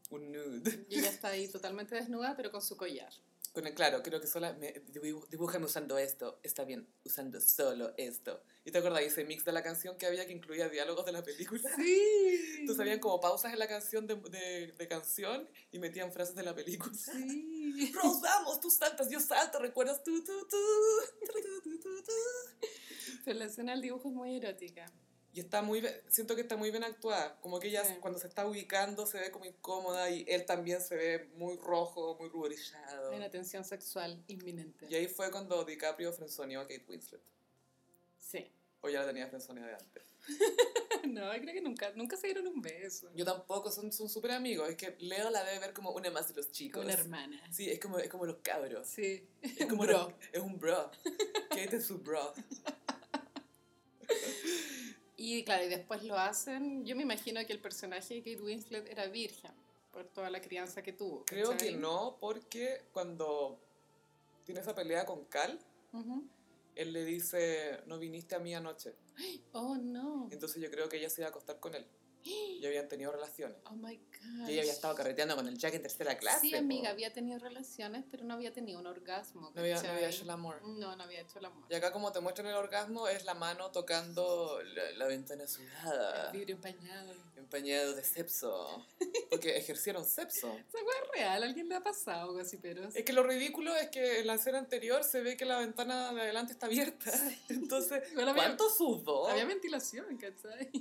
S1: Un nude.
S2: Y ella está ahí totalmente desnuda, pero con su collar.
S1: Con el, claro, creo que sola. Me, dibu- dibújame usando esto. Está bien, usando solo esto. ¿Y te acuerdas? Ese mix de la canción que había que incluía diálogos de la película.
S2: Sí.
S1: Entonces habían como pausas en la canción de, de- de canción y metían frases de la película.
S2: Sí.
S1: Rose, vamos, tú saltas, yo salto, recuerdas tú, tú, tú, tú, tú, tú, tú, tú.
S2: Pero la escena del dibujo es muy erótica.
S1: Y está muy, be- siento que está muy bien actuada, como que ella
S2: Sí.
S1: cuando se está ubicando se ve como incómoda y él también se ve muy rojo, muy ruborizado.
S2: Hay una tensión sexual inminente.
S1: Y ahí fue cuando DiCaprio frenzoneó a Kate Winslet.
S2: Sí.
S1: O ya la tenía frenzoneada de antes.
S2: (laughs) No, creo que nunca, nunca se dieron un beso.
S1: Yo tampoco, son súper amigos, es que Leo la debe ver como una más de los chicos.
S2: Una hermana.
S1: Sí, es como, es como los
S2: (laughs)
S1: cabros.
S2: Sí.
S1: Es como
S2: bro.
S1: los- es un
S2: (laughs)
S1: bro. Kate es su bro.
S2: Y claro, y después lo hacen. Yo me imagino que el personaje de Kate Winslet era virgen por toda la crianza que tuvo.
S1: Creo
S2: ¿cachai?
S1: que no, porque cuando tiene esa pelea con Cal,
S2: Ujú.
S1: él le dice, no viniste a mí anoche.
S2: Oh, no.
S1: Entonces yo creo que ella se iba a acostar con él. y habían tenido relaciones.
S2: Oh my god.
S1: Y ella había estado carreteando con el Jack en tercera clase.
S2: Sí,
S1: po.
S2: amiga, había tenido relaciones, pero no había tenido un orgasmo.
S1: No había, no
S2: ¿cachai?
S1: había hecho el amor.
S2: No, no había hecho el amor.
S1: Y acá como te muestran el orgasmo es la mano tocando la, la ventana sudada,
S2: El vidrio empañado.
S1: empañado de sepso,
S2: (laughs)
S1: porque ejercieron sepso.
S2: Esa wea es real, alguien le ha pasado, gossiperos.
S1: Es que lo ridículo es que en la escena anterior se ve que la ventana de adelante está abierta, (laughs) entonces
S2: Igual había,
S1: Eh, ¿cuánto sudó?
S2: había ventilación, ¿cachai?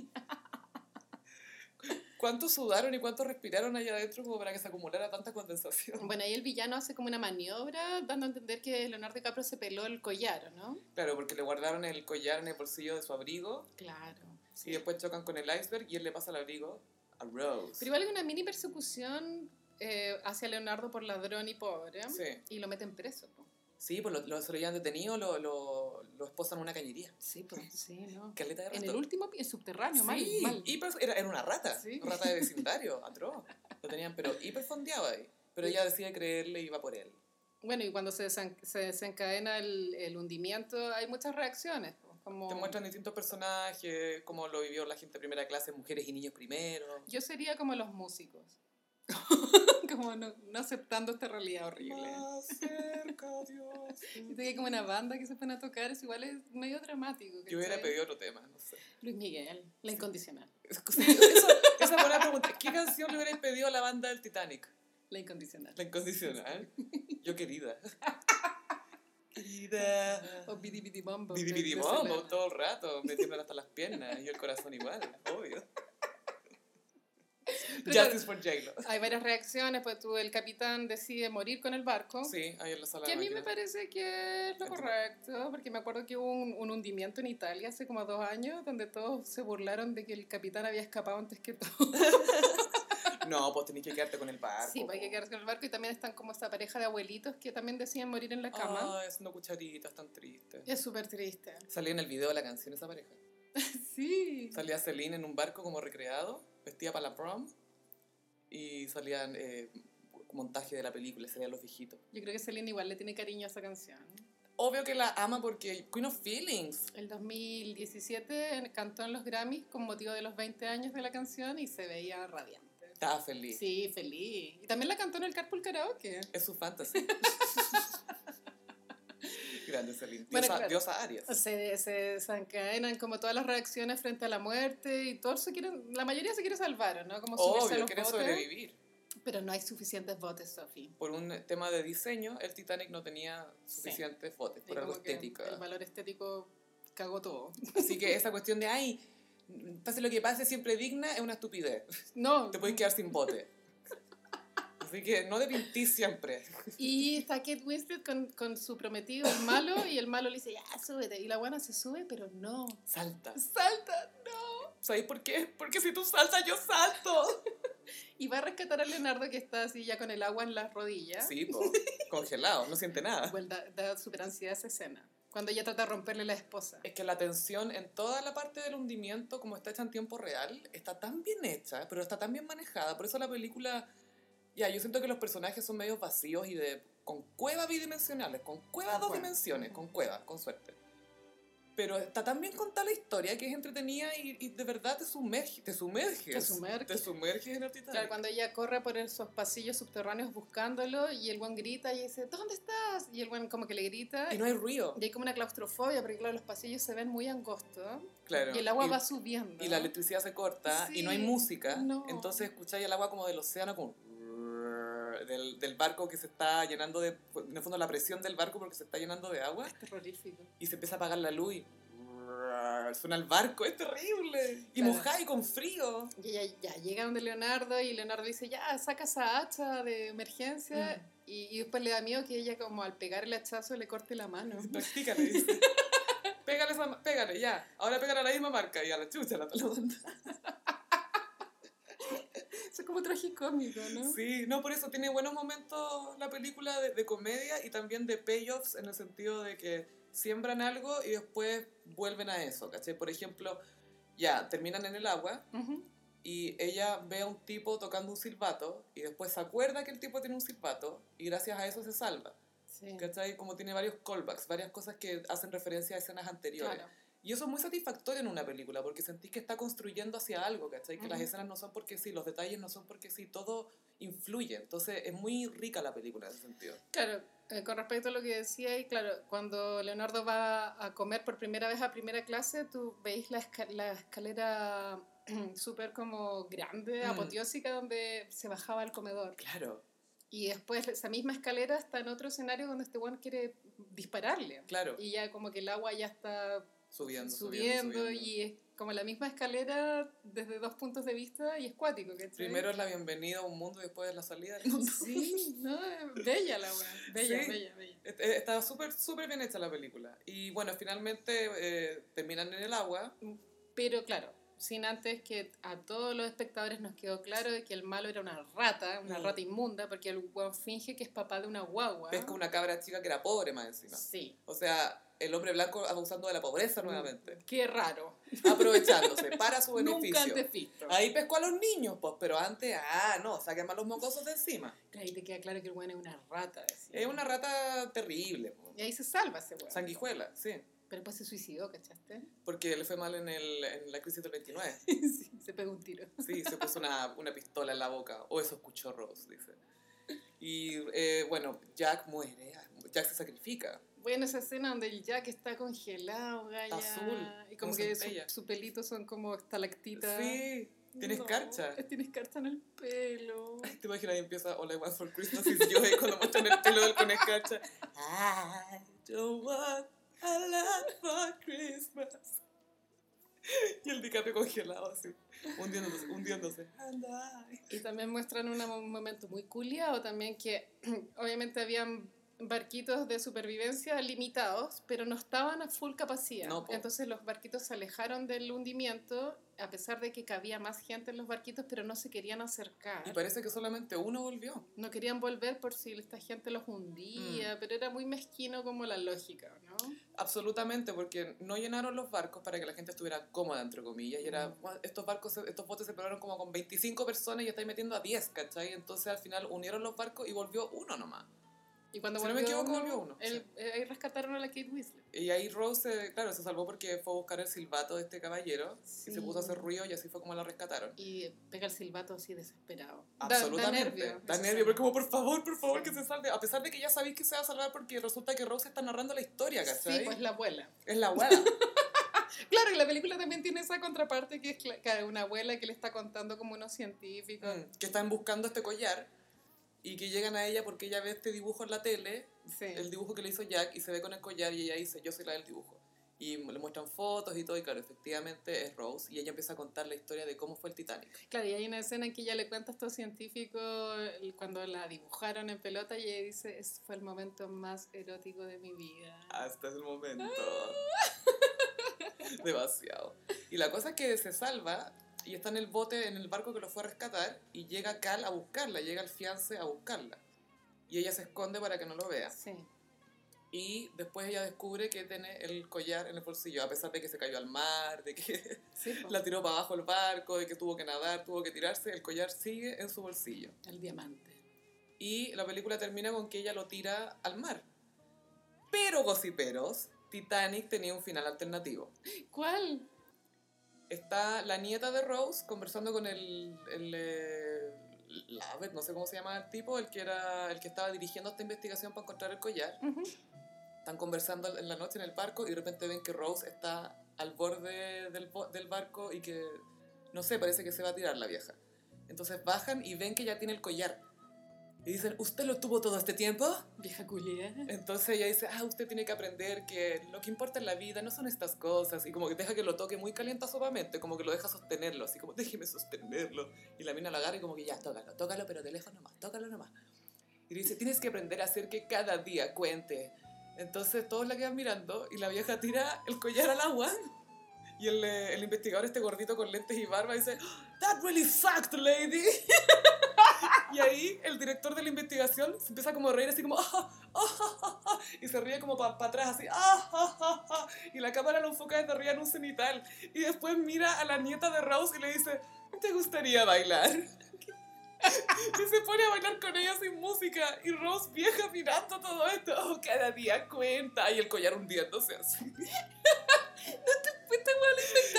S1: ¿Cuánto sudaron y cuánto respiraron allá adentro como para que se acumulara tanta condensación?
S2: (laughs) Bueno, ahí el villano hace como una maniobra dando a entender que Leonardo DiCaprio se peló el collar, ¿o ¿no?
S1: Claro, porque le guardaron el collar en el bolsillo de su abrigo
S2: Claro.
S1: y después chocan con el iceberg y él le pasa el abrigo a Rose.
S2: Pero igual hay una mini persecución eh, hacia Leonardo por ladrón y pobre.
S1: Sí,
S2: Y lo meten preso. po.
S1: sí, pues lo, lo, se lo llevan detenido, lo, lo, lo esposan en una cañería.
S2: Sí, pues sí, ¿no?
S1: Caleta de
S2: En
S1: rato.
S2: el último, pi- en subterráneo, mal,
S1: Sí,
S2: mal.
S1: hiper- era, era una rata,
S2: Sí. (laughs)
S1: rata de vecindario, atroz. Lo tenían, pero hiper fondeado ahí. Pero ella decide creerle y va por él.
S2: Bueno, y cuando se, desen- se desencadena el, el hundimiento, hay muchas reacciones. po, Como...
S1: Te muestran distintos personajes, cómo lo vivió la gente de primera clase, mujeres y niños primero.
S2: Yo sería como los músicos.
S1: (laughs)
S2: como no, no aceptando esta realidad horrible.
S1: Más cerca, (laughs) Dios.
S2: Y tenía como una banda que se pone a tocar, es igual es medio dramático.
S1: Yo hubiera
S2: ¿cachai?
S1: pedido otro tema, no sé.
S2: Luis Miguel, La Incondicional.
S1: (laughs) Eso- esa es buena pregunta. ¿Qué canción le hubierais pedido a la banda del Titanic?
S2: La Incondicional.
S1: La (laughs) incondicional. Yo querida. Querida.
S2: O Bidi Bidi Bombo. de- de
S1: Bidibidimomo
S2: Selena.
S1: todo el rato, me tiemblan hasta las piernas y el corazón igual, obvio.
S2: Pero-
S1: Justice for J-Lo.
S2: Hay varias reacciones, pues tú, el capitán decide morir con el barco.
S1: Sí, ahí en la sala
S2: Que
S1: de
S2: a mí me
S1: máquinas.
S2: parece que es lo correcto, porque me acuerdo que hubo un, un hundimiento en Italia hace como dos años, donde todos se burlaron de que el capitán había escapado antes que todo.
S1: No, pues tenés que quedarte con el barco.
S2: Sí, pues hay que quedarse con el barco y también están como esta pareja de abuelitos que también deciden morir en la cama.
S1: Ah, es una cucharita, es tan triste.
S2: Es súper triste.
S1: Salía en el video de la canción esa pareja.
S2: Sí.
S1: Salía Celine en un barco como recreado, vestida para la prom, y salían eh, montaje de la película, salían los viejitos.
S2: Yo creo que Celine igual le tiene cariño a esa canción.
S1: Obvio que la ama porque Queen of Feelings.
S2: El 2017 cantó en los Grammys con motivo de los 20 años de la canción y se veía radiante.
S1: Estaba feliz.
S2: Sí, feliz. Y también la cantó en el Carpool Karaoke.
S1: Es su fantasy.
S2: (laughs)
S1: Grande Celine. Diosa,
S2: Bueno, claro.
S1: diosa Arias.
S2: Se, se desencadenan como todas las reacciones frente a la muerte y todos se quieren, la mayoría se quiere salvar, ¿no? Como subirse a
S1: Obvio,
S2: los
S1: quiere
S2: botes.
S1: sobrevivir.
S2: Pero no hay suficientes botes, Sophie.
S1: Por un tema de diseño, el Titanic no tenía suficientes botes,
S2: Y
S1: por algo
S2: como que
S1: estético.
S2: El valor estético cagó todo. (laughs)
S1: Así que esa cuestión de, ay, pase lo que pase, siempre digna, es una estupidez.
S2: No.
S1: Te puedes quedar sin bote. Así que no de pintir siempre.
S2: Y está Kate Winslet con, con su prometido, el malo, y el malo le dice, ya, súbete. Y la buena se sube, pero no.
S1: Salta.
S2: ¡Salta!
S1: ¿Sabes por qué? Porque si tú saltas, yo salto.
S2: Y va a rescatar a Leonardo que está así ya con el agua en las rodillas.
S1: Sí, po, congelado, no siente nada.
S2: Igual da, da super ansiedad esa escena. Cuando ella trata de romperle la esposa.
S1: Es que la tensión en toda la parte del hundimiento, como está hecha en tiempo real, está tan bien hecha, pero está tan bien manejada. Por eso la película, ya, yo siento que los personajes son medios vacíos y de con cueva bidimensionales, con cueva
S2: Con
S1: dos
S2: cueva.
S1: dimensiones, con cueva, con suerte. Pero está tan bien contada la historia que es entretenida y, y de verdad te sumerge, te sumerges.
S2: Te sumerges.
S1: Te sumerges en el Titanic.
S2: Claro, cuando ella corre por esos pasillos subterráneos buscándolo y el buen grita y dice, ¿dónde estás? Y el buen como que le grita.
S1: Y no hay ruido.
S2: Y hay como una claustrofobia porque claro, los pasillos se ven muy angostos.
S1: Claro.
S2: Y el agua va subiendo.
S1: y la electricidad se corta y no hay
S2: Sí,
S1: música.
S2: no.
S1: Entonces escucháis el agua como del océano, como del, del barco que se está llenando de. En el fondo, la presión del barco porque se está llenando de agua
S2: Terrorífico.
S1: y se empieza a apagar la luz y suena el barco. Es terrible. Y
S2: Claro.
S1: mojáis con frío.
S2: Y ella ya llega donde Leonardo y Leonardo dice, ya, saca esa hacha de emergencia.
S1: Mm.
S2: Y, y después le da miedo que ella como al pegar el hachazo le corte la mano.
S1: Practícale, dice. Pégale, esa ma- pégale, ya. Ahora pégale a la misma marca y a la chucha la pelota.
S2: (laughs) Eso es como tragicómico, ¿no?
S1: Sí, no, por eso tiene buenos momentos la película de, de comedia y también de payoffs en el sentido de que siembran algo y después vuelven a eso, ¿cachai? Por ejemplo, ya terminan en el agua
S2: Ujú.
S1: y ella ve a un tipo tocando un silbato y después se acuerda que el tipo tiene un silbato y gracias a eso se salva,
S2: Sí.
S1: ¿cachai? Como tiene varios callbacks, varias cosas que hacen referencia a escenas anteriores.
S2: Claro.
S1: Y Y eso es muy satisfactorio en una película, porque sentís que está construyendo hacia algo, ¿cachai? Que las
S2: Ujú.
S1: escenas no son porque sí, los detalles no son porque sí, todo influye. Entonces es muy rica la película en ese sentido.
S2: Claro, eh, con respecto a lo que decía, y claro, cuando Leonardo va a comer por primera vez a primera clase, tú veis la, esca- la escalera (clears throat) súper como grande,
S1: Mm.
S2: apoteósica, donde se bajaba al comedor.
S1: Claro,
S2: Y después esa misma escalera está en otro escenario donde este one quiere dispararle.
S1: claro.
S2: Y ya como que el agua ya está
S1: Subiendo, subiendo,
S2: subiendo,
S1: subiendo.
S2: y es como la misma escalera desde dos puntos de vista y es cuático. ¿cachai? (laughs)
S1: Primero es la bienvenida a un mundo y después es la salida del mundo.
S2: Sí, no, es bella la weá. Bella,
S1: Sí.
S2: bella, bella.
S1: Est- eh, Está súper, súper bien hecha la película. Y bueno, finalmente eh, terminan en el agua.
S2: Pero claro, sin antes que a todos los espectadores nos quedó claro de que el malo era una rata, una
S1: Mm.
S2: rata inmunda, porque el weón finge que es papá de una guagua.
S1: Ves con una cabra chica que era pobre más encima.
S2: Sí.
S1: O sea, el hombre blanco abusando de la pobreza
S2: Mm.
S1: nuevamente.
S2: Qué raro.
S1: Aprovechándose
S2: (laughs)
S1: para su
S2: Nunca
S1: beneficio.
S2: antes visto.
S1: Ahí pescó a los niños, pues, pero antes, ah, no, saquen a los mocosos de encima.
S2: Ahí te queda claro que el weón es una rata. así.
S1: Es una rata terrible, po.
S2: Y ahí se salva ese weón.
S1: sanguijuela, sí.
S2: Pero después se suicidó, ¿cachaste?
S1: Porque le fue mal en, el, en la crisis del 29.
S2: sí, se pegó un tiro.
S1: Sí, se puso una, una pistola en la boca. O eso escuchó Rose, dice. Y eh, bueno, Jack muere. ah, Jack se sacrifica.
S2: Bueno, esa escena donde el Jack está congelado, Gaya.
S1: azul,
S2: Y como
S1: como
S2: que su,
S1: centella.
S2: su pelito son como estalactitas.
S1: Sí, tiene
S2: No, eh,
S1: escarcha.
S2: Tiene escarcha en el pelo.
S1: Te imaginas ahí empieza All I Want for Christmas is You y (laughs) cuando muestran el pelo del con escarcha. I don't want a lot for Christmas. Y el DiCaprio congelado así, hundiéndose, hundiéndose. And I-
S2: Y también muestran una- un momento muy culiado también que (clears throat) obviamente habían barquitos de supervivencia limitados, pero no estaban a full capacidad.
S1: No, po.
S2: Entonces los barquitos se alejaron del hundimiento, a pesar de que cabía más gente en los barquitos, pero no se querían acercar.
S1: Y parece que solamente uno volvió.
S2: No querían volver por si esta gente los hundía,
S1: Mm.
S2: pero era muy mezquino como la lógica, ¿no?
S1: Absolutamente, porque no llenaron los barcos para que la gente estuviera cómoda, entre comillas. Y era,
S2: Mm.
S1: "Guau, estos barcos, se- estos botes se probaron como con 25 personas y estáis metiendo a 10, ¿cachai? Entonces al final unieron los barcos y volvió uno nomás.
S2: Y cuando
S1: Si no me equivoco, volvió uno,
S2: el-
S1: sí.
S2: eh, ahí rescataron a la Kate Winslet.
S1: Y ahí Rose, eh, claro, se salvó porque fue a buscar el silbato de este caballero y se
S2: Sí.
S1: puso a hacer ruido y así fue como la rescataron.
S2: Y pega el silbato así desesperado. Da-
S1: Absolutamente.
S2: Da,
S1: Da,
S2: nervio.
S1: nervio, pero como por favor, por favor,
S2: Sí.
S1: que se salve. A pesar de que ya sabéis que se va a salvar porque resulta que Rose está narrando la historia, ¿cachai?
S2: Sí, pues la abuela.
S1: Es la
S2: (laughs)
S1: abuela.
S2: Claro, y la película también tiene esa contraparte que es cla- que una abuela que le está contando como unos científicos.
S1: que están buscando este collar y que llegan a ella porque ella ve este dibujo en la tele,
S2: Sí.
S1: Mm. el dibujo que le hizo Jack, y se ve con el collar y ella dice, yo soy la del dibujo. Y le muestran fotos y todo, y claro, efectivamente es Rose, y ella empieza a contar la historia de cómo fue el Titanic.
S2: Claro, y hay una escena en que ella le cuenta a estos científicos el- cuando la dibujaron en pelota y ella dice, "Es- fue el momento más erótico de mi vida.
S1: Hasta ese momento. Demasiado. Y la cosa es que se salva y está en el bote, en el barco que lo fue a rescatar, y llega Cal a buscarla, llega el fiance a buscarla. Y ella se esconde para que no lo vea.
S2: Sí.
S1: Y después ella descubre que tiene el collar en el bolsillo, a pesar de que se cayó al mar, de que (laughs)
S2: Sí, pues. po.
S1: la tiró para abajo el barco, de que tuvo que nadar, tuvo que tirarse, el collar sigue en su bolsillo.
S2: el diamante.
S1: Y la película termina con que ella lo tira al mar. Pero, gossiperos, Titanic tenía un final alternativo.
S2: ¿Cuál?
S1: Está la nieta de Rose conversando con el... el eh, Lovett, no sé cómo se llama el tipo, el que, era, el que estaba dirigiendo esta investigación para encontrar el collar.
S2: Ujú.
S1: Están conversando en la noche en el barco y de repente ven que Rose está al borde del, bo- del barco y que, no sé, parece que se va a tirar la vieja. Entonces bajan y ven que ya tiene el collar. Y dicen, ¿usted lo tuvo todo este tiempo?
S2: Vieja culia. (laughs)
S1: Entonces ella dice, ah, usted tiene que aprender que lo que importa en la vida no son estas cosas. Y como que deja que lo toque muy calientazobamente, como que lo deja sostenerlo, así como, déjeme sostenerlo. Y la mina lo agarra y como que ya, tócalo, tócalo, pero de lejos nomás, tócalo nomás. Y dice, tienes que aprender a hacer que cada día cuente. Entonces todos la quedan mirando y la vieja tira el collar al agua. Y el, eh, el investigador, este gordito con lentes y barba, dice, "Oh, That really sucked, lady. (laughs) y ahí el director de la investigación se empieza como a reír así como, "Ah, ah, ah, ah", y se ríe como para atrás así, "Ah, ah, ah, ah", y la cámara lo enfoca desde arriba en un cenital. Y después mira a la nieta de Rose y le dice, ¿te gustaría bailar? (laughs) Y se pone a bailar con ella sin música. Y Rose vieja mirando todo esto. "Oh, cada día cuenta. Y el collar hundiéndose así.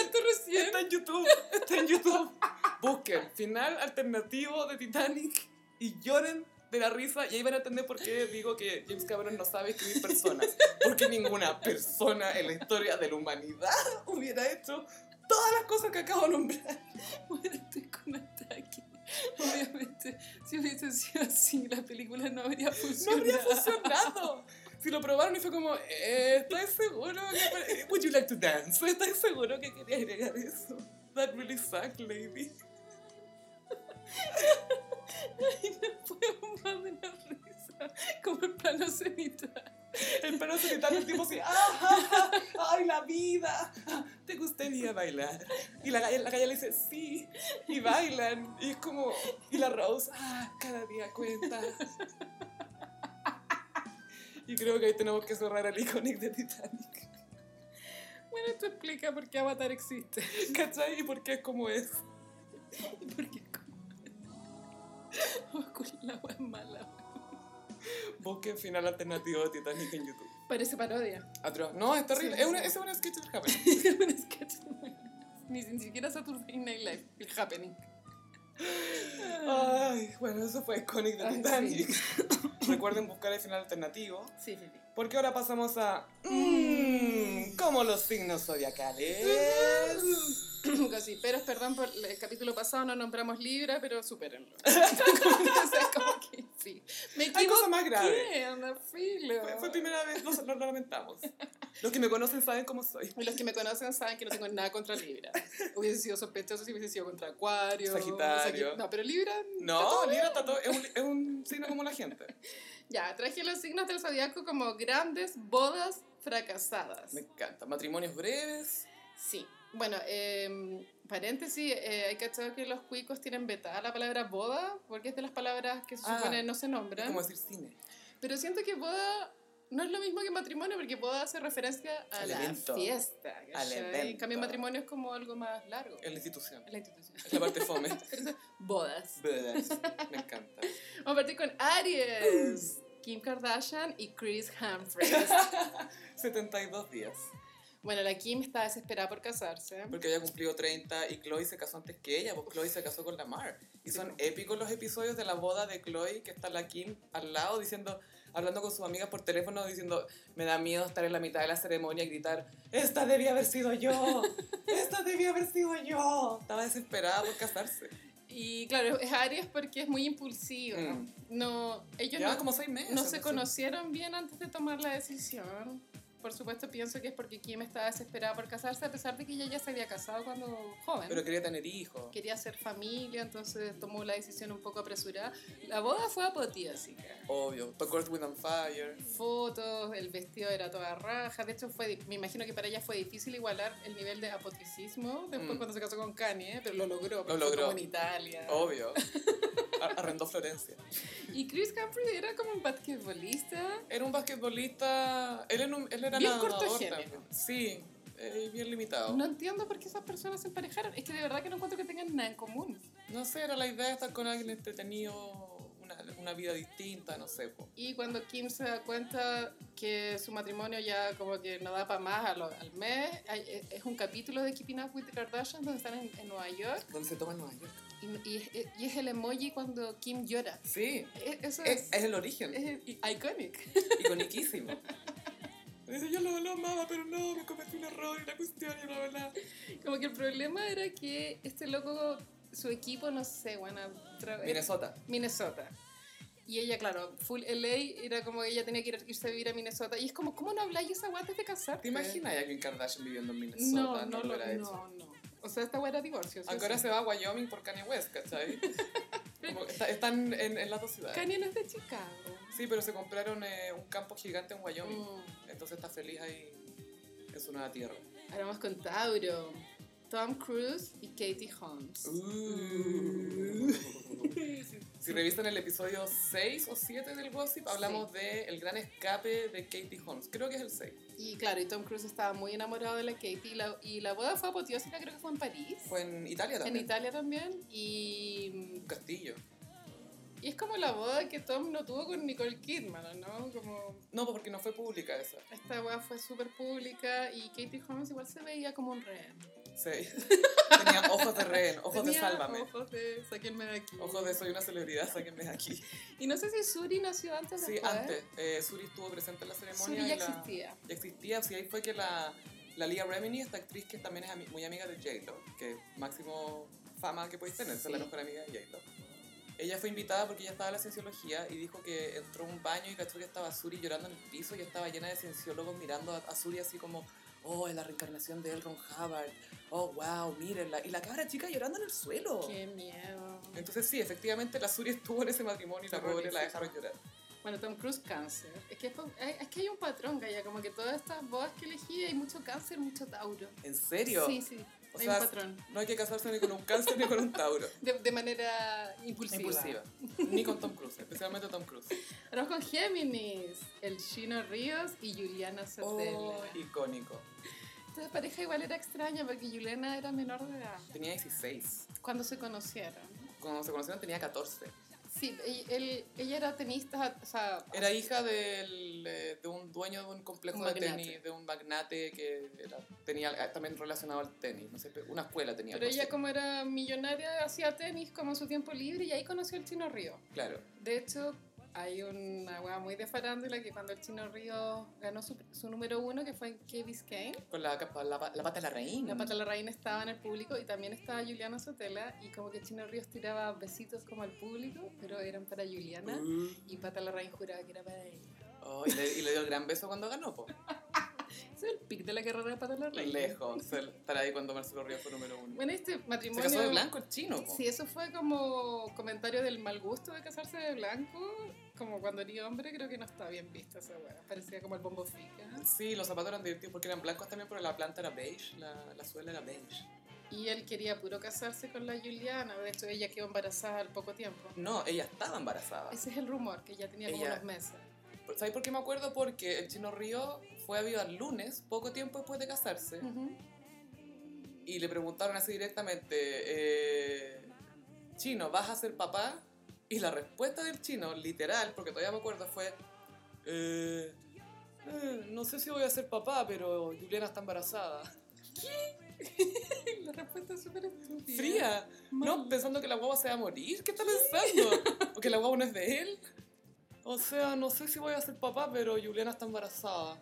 S1: (laughs) final alternativo de Titanic y lloren de la risa y ahí van a entender por qué digo que James Cameron no sabe escribir personas. Porque ninguna persona en la historia de la humanidad hubiera hecho todas las cosas que acabo de nombrar.
S2: Bueno, estoy con ataque. Obviamente, si hubiese sido así, la película no habría
S1: No
S2: funcionado. (laughs)
S1: habría funcionado. Si lo probaron y fue como, eh, ¿estás seguro que... Would you like to dance? ¿Estás seguro que quería agregar eso? That really sucked, lady.
S2: Fue un más de la risa, como el plano cenital.
S1: El perro solitario, el tipo así, ¡ah, ah, ah! ¡ay, la vida! ¿Te gustaría bailar? Y la galla, la galla le dice, sí, y bailan. Y es como, y la Rose, ¡ah, cada día cuenta! Y creo que ahí tenemos que cerrar el iconic de Titanic.
S2: Bueno, esto explica por qué Avatar existe.
S1: ¿Cachai? ¿Y por qué es como es?
S2: (laughs) Y por qué (laughs) como... con la agua es mala.
S1: Busquen final alternativo de Titanic en YouTube.
S2: Parece parodia. (laughs)
S1: Atroz. No, es terrible.
S2: Sí.
S1: Es, una, es un sketch del Happening.
S2: Un sketch. Ni ni siquiera Saturday Night Live, el happening.
S1: Ay, bueno, eso fue iconic de
S2: Ay,
S1: Titanic. Recuerden buscar el final alternativo.
S2: Sí, sí, sí.
S1: Porque ahora pasamos a. Mmm, como los signos (laughs) zodiacales.
S2: (laughs) Gossiperos, perdón, por el capítulo pasado no nombramos Libra, pero
S1: (laughs)
S2: supérenlo. o sea, como que sí. Me
S1: Hay cosas
S2: equivoqué,
S1: más graves.
S2: anda, filo.
S1: Fue, fue primera vez, lo, lo lamentamos. (laughs) Los que me conocen saben cómo soy.
S2: Y Los que me conocen saben que no tengo nada contra Libra. Hubiese sido sospechoso si hubiese sido contra Acuario.
S1: Sagitario.
S2: Sagi- No, pero Libra...
S1: No, Libra está todo- es un, es un signo como la gente.
S2: Ya, traje los signos del zodiaco como grandes bodas fracasadas.
S1: Me encanta. Matrimonios breves.
S2: Sí. Bueno, eh, paréntesis, eh, hay cachado que los cuicos tienen vetada la palabra boda, porque es de las palabras que se
S1: Ah,
S2: supone no se
S1: Es
S2: nombran.
S1: como decir cine.
S2: Pero siento que boda no es lo mismo que matrimonio, porque boda hace referencia a
S1: Al
S2: la
S1: evento.
S2: fiesta. ¿cachai? En
S1: evento. Eh.
S2: cambio, matrimonio es como algo más largo.
S1: Es la institución.
S2: La institución.
S1: Es la parte (laughs) fome.
S2: Bodas.
S1: Breves. Me encanta.
S2: Vamos a partir con
S1: (clears throat)
S2: Aries. Kim Kardashian y Chris
S1: (laughs)
S2: Humphries.
S1: 72 días.
S2: Bueno, la Kim está desesperada por casarse.
S1: Porque había cumplido 30 y Chloe se casó antes que ella, pues Chloe se casó con Lamar. Y son épicos los episodios de la boda de Chloe, que está la Kim al lado diciendo, hablando con sus amigas por teléfono, diciendo, me da miedo estar en la mitad de la ceremonia y gritar, esta debía haber sido yo, esta debía haber sido yo. Estaba desesperada por casarse.
S2: Y claro, es Aries porque es muy impulsiva.
S1: Mm.
S2: No, ellos
S1: Llevaba
S2: no,
S1: como seis meses.
S2: no se
S1: sé.
S2: conocieron bien antes de tomar la decisión. Por supuesto, pienso que es porque Kim estaba desesperada por casarse, a pesar de que ella ya se había casado cuando joven.
S1: Pero quería tener hijos.
S2: Quería hacer familia, entonces tomó la decisión un poco apresurada. La boda fue apoteósica.
S1: Obvio. Talk Earth, Wind and Fire.
S2: Fotos, el vestido era toda raja. De hecho, fue, di- me imagino que para ella fue difícil igualar el nivel de apoticismo después
S1: Mm.
S2: cuando se casó con Kanye, ¿eh? pero lo logró. porque fue
S1: logró. Oh.
S2: como en Italia. (laughs)
S1: Obvio. Ar- Arrendó Florencia.
S2: Y Chris Humphrey era como un basquetbolista.
S1: Era un basquetbolista. Él, era un- él era
S2: Bien
S1: nadador
S2: cortogéneo.
S1: también. Sí, eh, bien limitado.
S2: No entiendo por qué esas personas se emparejaron. Es que de verdad que no encuentro que tengan nada en común.
S1: No sé, era la idea de estar con alguien entretenido, una, una vida distinta, no sé. po.
S2: Y cuando Kim se da cuenta que su matrimonio ya como que no da para más a lo- al mes, hay- e- es un capítulo de Keeping Up with the Kardashians donde están en, en Nueva York
S1: ¿Dónde se toma en Nueva York?
S2: y, y es- e, y es el emoji cuando Kim llora.
S1: Sí,
S2: E- Eso
S1: es,
S2: es,
S1: es el origen,
S2: es i- iconic. (laughs)
S1: iconiquísimo. Dice, yo lo, lo amaba, pero no, me cometí un error y la cuestión y bla, bla, bla.
S2: Como que el problema era que este loco, su equipo, no sé, bueno, tra-
S1: Minnesota.
S2: Minnesota. Y ella, claro, full LA, era como que ella tenía que ir- irse a vivir a Minnesota. Y es como, ¿cómo no habláis esa guata de casarte?
S1: ¿Te imaginas a Kim Kardashian viviendo en Minnesota?
S2: No, no, lo,
S1: hubiera hecho.
S2: no, no. O sea, esta guata era divorcio. sí,
S1: Aunque ahora
S2: sí.
S1: se va a Wyoming por Kanye West,
S2: (laughs)
S1: ¿cachai? Como que está- están en, en las dos ciudades.
S2: Kanye no es de Chicago.
S1: Sí, pero se compraron eh, un campo gigante en Wyoming.
S2: Mm.
S1: Entonces está feliz ahí en su nueva tierra.
S2: Ahora vamos con Tauro, Tom Cruise y Katie Holmes.
S1: Uh.
S2: Uh.
S1: (laughs) Si revisan el episodio 6 o 7 del Gossip, hablamos de el gran escape de Katie Holmes. Creo que es el 6.
S2: Y claro, y Tom Cruise estaba muy enamorado de la Katie. Y la, y la boda fue apoteósica, creo que fue en París.
S1: Fue en Italia
S2: en
S1: también.
S2: Italia también. Y
S1: Un castillo.
S2: Y es como la boda que Tom no tuvo con Nicole Kidman, ¿no? Como
S1: No, pues porque no fue pública esa.
S2: esta boda fue súper pública y Katie Holmes igual se veía como un rehén. (laughs)
S1: Sí. Tenía ojos de rehén, ojos de
S2: Tenía
S1: sálvame.
S2: Ojos de sáquenme de aquí.
S1: Ojos de soy una celebridad, sáquenme de aquí.
S2: Y no sé si Suri nació antes o
S1: Sí,
S2: después.
S1: antes. eh, Suri estuvo presente en la ceremonia.
S2: Suri ya
S1: y la-
S2: existía.
S1: Ya existía, sí, ahí fue que la, la Lia Remini, esta actriz que también es ami- muy amiga de J-Lo, que es máximo fama que podéis tener, es la
S2: Sí.
S1: mejor amiga de J-Lo. Ella fue invitada porque ella estaba en la cienciología y dijo que entró a un baño y cachó que estaba Suri llorando en el piso y estaba llena de cienciólogos mirando a, a Suri así como, oh, es la reencarnación de Elron Hubbard, oh, wow, mírenla. Y la cabra chica llorando en el suelo.
S2: Qué miedo.
S1: Entonces sí, efectivamente la Suri estuvo en ese matrimonio y la pobre la
S2: Terrorífico.
S1: dejaron llorar.
S2: Bueno, Tom Cruise cáncer. Es que, es po- hay- es que hay un patrón, Gaya, como que todas estas bodas que elegí hay mucho cáncer, mucho tauro.
S1: ¿En serio?
S2: Sí, sí.
S1: O
S2: hay
S1: sea,
S2: un patrón.
S1: No hay que casarse ni con un cáncer ni con un tauro.
S2: De, de manera impulsiva.
S1: impulsiva. Ni con Tom Cruise, especialmente Tom Cruise.
S2: (laughs) Ahora vamos con Géminis, el Chino Ríos y Juliana Sotelo.
S1: Oh, icónico.
S2: Esta pareja igual era extraña porque Juliana era menor de edad
S1: Tenía 16.
S2: cuando se conocieron.
S1: Cuando se conocieron tenía 14.
S2: Sí, e- él- ella era tenista, o sea,
S1: Era hija del, eh, de un dueño de un complejo
S2: Un
S1: de
S2: magnate.
S1: tenis, de un magnate que era- tenía eh, también relacionado al tenis. No sé, pero una escuela tenía.
S2: pero
S1: algo
S2: ella
S1: así.
S2: como era millonaria hacía tenis como en su tiempo libre y ahí conoció al Chino Ríos.
S1: Claro.
S2: De hecho, hay una hueá muy de farándula que cuando el Chino Río ganó su, su número uno, que fue en Key Biscayne,
S1: Con la, capa- la, pa- la pata de la reina.
S2: la pata de la reina estaba en el público y también estaba Juliana Sotela y como que el Chino Ríos tiraba besitos como al público, pero eran para Juliana
S1: Uh.
S2: y Pata la Reina juraba que era para ella.
S1: Oh, y, le, y le dio el gran beso cuando ganó,
S2: (laughs)
S1: po.
S2: Ese es el pic de la carrera de Pata la Reina.
S1: Lejos. ser- Estar ahí cuando Marcelo Ríos fue número uno.
S2: Bueno, este
S1: Se
S2: matrimonio...
S1: casó de blanco el chino, po.
S2: Sí, eso fue como comentario del mal gusto de casarse de blanco, como cuando era hombre creo que no está bien vista esa hueá, parecía como el bombo fica.
S1: Sí, los zapatos eran divertidos porque eran blancos también, pero la planta era beige, la, la suela era beige.
S2: Y él quería puro casarse con la Juliana, de hecho ella quedó embarazada al poco tiempo.
S1: No, ella estaba embarazada.
S2: Ese es el rumor, que ya tenía como
S1: Ella-
S2: unos meses.
S1: ¿Sabes por qué me acuerdo? Porque el chino Río fue a Viva el lunes, poco tiempo después de casarse,
S2: Ujú.
S1: y le preguntaron así directamente, eh, chino, ¿vas a ser papá? Y la respuesta del chino, literal, porque todavía me acuerdo, fue, eh, eh, no sé si voy a ser papá, pero Juliana está embarazada.
S2: (laughs) La respuesta es súper estúpida.
S1: Fría.
S2: Mal.
S1: No, pensando que la guagua se va a morir. ¿Qué está pensando? ¿O que la guagua no es de él? O sea, no sé si voy a ser papá, pero Juliana está embarazada.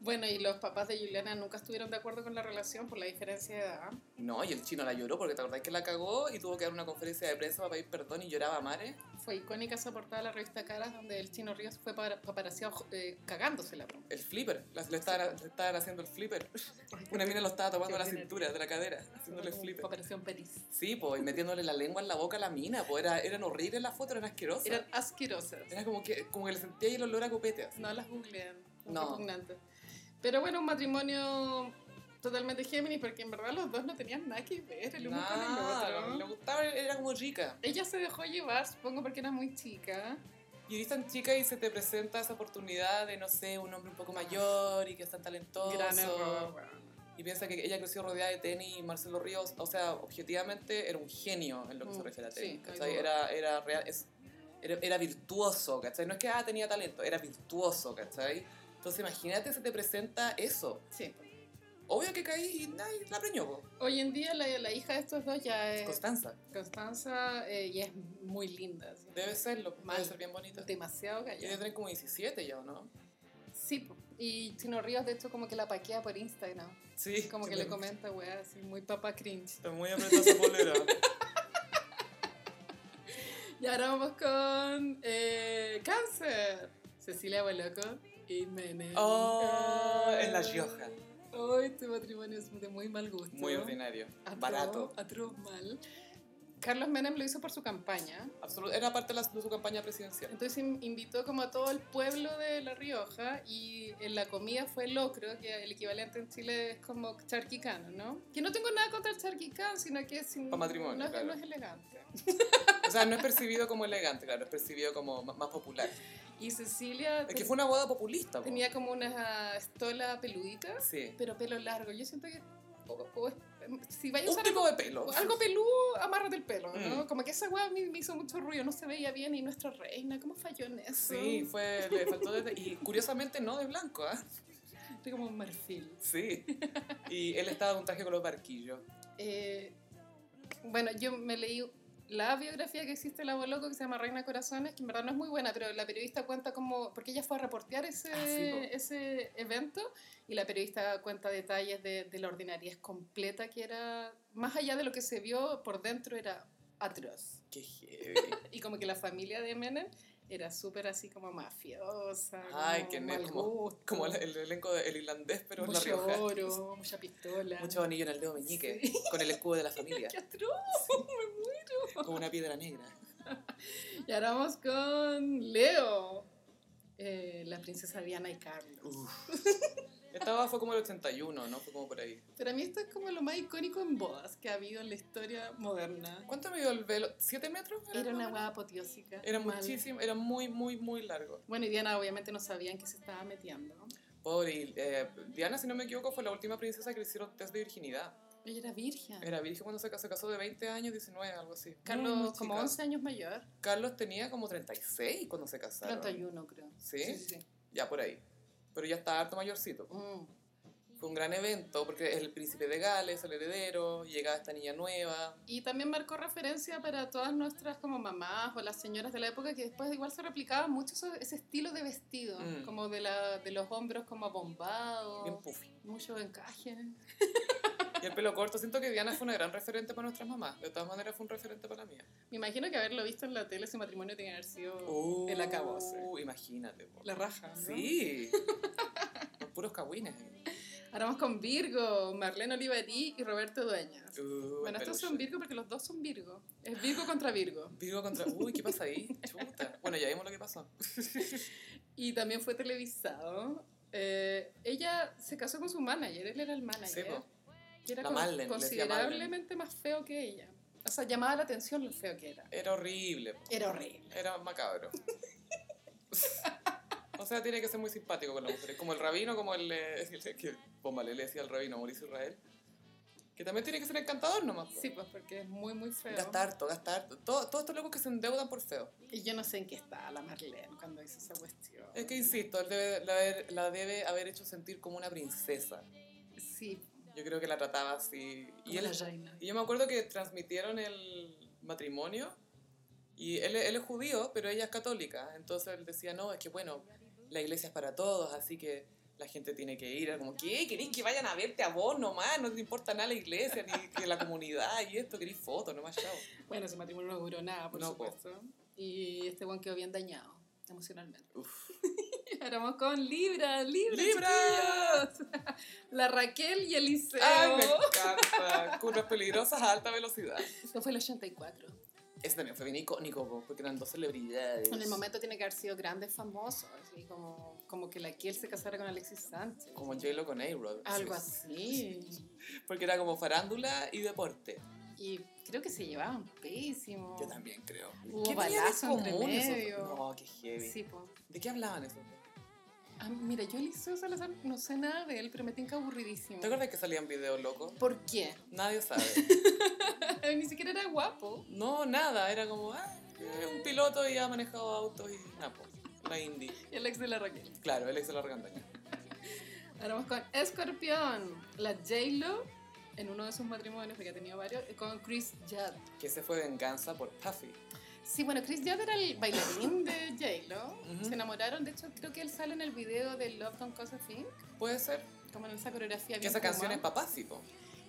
S2: Bueno, y los papás de Juliana nunca estuvieron de acuerdo con la relación por la diferencia de edad.
S1: No, y el chino la lloró porque te acordás que la cagó y tuvo que dar una conferencia de prensa para pedir perdón y lloraba a mares.
S2: Fue icónica esa portada de la revista Caras donde el chino Ríos fue para- paparazziado eh, cagándose la broma.
S1: El flipper, la- le, estaban, le estaban haciendo el flipper. Una mina lo estaba tomando la cintura de la cadera, haciéndole el flipper.
S2: Operación Peris.
S1: Sí, pues, y metiéndole la lengua en la boca a la mina, pues, era, eran horribles las fotos, eran asquerosas.
S2: Eran asquerosas.
S1: Era como que, como que le sentía ahí el olor a copete. así.
S2: No las googleen. son
S1: No.
S2: repugnantes. Pero bueno, un matrimonio totalmente Géminis, porque en verdad los dos no tenían nada que ver el uno
S1: Nada,
S2: con el
S1: le
S2: otro.
S1: gustaba, era como rica.
S2: Ella se dejó llevar, supongo, porque era muy chica.
S1: Y eres tan chica y se te presenta esa oportunidad de, no sé, un hombre un poco mayor y que es tan talentoso.
S2: Gran error. weón.
S1: Y piensa que ella creció rodeada de tenis y Marcelo Ríos, o sea, objetivamente era un genio en lo que se
S2: Mm,
S1: refiere a
S2: sí,
S1: tenis,
S2: no hay
S1: ¿cachai?
S2: duda.
S1: Era, era, real, es- era, era virtuoso, ¿cachai? No es que ah, tenía talento, era virtuoso, ¿cachai? Entonces imagínate se te presenta eso.
S2: Sí.
S1: Obvio que caí y nadie la preñó, po.
S2: Hoy en día la, la hija de estos dos ya es
S1: Constanza.
S2: Constanza eh, y es muy linda. ¿sí?
S1: Debe serlo, debe
S2: Mal.
S1: ser bien bonita.
S2: Demasiado
S1: Y debe
S2: callada.
S1: tener como 17 ya, ¿o ¿no?
S2: Sí, po. y Chino Ríos de hecho como que la paquea por Instagram.
S1: Sí.
S2: Como que le comenta, weá, así muy papá cringe.
S1: Está muy apretada esa polera.
S2: Y ahora vamos con eh, Cáncer. Cecilia Boloco y Menem.
S1: Oh,
S2: Ah.
S1: en La Rioja.
S2: Oh, este matrimonio es de muy mal gusto.
S1: Muy ordinario.
S2: Atroz,
S1: Barato.
S2: atroz mal. Carlos Menem lo hizo por su campaña.
S1: Absolut- Era parte de, la- de su campaña presidencial.
S2: Entonces in- invitó como a todo el pueblo de La Rioja y en la comida fue locro, que el equivalente en Chile es como charquicano, ¿no? Que no tengo nada contra el charquicán, sino que sin,
S1: Pa' matrimonio,
S2: no, es-
S1: claro.
S2: no es elegante.
S1: O sea, no es percibido como elegante, claro, es percibido como ma- más popular.
S2: Y Cecilia
S1: Es que fue una boda populista. po.
S2: Pues tenía como una estola peludita,
S1: Sí.
S2: pero pelo largo. Yo siento que o- o es- si vayas a
S1: Un
S2: usar
S1: tipo de pelo.
S2: algo, (laughs) algo peludo, amárrate el pelo, ¿no?
S1: Mm.
S2: Como que esa weá me, me hizo mucho ruido, no se veía bien y nuestra reina, ¿cómo falló en eso?
S1: Sí, fue, le faltó de- Y curiosamente no de blanco, ¿ah?
S2: Fue como un marfil.
S1: Sí. Y él estaba en un traje color barquillo.
S2: Eh, bueno, yo me leí la biografía que existe de la Boloco, que se llama Reina Corazones, que en verdad no es muy buena, pero la periodista cuenta como, porque ella fue a reportear ese,
S1: Ah, sí, po.
S2: ese evento, y la periodista cuenta detalles de, de la ordinariedad completa que era, más allá de lo que se vio por dentro, era atroz.
S1: Qué heavy.
S2: Y como que la familia de Menem era súper así como mafiosa,
S1: Ay,
S2: como
S1: qué
S2: mal
S1: nerd, como-
S2: gusto,
S1: Como el, el elenco del irlandés, pero en La
S2: mucho
S1: Rioja. (laughs)
S2: oro, mucha pistola.
S1: Mucho anillo en el dedo meñique,
S2: Sí.
S1: con el escudo de la familia,
S2: (laughs) ¡Qué atroz! Me muero.
S1: con una piedra negra.
S2: Y ahora vamos con Leo, eh, la princesa Diana y Carlos.
S1: Estaba, fue como el 81, ¿no? Fue como por ahí.
S2: Para mí esto es como lo más icónico en bodas que ha habido en la historia moderna.
S1: ¿Cuánto me dio el velo? ¿Siete metros?
S2: Era
S1: más
S2: una
S1: o menos?
S2: guada potiósica.
S1: Era
S2: mal.
S1: muchísimo, era muy, muy, muy largo.
S2: Bueno, y Diana obviamente no sabía en qué se estaba metiendo.
S1: Pobre, y, eh, Diana, si no me equivoco, fue la última princesa que le hicieron test de virginidad.
S2: Ella era virgen.
S1: Era virgen cuando se casó, se casó de 20 años, 19, algo así. Muy,
S2: Carlos,
S1: muy chica.
S2: como 11 años mayor.
S1: Carlos tenía como 36 cuando se casaron.
S2: 31, creo.
S1: ¿Sí?
S2: Sí, sí.
S1: Ya por ahí. Pero ya está harto mayorcito.
S2: Mm.
S1: Fue un gran evento porque es el príncipe de Gales, el heredero, llegaba esta niña nueva.
S2: Y también marcó referencia para todas nuestras como mamás o las señoras de la época que después igual se replicaba mucho eso- ese estilo de vestido,
S1: Mm.
S2: como de, la, de los hombros como
S1: Bien
S2: bombados,
S1: puffy.
S2: mucho encaje.
S1: Y el pelo corto. Siento que Diana fue una gran referente para nuestras mamás. De todas maneras, fue un referente para la mía.
S2: Me imagino que haberlo visto en la tele su matrimonio tiene que haber sido el acabose.
S1: Uh, Imagínate. po.
S2: La raja. ¿no?
S1: Oh. Sí. Los puros
S2: (laughs)
S1: cagüines. eh.
S2: Ahora vamos con Virgo, Marlene Olivarí y Roberto Dueñas.
S1: Uh,
S2: bueno, estos
S1: peluche.
S2: son Virgo porque los dos son Virgo. Es Virgo contra Virgo.
S1: Virgo contra. Uy, ¿qué pasa ahí? Chuta. Bueno, ya vimos lo que pasó.
S2: Y también fue televisado. Eh, ella se casó con su manager, él era el manager.
S1: Sí, po.
S2: que era
S1: La
S2: con-
S1: Marlene, le decía
S2: considerablemente más feo que ella. O sea, llamaba la atención lo feo que era.
S1: Era horrible. po.
S2: Era horrible.
S1: Era macabro. O sea, tiene que ser muy simpático con las mujeres. Como el rabino, como el. eh, (laughs) el que Póngale, le decía al rabino Mauricio Israel. Que también tiene que ser encantador nomás. po.
S2: Sí, pues porque es muy, muy feo.
S1: Gastar harto, gastar harto. Todo- Todos estos locos que se endeudan por feo.
S2: Y yo no sé en qué está la Marlene cuando hizo esa cuestión.
S1: Es que insisto, él debe- la, haber- la debe haber hecho sentir como una princesa.
S2: Sí,
S1: Yo creo que la trataba así.
S2: y
S1: Y,
S2: la
S1: él-
S2: reina.
S1: y yo me acuerdo que transmitieron el matrimonio. Y él, él es judío, pero ella es católica. Entonces él decía, no, es que bueno, la iglesia es para todos, así que la gente tiene que ir. Era como, ¿qué? ¿Querés que vayan a verte a vos nomás? No te importa nada la iglesia, ni que la comunidad y esto. ¿Querés fotos? nomás,
S2: (laughs)
S1: chao.
S2: Bueno, su matrimonio no duró nada, por
S1: No, po.
S2: supuesto. Y este guan quedó bien dañado emocionalmente. (laughs)
S1: Uf.
S2: Ahora vamos con Libra, Libra.
S1: ¡Libra!
S2: chiquillos. La Raquel y Eliseo.
S1: Ay, me encanta. Curvas peligrosas a alta velocidad.
S2: Esto fue el 84.
S1: Ese también fue bien icónico, po, porque eran dos celebridades.
S2: En el momento tiene que haber sido grandes famosos, así como, como que la Kiel se casara con Alexis Sánchez.
S1: Como J-Lo con A-Rod.
S2: Algo
S1: Sí.
S2: así.
S1: Porque era como farándula y deporte.
S2: Y creo que se llevaban pésimo.
S1: Yo también creo.
S2: Hubo
S1: tenían en
S2: balazo entre
S1: común esos dos?
S2: medio.
S1: No, qué heavy.
S2: Sí, po.
S1: ¿De qué hablaban esos? dos?
S2: Ah, mira, yo Eliseo Salazar no sé nada de él, pero me tinca aburridísimo.
S1: ¿Te acuerdas que salían videos locos?
S2: ¿Por qué?
S1: Nadie sabe.
S2: (laughs) Ni siquiera era guapo.
S1: No, nada. Era como, ah, es un piloto y ha manejado autos y nada, pues, La indie.
S2: Y el ex de la Raquel.
S1: Claro, él hizo la argandaña.
S2: Ahora vamos con Escorpión, la J-Lo, en uno de sus matrimonios, porque ha tenido varios, con Chris Judd.
S1: Que se fue venganza por Puffy.
S2: Sí, bueno, Chris Judd era el bailarín de J-Lo.
S1: Ujú.
S2: Se enamoraron, de hecho, creo que él sale en el video de Love Don't Cause a Thing,
S1: Puede ser
S2: como en esa coreografía.
S1: que
S2: bien
S1: esa canción es
S2: fumada.
S1: papási, po,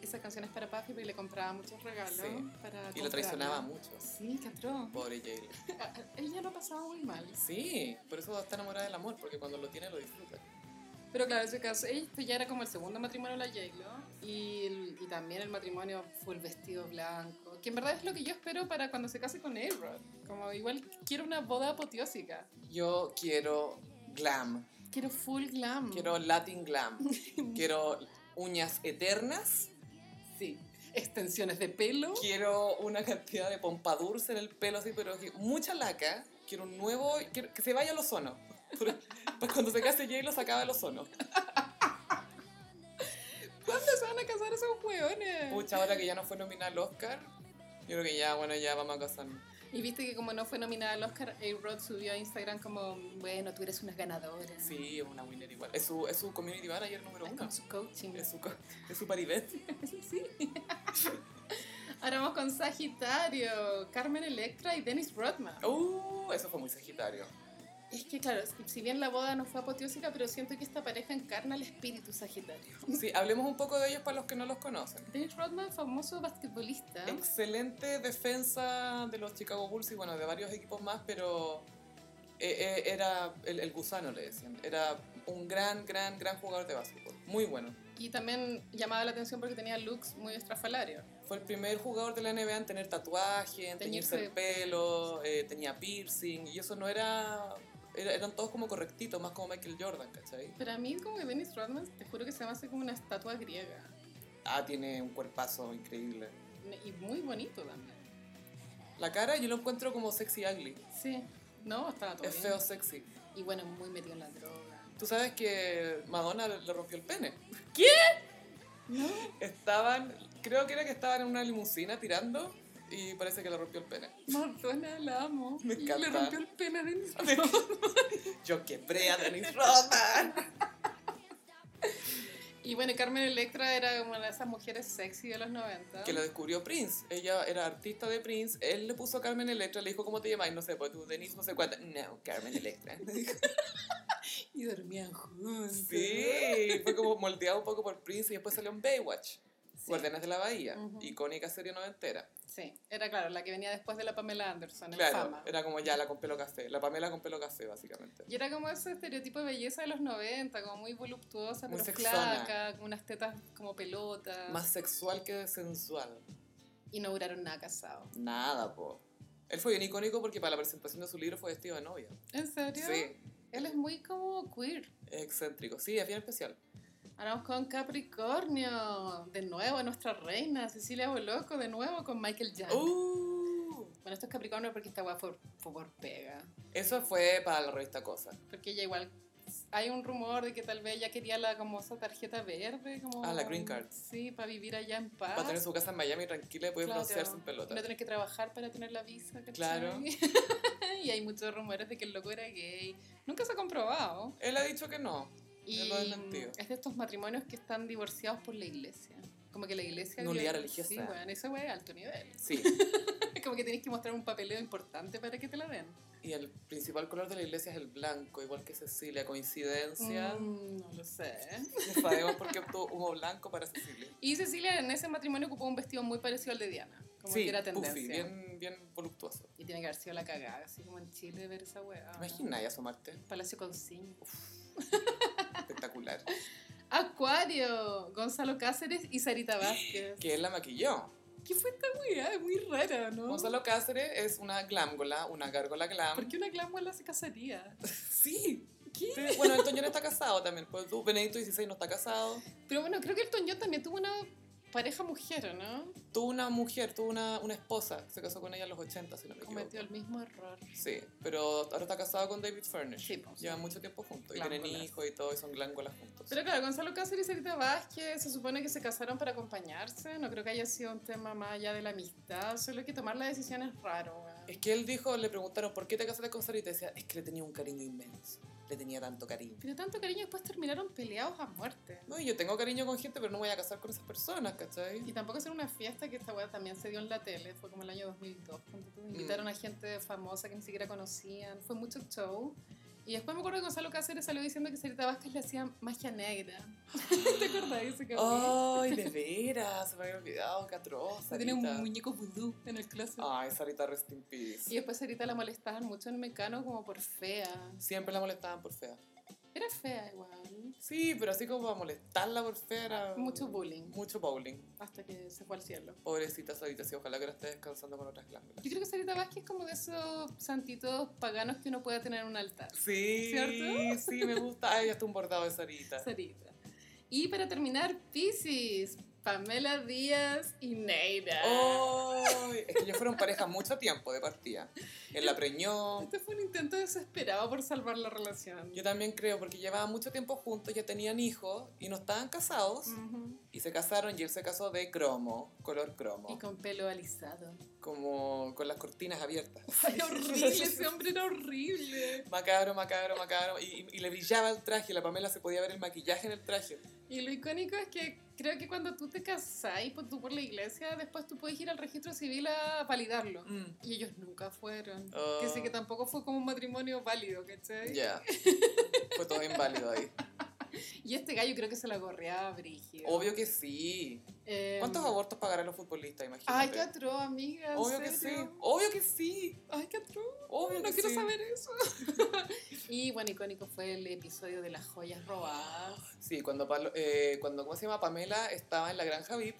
S2: Esa canción es para Puffy, pero le compraba muchos regalos.
S1: Sí,
S2: para
S1: Y
S2: comprarla.
S1: lo traicionaba mucho.
S2: Sí, qué atroz.
S1: Pobre J-Lo.
S2: Ella lo ha pasado muy mal.
S1: Sí, por eso está enamorada del amor, porque cuando lo tiene lo disfruta.
S2: Pero claro, en ese caso, este ya era como el segundo matrimonio de la J-Lo y, el- y también el matrimonio fue el vestido blanco, que en verdad es lo que yo espero para cuando se case con A-Rod. Como igual quiero una boda apoteósica,
S1: Yo quiero glam,
S2: quiero full glam.
S1: quiero Latin
S2: (laughs)
S1: glam, quiero uñas eternas,
S2: Sí, extensiones de pelo.
S1: quiero una (laughs) cantidad de pompadours en el pelo así, pero así, mucha laca, quiero un nuevo, quiero que se vaya al ozono. Por- Pues cuando se case J-Lo se acaba el ozono.
S2: ¿Cuándo se van a casar esos hueones?
S1: Pucha, ahora que ya no fue nominada al Oscar, yo creo que ya, bueno, ya vamos a casarnos.
S2: Y viste que como no fue nominada al Oscar, A-Rod subió a Instagram como, bueno, tú eres una ganadora.
S1: Sí, es una winner igual. Es su, es su community manager número
S2: Es
S1: uno.
S2: como su coaching.
S1: Es su, co- es su paribet.
S2: Sí. Ahora vamos con Sagitario, Carmen Electra y Dennis Rodman.
S1: Uh, eso fue muy sagitario.
S2: Es que claro, si- si bien la boda no fue apoteósica, pero siento que esta pareja encarna el espíritu Sagitario.
S1: Sí, hablemos un poco de ellos para los que no los conocen.
S2: Dennis Rodman, famoso basquetbolista.
S1: Excelente defensa de los Chicago Bulls y bueno, de varios equipos más, pero eh, eh, era el, el gusano, le decían. Era un gran, gran, gran jugador de básquetbol. Muy bueno.
S2: Y también llamaba la atención porque tenía looks muy estrafalarios.
S1: Fue el primer jugador de la NBA en tener tatuaje, en teñirse
S2: Teñirse
S1: el
S2: de-
S1: pelo, eh, tenía piercing, y eso no era, era- Eran todos como correctitos, más como Michael Jordan, ¿cachai?
S2: Pero a mí como que Dennis Rodman, te juro que se me hace como una estatua griega.
S1: Ah, tiene un cuerpazo increíble.
S2: Y muy bonito también.
S1: La cara yo lo encuentro como sexy ugly.
S2: Sí. No, estaba todo
S1: Es
S2: bien.
S1: feo sexy.
S2: Y bueno, muy metido en la droga.
S1: Tú sabes que Madonna le le rompió el pene.
S2: No.
S1: Estaban, creo que era que estaban en una limusina tirando y parece que le rompió el pene.
S2: Madonna, la amo.
S1: Me encanta.
S2: Le rompió el pene a Dennis
S1: Me-
S2: Rodman.
S1: Yo quebré a Dennis Rodman.
S2: Y bueno, Carmen Electra era como una de esas mujeres sexy de los 90.
S1: Que lo descubrió Prince. Ella era artista de Prince. Él le puso Carmen Electra, le dijo, ¿cómo te llamas? Y No sé, pues tú, Denise, no sé cuánto. No, Carmen
S2: (laughs)
S1: Electra.
S2: Y dormían juntos.
S1: Sí, fue como moldeado un poco por Prince y después salió en Baywatch.
S2: Sí.
S1: Guardianes de la Bahía,
S2: Ujú.
S1: icónica serie noventera.
S2: Sí, era claro, la que venía después de la Pamela Anderson en
S1: Claro,
S2: fama.
S1: era como ya la con pelo café, la Pamela con pelo café, básicamente.
S2: Y era como ese estereotipo de belleza de los 90, como muy voluptuosa,
S1: Muy
S2: pero
S1: sexona.
S2: flaca, con unas tetas como pelotas.
S1: Más sexual que sensual.
S2: Y no duraron nada casados.
S1: Nada, po. Él fue bien icónico porque para la presentación de su libro fue vestido de novia.
S2: ¿En serio?
S1: Sí,
S2: Él es muy como queer.
S1: es excéntrico. Sí, es bien especial.
S2: Ahora vamos con Capricornio. De nuevo, nuestra reina, Cecilia Boloco, de nuevo con Michael Young.
S1: Uh,
S2: Bueno, esto es Capricornio porque esta guapa fue, fue por pega.
S1: eso fue para la revista Cosa.
S2: Porque ella igual. Hay un rumor de que tal vez ella quería la como esa tarjeta verde. Como,
S1: Ah, la green card.
S2: Sí, para vivir allá en paz.
S1: Para tener su casa en Miami tranquila y poder
S2: Ah. Claro.
S1: broncearse en
S2: Y
S1: pelota.
S2: no tener que trabajar para tener la visa, ¿cachai?
S1: Claro.
S2: (laughs) y hay muchos rumores de que el loco era gay. Nunca se ha comprobado.
S1: Él ha dicho que no.
S2: Y
S1: lo he desmentido.
S2: es de estos matrimonios que están divorciados por la iglesia. Como que la iglesia...
S1: Nulidad
S2: viola-
S1: religiosa.
S2: Sí, bueno, eso es alto nivel. (laughs)
S1: Sí.
S2: como que tenés que mostrar un papeleo importante para que te la den.
S1: Y el principal color de la iglesia es el blanco, igual que Cecilia. Coincidencia.
S2: Mm, no
S1: (laughs)
S2: lo sé.
S1: No sabemos por qué obtuvo humo blanco para Cecilia.
S2: Y Cecilia en ese matrimonio ocupó un vestido muy parecido al de Diana. Como que era tendencia.
S1: puffy, bien, bien voluptuoso.
S2: Y tiene que haber sido la cagada, así como en Chile ver esa weá.
S1: ¿Te imaginas y asomarte?
S2: Palacio con zinc.
S1: Espectacular.
S2: Acuario, Gonzalo Cáceres y Sarita Vázquez.
S1: que él la maquilló.
S2: (gasps) ¿Qué fue esta weá? Es muy rara, ¿no?
S1: Gonzalo Cáceres es una glámgola, una gárgola
S2: ¿Por
S1: glam.
S2: qué una glamuela se casaría?
S1: Sí. Sí, Bueno, Elton John está casado también. Pues tú, Benedicto XVI no está casado.
S2: Pero bueno, creo que el John también tuvo una pareja mujer, ¿no?
S1: Tuvo una mujer, tuvo una, una esposa. Se casó con ella a los 80, si no me equivoco.
S2: Cometió el mismo error.
S1: Sí, pero ahora está casado con David Furnish.
S2: Sí, pues.
S1: Llevan mucho tiempo juntos. Y tienen
S2: Glándulas.
S1: hijos y todo, y son glándulas juntos.
S2: Pero claro, Gonzalo Cáceres y Sarita Vázquez se supone que se casaron para acompañarse. No creo que haya sido un tema más allá de la amistad, solo que tomar la decisión es raro, weá.
S1: Es que él dijo, le preguntaron, ¿por qué te casaste con Sarita? Y decía, es que le tenía un cariño inmenso. Le tenía tanto cariño.
S2: Pero tanto cariño después terminaron peleados a muerte.
S1: No, y yo tengo cariño con gente, pero no me voy a casar con esas personas, ¿cachai?
S2: Y tampoco hacer una fiesta que esta weá también se dio en la tele, fue como el año 2002, ponte tú. invitaron a gente famosa que ni siquiera conocían, fue mucho show. Y después me acuerdo que Gonzalo Cáceres salió diciendo que Sarita Vázquez le hacía magia negra. (laughs) ¿Te acordás de ese cabrón?
S1: Ay, de veras, se me había olvidado, qué atroz.
S2: Que Tiene un
S1: Sarita. Oh.
S2: muñeco vudú en el closet.
S1: Ay, Sarita, rest in peace.
S2: Y después Sarita la molestaban mucho en Mecano como por fea.
S1: Siempre la molestaban por fea.
S2: Era fea igual.
S1: Sí, pero así como para molestarla por fea era...
S2: Mucho bullying,
S1: Mucho bowling.
S2: hasta que se fue al cielo.
S1: Pobrecita Sarita, sí, ojalá que ahora esté descansando con otras glándulas.
S2: Yo creo que Sarita Vázquez es como de esos santitos paganos que uno puede tener en un altar.
S1: Sí,
S2: ¿Cierto?
S1: sí, me gusta. Ay, hasta un bordado de Sarita.
S2: Sarita. Y para terminar, Pisces, Pamela Díaz y Neira.
S1: Oh. Ay, es que ellos fueron pareja mucho tiempo de partida. Él la preñó.
S2: Este fue un intento desesperado por salvar la relación.
S1: Yo también creo, porque llevaban mucho tiempo juntos, ya tenían hijos y no estaban casados.
S2: Ujú.
S1: Y se casaron y él se casó de cromo, color cromo,
S2: Y con pelo alisado.
S1: como con las cortinas abiertas.
S2: (laughs) Era horrible, ese hombre era horrible.
S1: Macabro, macabro, macabro. Y, y le brillaba el traje, la Pamela se podía ver el maquillaje en el traje.
S2: Y lo icónico es que creo que cuando tú te casás y por- tú por la iglesia, después tú puedes ir al registro civil a validarlo.
S1: Mm.
S2: Y ellos nunca fueron.
S1: Ah.
S2: Que sí, que tampoco fue como un matrimonio válido, ¿cachai?
S1: Ya.
S2: (laughs)
S1: Fue todo inválido ahí.
S2: Y este gallo creo que se la gorreaba brígido.
S1: Obvio que sí.
S2: Em,
S1: ¿Cuántos abortos pagarán los futbolistas? Imagínate.
S2: Ay, qué atroz, amiga. ¿en
S1: Obvio que sí.
S2: serio?
S1: Obvio que sí.
S2: Ay, qué atroz.
S1: Obvio
S2: No
S1: que
S2: quiero
S1: sí.
S2: saber
S1: (laughs)
S2: eso. y bueno, icónico fue el episodio de las joyas robadas.
S1: Sí, cuando, Pablo- eh, cuando ¿cómo se llama? Pamela estaba en la granja VIP,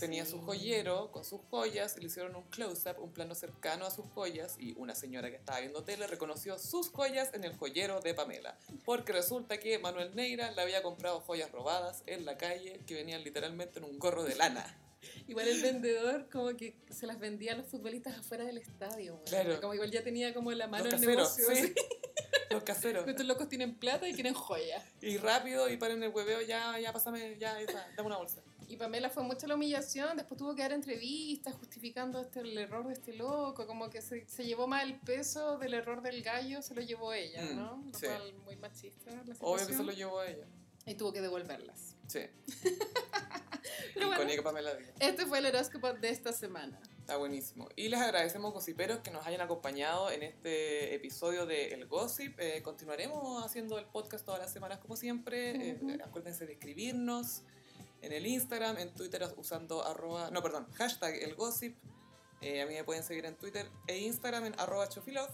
S1: tenía
S2: Sí.
S1: su joyero con sus joyas, y le hicieron un close-up, un plano cercano a sus joyas y una señora que estaba viendo tele reconoció sus joyas en el joyero de Pamela. Porque resulta que Manuel Neira le había comprado joyas robadas en la calle que venían literalmente en un gorro de
S2: (laughs)
S1: lana.
S2: Igual el vendedor como que se las vendía a los futbolistas afuera del estadio. güey.
S1: Claro.
S2: Como igual ya tenía como la mano
S1: Los
S2: en el
S1: caseros,
S2: negocio.
S1: sí.
S2: así.
S1: (laughs) Los caseros.
S2: (laughs) Estos locos tienen plata y quieren joyas.
S1: Y rápido, y paren el hueveo, ya, ya, pásame, ya, esa, dame una bolsa.
S2: Y Pamela fue mucha la humillación, después tuvo que dar entrevistas justificando este, el error de este loco, como que se, se llevó más el peso del error del gallo, se lo llevó ella,
S1: Mm,
S2: ¿no? Lo
S1: sí.
S2: cual muy machista la
S1: Obvio que
S2: situación.
S1: se lo llevó a ella.
S2: Y tuvo que devolverlas.
S1: Sí.
S2: (laughs) Pero bueno,
S1: Icónica Pamela Díaz.
S2: este fue el horóscopo de esta semana.
S1: Está buenísimo. Y les agradecemos, gossiperos, que nos hayan acompañado en este episodio de El Gossip. Eh, continuaremos haciendo el podcast todas las semanas, como siempre. Eh,
S2: Ujú.
S1: acuérdense de escribirnos en el Instagram, en Twitter usando arroba, no, perdón, hashtag El Gossip. Eh, a mí me pueden seguir en Twitter e Instagram en arroba chofilov.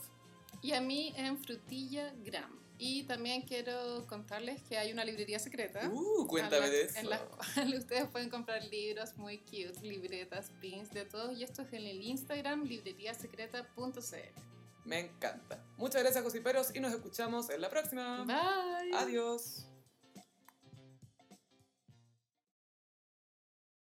S2: Y a mí en Frutilla Gram. Y también quiero contarles que hay una librería secreta. (laughs)
S1: Uh, cuéntame
S2: a la-
S1: de eso.
S2: En las cuales ustedes pueden comprar libros muy cute, libretas, pins, de todo. Y esto es en el Instagram libreriasecreta.cl.
S1: Me encanta. Muchas gracias, gossiperos, y nos escuchamos en la próxima.
S2: Bye.
S1: Ah. Adiós.